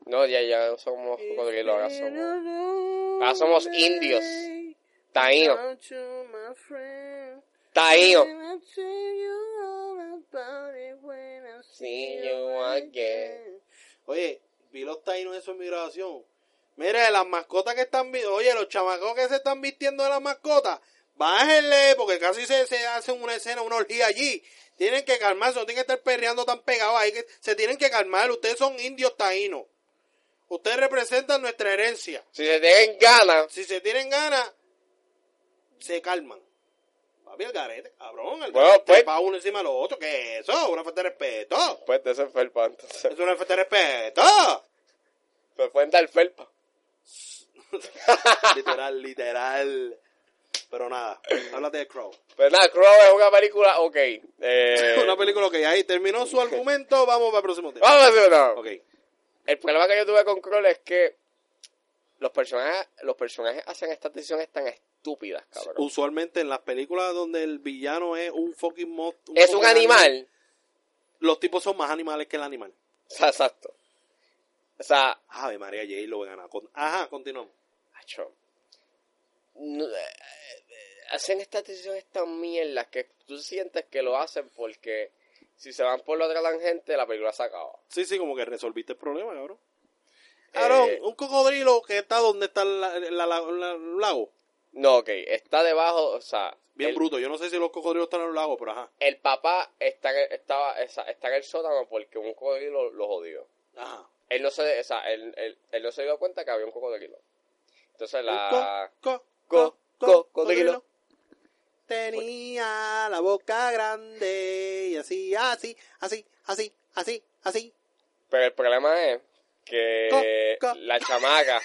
No, ya, ya somos cocodrilos, ahora somos, ahora somos indios. Taínos, taínos. See you again. Oye, vi los taínos eso en migración. Mira, las mascotas que están vi- Oye, los chamacos que se están vistiendo de las mascotas. Bájenle, porque casi se, se hacen una escena, una orgía allí. Tienen que calmarse, no tienen que estar perreando tan pegados ahí. Que se tienen que calmar. Ustedes son indios taínos. Ustedes representan nuestra herencia. Si se tienen ganas, Si se tienen ganas, se calman. Papi, el garete, cabrón. El Bueno, garete pues. va uno encima de los otros. ¿Qué es eso? Una falta de respeto. pues de ser felpa, entonces. Es una falta de respeto. Me pueden dar felpa. literal, literal. Pero nada, háblate de Crow. Pero nada, Crow es una película, ok. Eh, Una película que ya ahí terminó su argumento. Vamos para el próximo tema. Vamos a hacer una. Ok. El problema que yo tuve con Crow es que los personajes, los personajes hacen estas decisiones tan estúpidas, cabrón. Usualmente en las películas donde el villano es un fucking monstruo. es un animal. Los tipos son más animales que el animal. O sea, exacto. O sea, Ave María J. Lo ven Ajá, continuamos. Acho. No, eh, eh, hacen estas decisiones tan mierdas que tú sientes que lo hacen porque si se van por la otra tangente, la película se acaba. Sí, sí, como que resolviste el problema, cabrón. Cabrón, Eh, un cocodrilo que está donde está la- la- la- la- el lago. No, ok, está debajo, o sea, Bien El- bruto. Yo no sé si los cocodrilos están en los lagos, pero ajá. El papá está en el, estaba, esa- está en el sótano porque un cocodrilo lo jodió. Ajá. Él no se, o sea, él, él- él no se dio cuenta que había un cocodrilo. Entonces la... Co- co- co- cocodrilo. Tenía la boca grande y así, así, así, así, así, así. Pero el problema es que Co- co- la chamaca,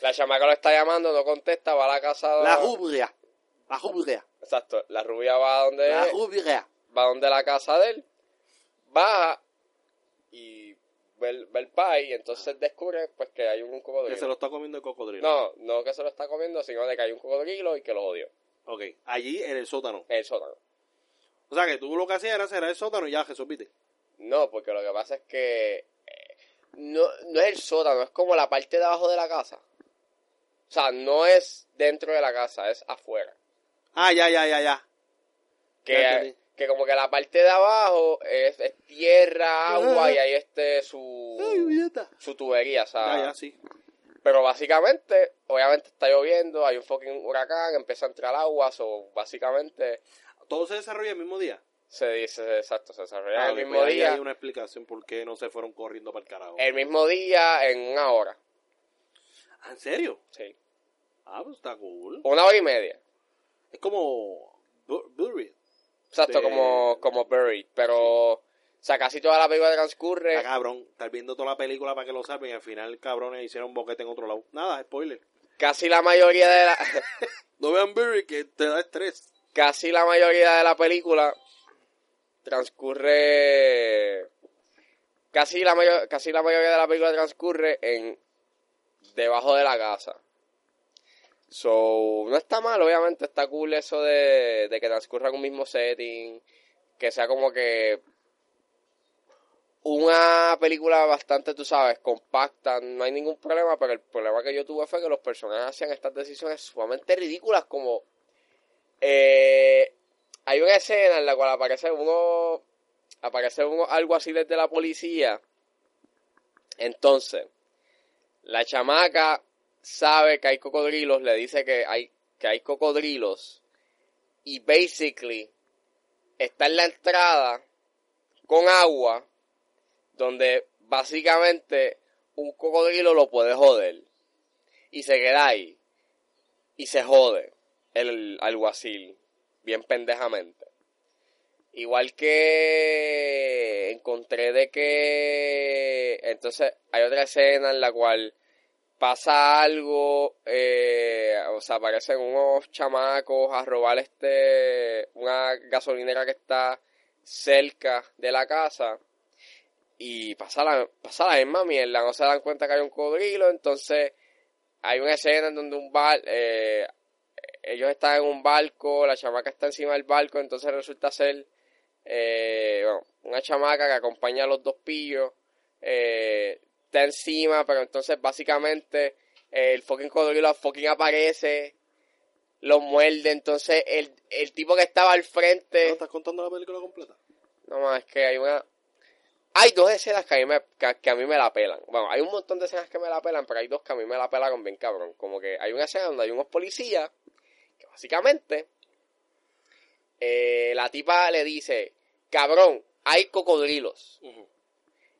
la chamaca lo está llamando, no contesta, va a la casa. La rubria. La rubria. Exacto, la rubia va a donde, La rubria. va donde la casa de él, baja y ve el, ve el pie, y entonces descubre pues que hay un Que se cocodrilo. lo está comiendo el cocodrilo. No, no que se lo está comiendo, sino de que hay un cocodrilo y que lo odió Ok, allí en el sótano. en el sótano. O sea que tú lo que hacías era cerrar el sótano y ya, resolviste. No, porque lo que pasa es que eh, no, no es el sótano, es como la parte de abajo de la casa. O sea, no es dentro de la casa, es afuera. Ah, ya, ya, ya, ya. Ya Que, entendí. que como que la parte de abajo es, es Ah. tierra, agua y ahí este su, billeta. su tubería, o sea. Ya, ya, sí. Pero básicamente, obviamente está lloviendo, hay un fucking huracán, empieza a entrar agua, o básicamente Todo se desarrolla el mismo día. se dice, exacto, se desarrolla Ah, el ok, mismo pues ahí día, Hay una explicación por qué no se fueron corriendo para el carajo. el mismo día en una hora, Ah, ¿En serio? sí, Ah, pues está cool. una hora y media. Es como. Bu- Buried. Exacto, de- como, como Buried, pero, o sea, casi toda la película transcurre, Está cabrón. Estar viendo toda la película para que lo salven y al final, cabrones, hicieron boquete en otro lado. Nada, spoiler. casi la mayoría de la, No vean Buried que te da estrés. casi la mayoría de la película transcurre casi la mayo- casi la mayoría de la película transcurre en debajo de la casa so no está mal obviamente está cool eso de, de que transcurra en un mismo setting que sea como que una película bastante, tú sabes, compacta, no hay ningún problema, pero el problema que yo tuve fue que los personajes hacían estas decisiones sumamente ridículas, como eh, hay una escena en la cual aparece uno. Aparece uno, algo así desde la policía. Entonces, la chamaca sabe que hay cocodrilos, le dice que hay, que hay cocodrilos. Y basically, está en la entrada con agua, donde básicamente un cocodrilo lo puede joder. Y se queda ahí y se jode el alguacil bien pendejamente. Igual que encontré de que entonces hay otra escena en la cual pasa algo, eh, o sea, aparecen unos chamacos a robar este una gasolinera que está cerca de la casa y pasa la, pasa la misma mierda, no se dan cuenta que hay un cocodrilo, entonces hay una escena en donde un bar, eh, ellos están en un barco, la chamaca está encima del barco, entonces resulta ser eh, bueno, una chamaca que acompaña a los dos pillos, eh, está encima, pero entonces básicamente eh, el fucking cocodrilo fucking aparece, lo muerde, entonces el, el tipo que estaba al frente... ¿No estás contando la película completa? No más, es que hay una. Hay dos escenas que a, mí me, que, que a mí me la pelan. Bueno, hay un montón de escenas que me la pelan, pero hay dos que a mí me la pelaron bien cabrón. Como que hay una escena donde hay unos policías que básicamente eh, la tipa le dice, cabrón, hay cocodrilos.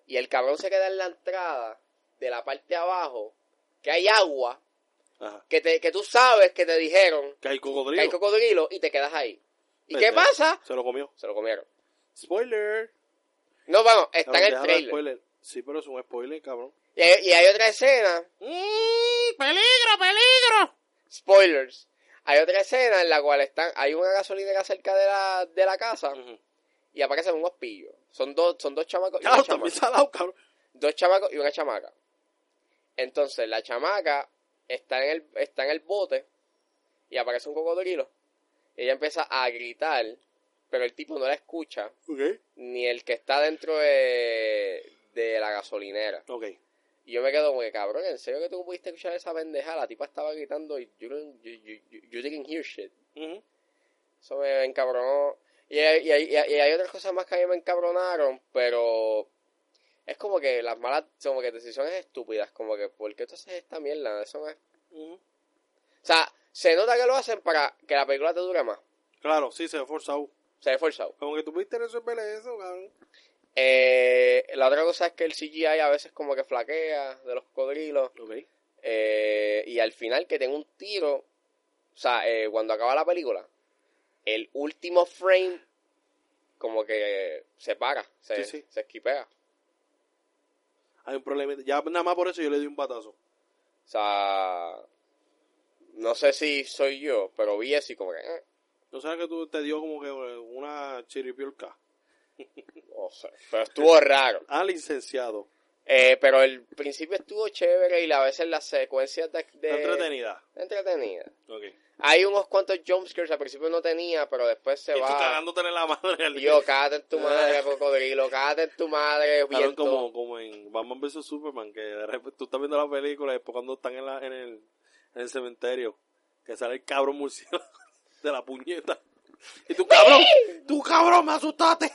Y el cabrón se queda en la entrada de la parte de abajo, que hay agua, Ajá. que, te, que tú sabes que te dijeron Que hay que cocodrilo. hay cocodrilos y te quedas ahí. ¿Y Pendejo. qué pasa? Se lo comió. Se lo comieron. Spoiler. No, bueno, está Cabrón, en el deja de trailer. spoiler. Sí, pero es un spoiler, cabrón. Y hay, y hay otra escena, Mm, peligro, peligro. spoilers, hay otra escena en la cual están, hay una gasolinera cerca de la, de la casa Ujú. y aparecen unos pillos. Son dos, son dos chamacos y una Ah, Claro, pues, también chamaca. salado, cabrón. Dos chamacos y una chamaca. Entonces la chamaca está en el, está en el bote y aparece un cocodrilo. Y ella empieza a gritar, pero el tipo no la escucha, Ok. ni el que está dentro de, de la gasolinera. Ok. Y yo me quedo como que, cabrón, ¿en serio que tú pudiste escuchar esa pendeja? La tipa estaba gritando y you, don't- you, you- you- you didn't hear shit. Ujú. Eso me encabronó. Y hay, y, hay, y hay- y hay otras cosas más que a mí me encabronaron, pero es como que las malas, como que decisiones estúpidas, como que, ¿por qué tú haces esta mierda? Eso no es... Ujú. O sea, Se nota que lo hacen para que la película te dure más. Claro, sí, se ve forzado. Se ve forzado. Como que tú pudiste resolver eso, cabrón. Eh, la otra cosa es que el CGI a veces como que flaquea de los cocodrilos. Ok. Eh, y al final que tenga un tiro, o sea, eh, cuando acaba la película, el último frame como que se para, se, Sí, sí. se esquipea. Hay un problema. Ya nada más por eso yo le di un batazo. O sea, no sé si soy yo, pero vi eso y como que... eh, No sabes que tú te dio como que eh, una chiripiolca. no sé, pero estuvo raro. Ah, licenciado. Eh, pero el principio estuvo chévere y la- a veces las secuencias de... de- Está entretenida. entretenida. Ok. Hay unos cuantos jumpscares, al principio no tenía, pero después se Y tú va. cagándotele la madre al Yo, cágate en tu madre, cocodrilo, cágate en tu madre, Ah. Cabrón, viento. como, como en Batman vs Superman, que de repente tú estás viendo la película y después cuando están en, la, en, el, en el cementerio, que sale el cabrón murciélago de la puñeta. Y tú, cabrón, tú, cabrón, me asustaste.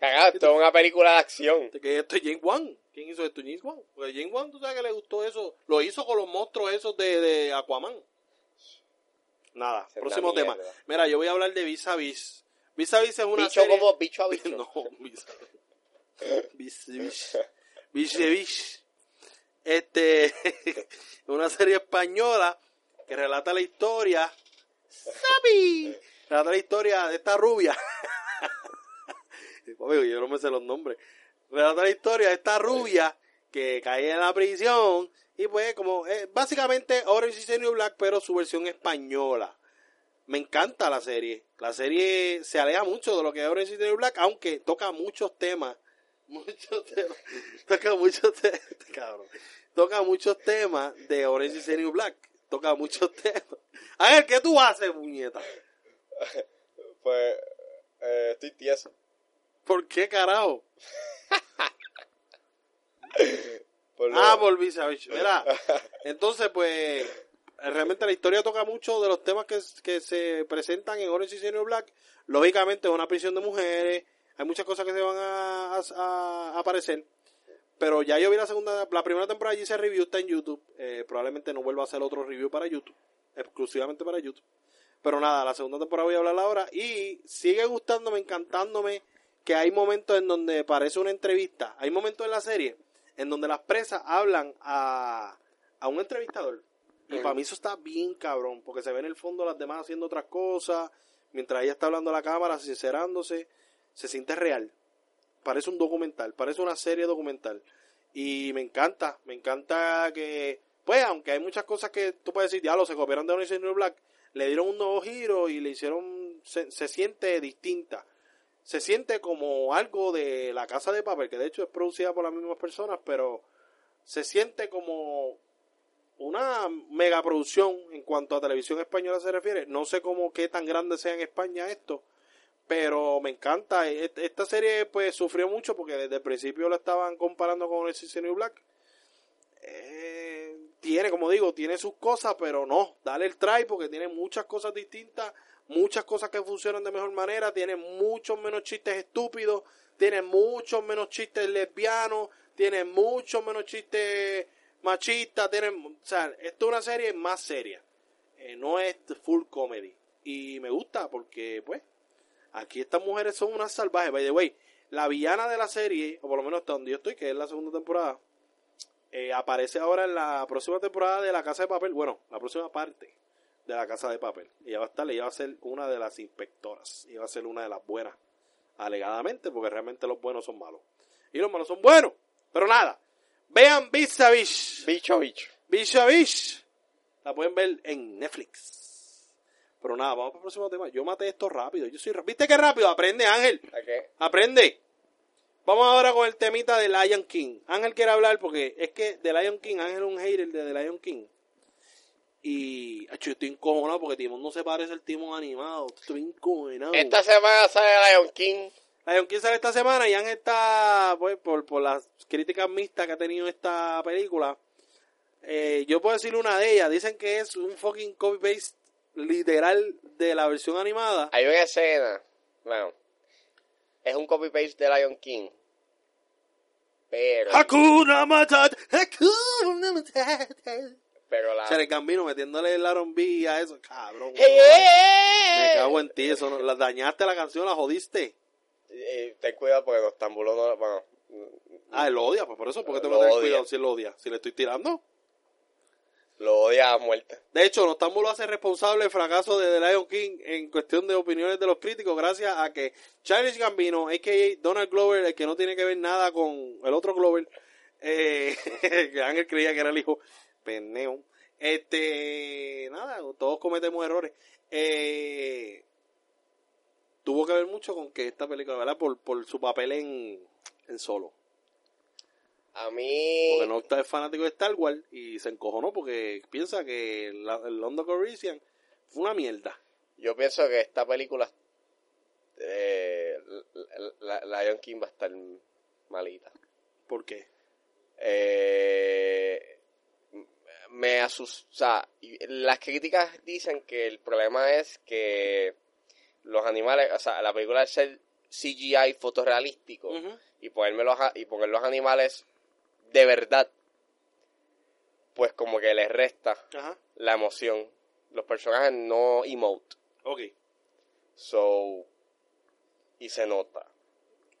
Cagado, esto es una película de acción. De Este, Que esto es James Wan. ¿Quién hizo esto? James Wan. Porque James Wan, tú sabes que le gustó eso. Lo hizo con los monstruos esos de, de Aquaman. Nada, Esa es próximo la mierda. tema. Mira, yo voy a hablar de Vis a Vis. Vis a Vis es una Bicho serie... como bicho a bicho. No, Vis Vis Vis. Vis a Vis. Este... una serie española que relata la historia... ¡Sabi! Relata la historia de esta rubia. Obvio, yo no me sé los nombres. Relata la historia de esta rubia que cae en la prisión y pues como eh, básicamente Orange is the New Black pero su versión española. Me encanta la serie. La serie se aleja mucho de lo que es Orange is the New Black, aunque toca muchos temas. Muchos temas. Toca muchos temas. Toca muchos temas de Orange is the New Black. Toca muchos temas. A ver, ¿qué tú haces, puñeta? Pues, eh, estoy tieso. ¿Por qué carajo? Por lo- Ah, por Visa Beach. Mira, entonces, pues, realmente la historia toca mucho de los temas que, que se presentan en Orange is the New Black. Lógicamente, es una prisión de mujeres. Hay muchas cosas que se van a, a- a aparecer. Pero ya yo vi la segunda, la primera temporada y ese review está en YouTube. Eh, probablemente no vuelva a hacer otro review para YouTube. Exclusivamente para YouTube. Pero nada, la segunda temporada voy a hablar ahora. Y sigue gustándome, encantándome que hay momentos en donde parece una entrevista. Hay momentos en la serie en donde las presas hablan a, a un entrevistador. Y Ujú. para mí eso está bien cabrón, porque se ve en el fondo las demás haciendo otras cosas, mientras ella está hablando a la cámara, sincerándose, se siente real. Parece un documental, parece una serie documental. Y me encanta, me encanta que, pues, aunque hay muchas cosas que tú puedes decir, diablo, se copiaron de Orange is the New Black, le dieron un nuevo giro y le hicieron, se, se siente distinta. Se siente como algo de La Casa de Papel, que de hecho es producida por las mismas personas, pero se siente como una megaproducción en cuanto a televisión española se refiere. No sé cómo qué tan grande sea en España esto, pero me encanta. E- Esta serie pues sufrió mucho porque desde el principio la estaban comparando con el CC New Black. Eh, tiene, como digo, tiene sus cosas, pero no, dale el try porque tiene muchas cosas distintas, muchas cosas que funcionan de mejor manera, tiene muchos menos chistes estúpidos, tiene muchos menos chistes lesbianos, tiene muchos menos chistes machistas, tiene, o sea, esto es una serie más seria, eh, no es full comedy y me gusta porque pues aquí estas mujeres son unas salvajes, by the way, la villana de la serie, o por lo menos hasta donde yo estoy, que es la segunda temporada, eh, aparece ahora en la próxima temporada de La Casa de Papel. Bueno, la próxima parte de La Casa de Papel. Ella va a estar, ella va a ser una de las inspectoras. Ella va a ser una de las buenas, alegadamente, porque realmente los buenos son malos. Y los malos son buenos. Pero nada, vean Vis a Vis. Bicho a bicho. Vis a Vis. La pueden ver en Netflix. Pero nada, vamos para el próximo tema. Yo maté esto rápido. Yo soy ra- ¿Viste qué rápido? Aprende, Ángel. ¿A qué? Aprende. Vamos ahora con el temita de Lion King. Ángel quiere hablar porque es que de Lion King, Ángel es un hater de The Lion King. Y acho, yo estoy encojonado porque Timón no se parece al Timón animado. Estoy encojonado. Esta semana sale Lion King. Lion King sale esta semana y Ángel está, pues, por, por las críticas mixtas que ha tenido esta película. eh, yo puedo decir una de ellas. Dicen que es un fucking copy-paste literal de la versión animada. Hay una escena. Bueno, es un copy-paste de Lion King. Pero. Ah, Hakuna Matata, Hakuna Matata. Pero la. Charles Gambino metiéndole el R&B a eso, cabrón. ¡Hey, Me hey, cago en ti, eso no- la dañaste la canción, la jodiste. Eh, ten cuidado porque los tambulos no. Bueno, Ah, él lo odia, pues por eso, porque tengo Lo que tener odia. cuidado si él lo odia, si le estoy tirando. lo odia a muerte. De hecho, Nostambo lo hace responsable del fracaso de The Lion King en cuestión de opiniones de los críticos, gracias a que Charles Gambino, a.k.a. Donald Glover, el que no tiene que ver nada con el otro Glover, eh, que Ángel creía que era el hijo, peneo. Este, nada, todos cometemos errores. Eh, tuvo que ver mucho con que esta película, ¿verdad? Por, por su papel en, en solo. A mí. Porque no está- es fanático de Star Wars y se encojonó porque piensa que la- el London Corinthians fue una mierda. Yo pienso que esta película. Eh, la, la- Lion King va a estar malita. ¿Por qué? Eh, me asusta. Las críticas dicen que el problema es que los animales, o sea, la película es ser CGI fotorrealístico y ponerme los a- y poner los animales de verdad, pues como que les resta Ajá. la emoción. Los personajes no emote, Ok. so y se nota.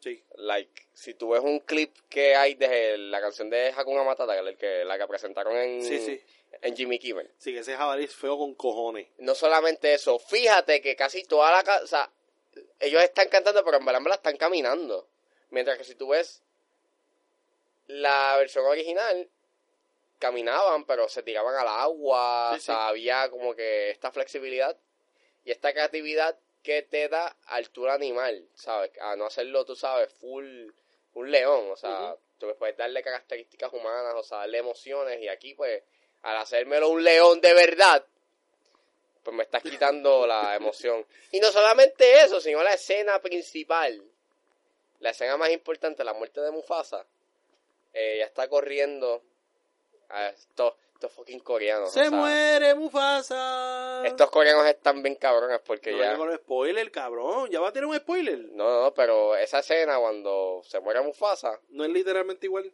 Sí. Like, si tú ves un clip que hay de la canción de Hakuna Matata, que, la que- la que presentaron en, Sí, sí. en Jimmy Kimmel. Sí, que ese jabalí es feo con cojones. No solamente eso, fíjate que casi toda la casa, o sea, ellos están cantando, pero en verdad me la están caminando. Mientras que si tú ves la versión original, caminaban, pero se tiraban al agua, Sí, o sea, sí. había como que esta flexibilidad y esta creatividad que te da altura animal, ¿sabes? A no hacerlo, tú sabes, full, un león, o sea, tú le puedes darle características humanas, o sea, darle emociones y aquí, pues, al hacérmelo un león de verdad, pues me estás quitando la emoción. Y no solamente eso, sino la escena principal, la escena más importante, la muerte de Mufasa, eh, ella está corriendo a estos, estos fucking coreanos. o ¡Se sea, muere Mufasa! estos coreanos están bien cabrones porque no ya... ya. con spoiler, cabrón. Ya va a tener un spoiler. No, No, no, pero esa escena cuando se muere Mufasa, es literalmente igual.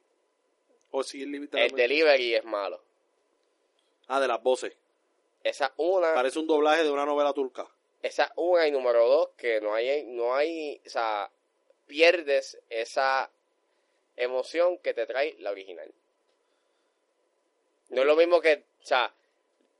O sí es el literalmente. delivery es malo. Ah, de las voces. Esa una, Parece un doblaje de una novela turca. esa una y número dos que no hay, no hay, o sea, pierdes esa emoción que te trae la original. No es lo mismo que, o sea,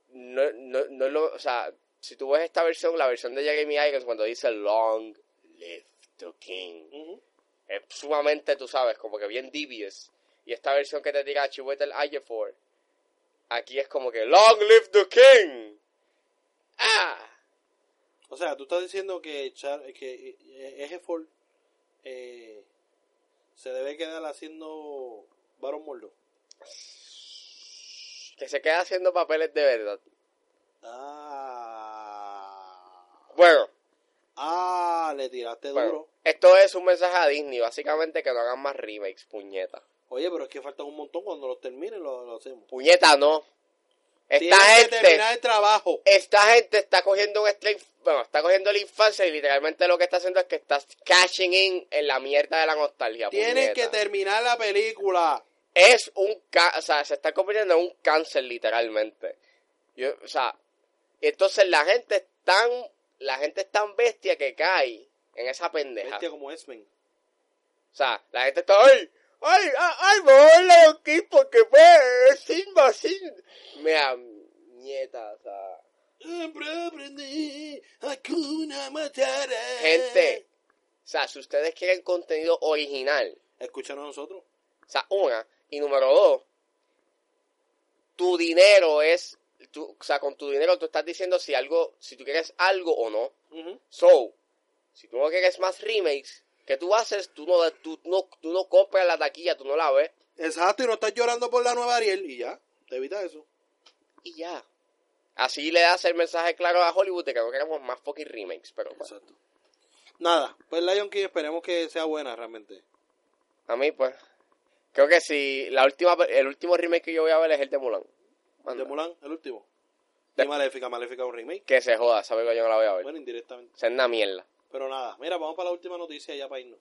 no, no, no es lo, o sea, si tú ves esta versión, la versión de Jeremy Irons cuando dice Long Live the King. es sumamente, tú sabes, como que bien devious. Y esta versión que te diga Chiwetel Ejiofor, aquí es como que Long live the king. Ah, O sea, tú estás diciendo que, Char, que eh, eh, Ejiofor, eh, se debe quedar haciendo Barón Mordo. que se queda haciendo papeles de verdad. Ah, Bueno, ah, le tiraste bueno, duro. esto es un mensaje a Disney, básicamente que no hagan más remakes, puñeta. Oye, pero es que faltan un montón cuando los terminen, lo, lo hacemos. Puñeta no. Esta Tienes que gente, terminar el trabajo. esta gente está cogiendo un straight, bueno, está cogiendo la infancia y literalmente lo que está haciendo es que está cashing in en la mierda de la nostalgia. Tienes que puñeta. terminar la película. es un ca o sea, se está convirtiendo en un cáncer literalmente. Yo, o sea, entonces la gente es tan la gente es tan bestia que cae en esa pendeja. Bestia como es, men. O sea, la gente está ay, ay, ay, ay, me voy a Lion King porque fue Simba, Simba. Mira, nieta, o sea, Siempre aprendí a cuna matar. Eh. gente, o sea, si ustedes quieren contenido original, Escúchanos a nosotros. O sea, una. Y número dos, tu dinero es. tú- o sea, con tu dinero tú estás diciendo si algo, si tú quieres algo o no. Ujú. So, si tú no quieres más remakes, que tú haces? Tú no, tú, no, tú no compras la taquilla, tú no la ves. Exacto, y no estás llorando por la nueva Ariel. Y ya, te evita eso. Y ya. Así le das el mensaje claro a Hollywood de que no queremos más fucking remakes. Pero pues, Exacto. Nada, pues Lion King esperemos que sea buena realmente. a mí, pues. Creo que si la última, el último remake que yo voy a ver es el de Mulan. El Anda, de Mulan, el último. De- Y Maléfica, Maléfica es un remake. Que se joda, sabes que yo no la voy a ver. Bueno, indirectamente. O sea, es una mierda. Pero nada, mira, vamos para la última noticia ya para irnos.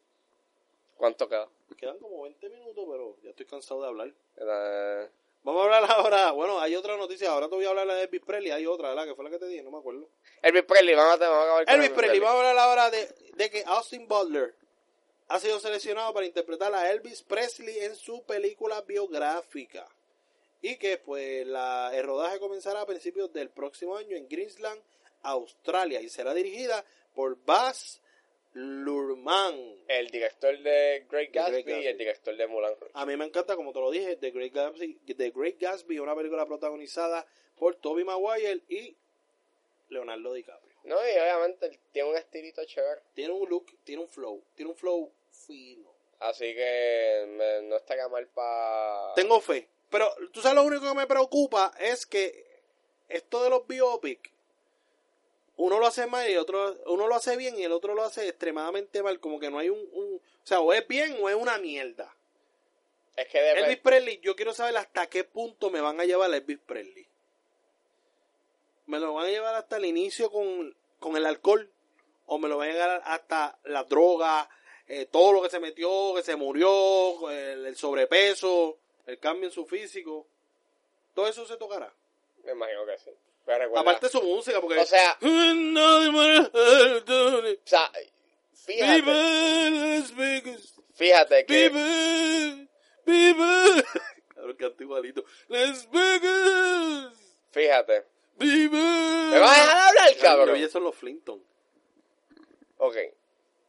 ¿Cuánto queda? Quedan como 20 minutos, pero ya estoy cansado de hablar. Eh, Vamos a hablar ahora. Bueno, hay otra noticia. Ahora te voy a hablar de Elvis Presley. Hay otra, ¿verdad? Que fue la que te dije, no me acuerdo. Elvis Presley, vamos a, vamos a acabar con Elvis Presley, vamos a hablar ahora de, de que Austin Butler ha sido seleccionado para interpretar a Elvis Presley en su película biográfica. Y que pues la, el rodaje comenzará a principios del próximo año en Queensland, Australia, y será dirigida por Baz Luhrmann. El director de Great Great Gatsby, y Gatsby. Ah. el director de Mulan Rouge. A mí me encanta, como te lo dije, The Great Gatsby, The Great Gatsby una película protagonizada por Toby Maguire y Leonardo DiCaprio. No, y obviamente él tiene un estilito chévere. Tiene un look, tiene un flow, tiene un flow fino. Así que me- no estaría mal para... Tengo fe. Pero tú sabes lo único que me preocupa es que esto de los biopic, uno lo hace mal y el otro, uno lo hace bien y el otro lo hace extremadamente mal. Como que no hay un, un- o sea, o es bien o es una mierda. Es que depende... Elvis Presley, yo quiero saber hasta qué punto me van a llevar a Elvis Presley. ¿Me lo van a llevar hasta el inicio con, con el alcohol? ¿O me lo van a llevar hasta la droga, eh, todo lo que se metió, que se murió, el, el sobrepeso, el cambio en su físico? Todo eso se tocará. Me imagino que sí. Pero recuerda... Aparte su música, porque... O sea- O sea, fíjate, fíjate que... Vive, vive. Cabrón, canta igualito. Las Vegas, Fíjate. vive. ¿Me vas a dejar hablar, Cabrón, cabrón? y eso son los Flintton. Ok.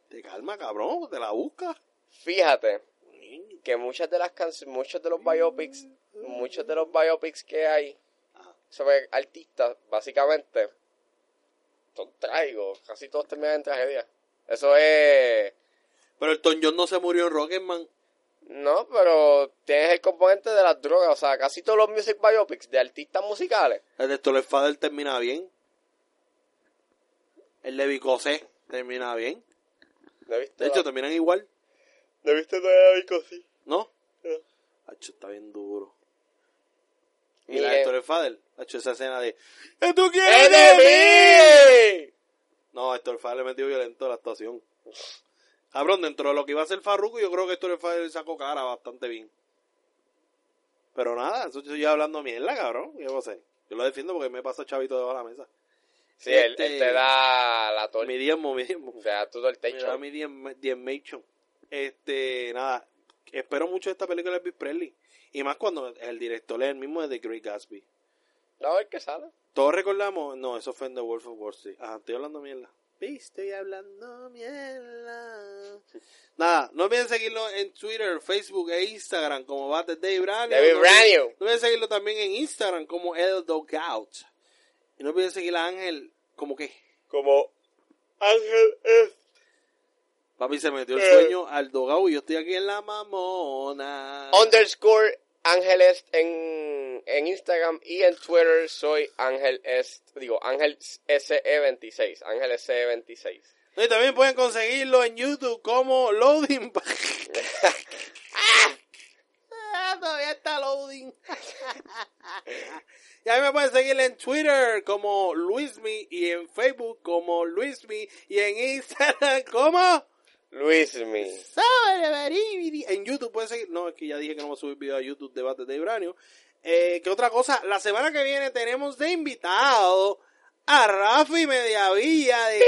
Te calma, cabrón, te la busca. Fíjate que muchas de las canciones, muchos de los biopics, muchos de los biopics que hay Ajá. sobre artistas, básicamente, son trágicos. Casi todos terminan en tragedia. Eso es... Pero el John no se murió en Rocketman. No, pero tienes el componente de las drogas. O sea, casi todos los music biopics de artistas musicales. El de Stoller Fader termina bien. El de Vicosé termina bien. ¿No viste? De hecho, la- terminan igual, ¿No viste todavía la discosis? ¿no? No. Hacho, está bien duro. Y Mire. la de Stoller Fader, hecho esa escena de... ¿Qué tú quieres de mí? ¡Enemy! No, Héctor Fader le metió violento a la actuación. Cabrón, dentro de lo que iba a hacer Farruko, yo creo que Héctor Fader sacó cara bastante bien. Pero nada, eso yo estoy hablando mierda, cabrón. Yo no sé. Yo lo defiendo porque me pasa chavito debajo de la mesa. Sí, él, Este- él te da la torta. Mi diezmo, mi diezmo. Te da todo el Me da techo. mi diezm- diezmation. Este, nada. Espero mucho de esta película de Elvis Presley. Y más cuando el director es el mismo de The Great Gatsby. No, a ver qué sale. Todos recordamos, no, eso fue en The Wolf of Wall Street. Ajá, estoy hablando mierda. Sí, Estoy hablando mierda. Nada, no olviden seguirlo en Twitter, Facebook e Instagram como Bate Dave Branio. David no, olviden- Branio. no olviden seguirlo también en Instagram como El Dogout. Y no olviden seguir a Ángel como que. Como Ángel es. Papi se metió el Eh. sueño al Dogout y yo estoy aquí en la mamona. Underscore Ángel Est en, en Instagram y en Twitter soy Ángel Est. Digo, Ángel SE26. Ángel E SE26. Y también pueden conseguirlo en YouTube como Loading. Pa- Ah, Todavía está Loading. Y a mí me pueden seguir en Twitter como Luismi y en Facebook como Luismi y en Instagram como Luismi. Sobreveribiri. En YouTube pueden seguir. No, es que ya dije que no voy a subir video a YouTube debate de Ibranio. Eh, ¿Qué otra cosa? La semana que viene tenemos de invitado a Rafi Mediavilla de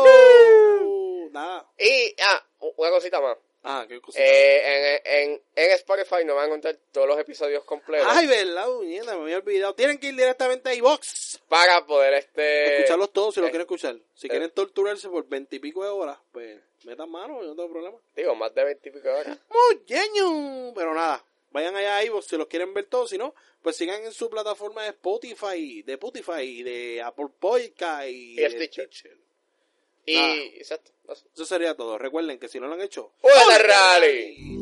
Criticoro. Nada. Y, ah, una cosita más. Ah, qué cosita. Eh, en, en, en Spotify nos van a encontrar todos los episodios completos Ay, verdad, puñeta, me había olvidado. Tienen que ir directamente a iBox. para poder este Escucharlos todos si lo eh, quieren escuchar. Si eh. quieren torturarse por veintipico de horas, pues metan mano, yo no tengo problema. digo más de 20 y pico de horas Ah. Muñeño. ¡Oh, Pero nada, vayan allá a iVoox si los quieren ver todos. Si no, pues sigan en su plataforma de Spotify, de Spotify, y de Apple Podcast y, Y de Stitcher. Stitcher. y Ah. exacto no sé. Eso sería todo. Recuerden que si no lo han hecho, ¡Juega de rally!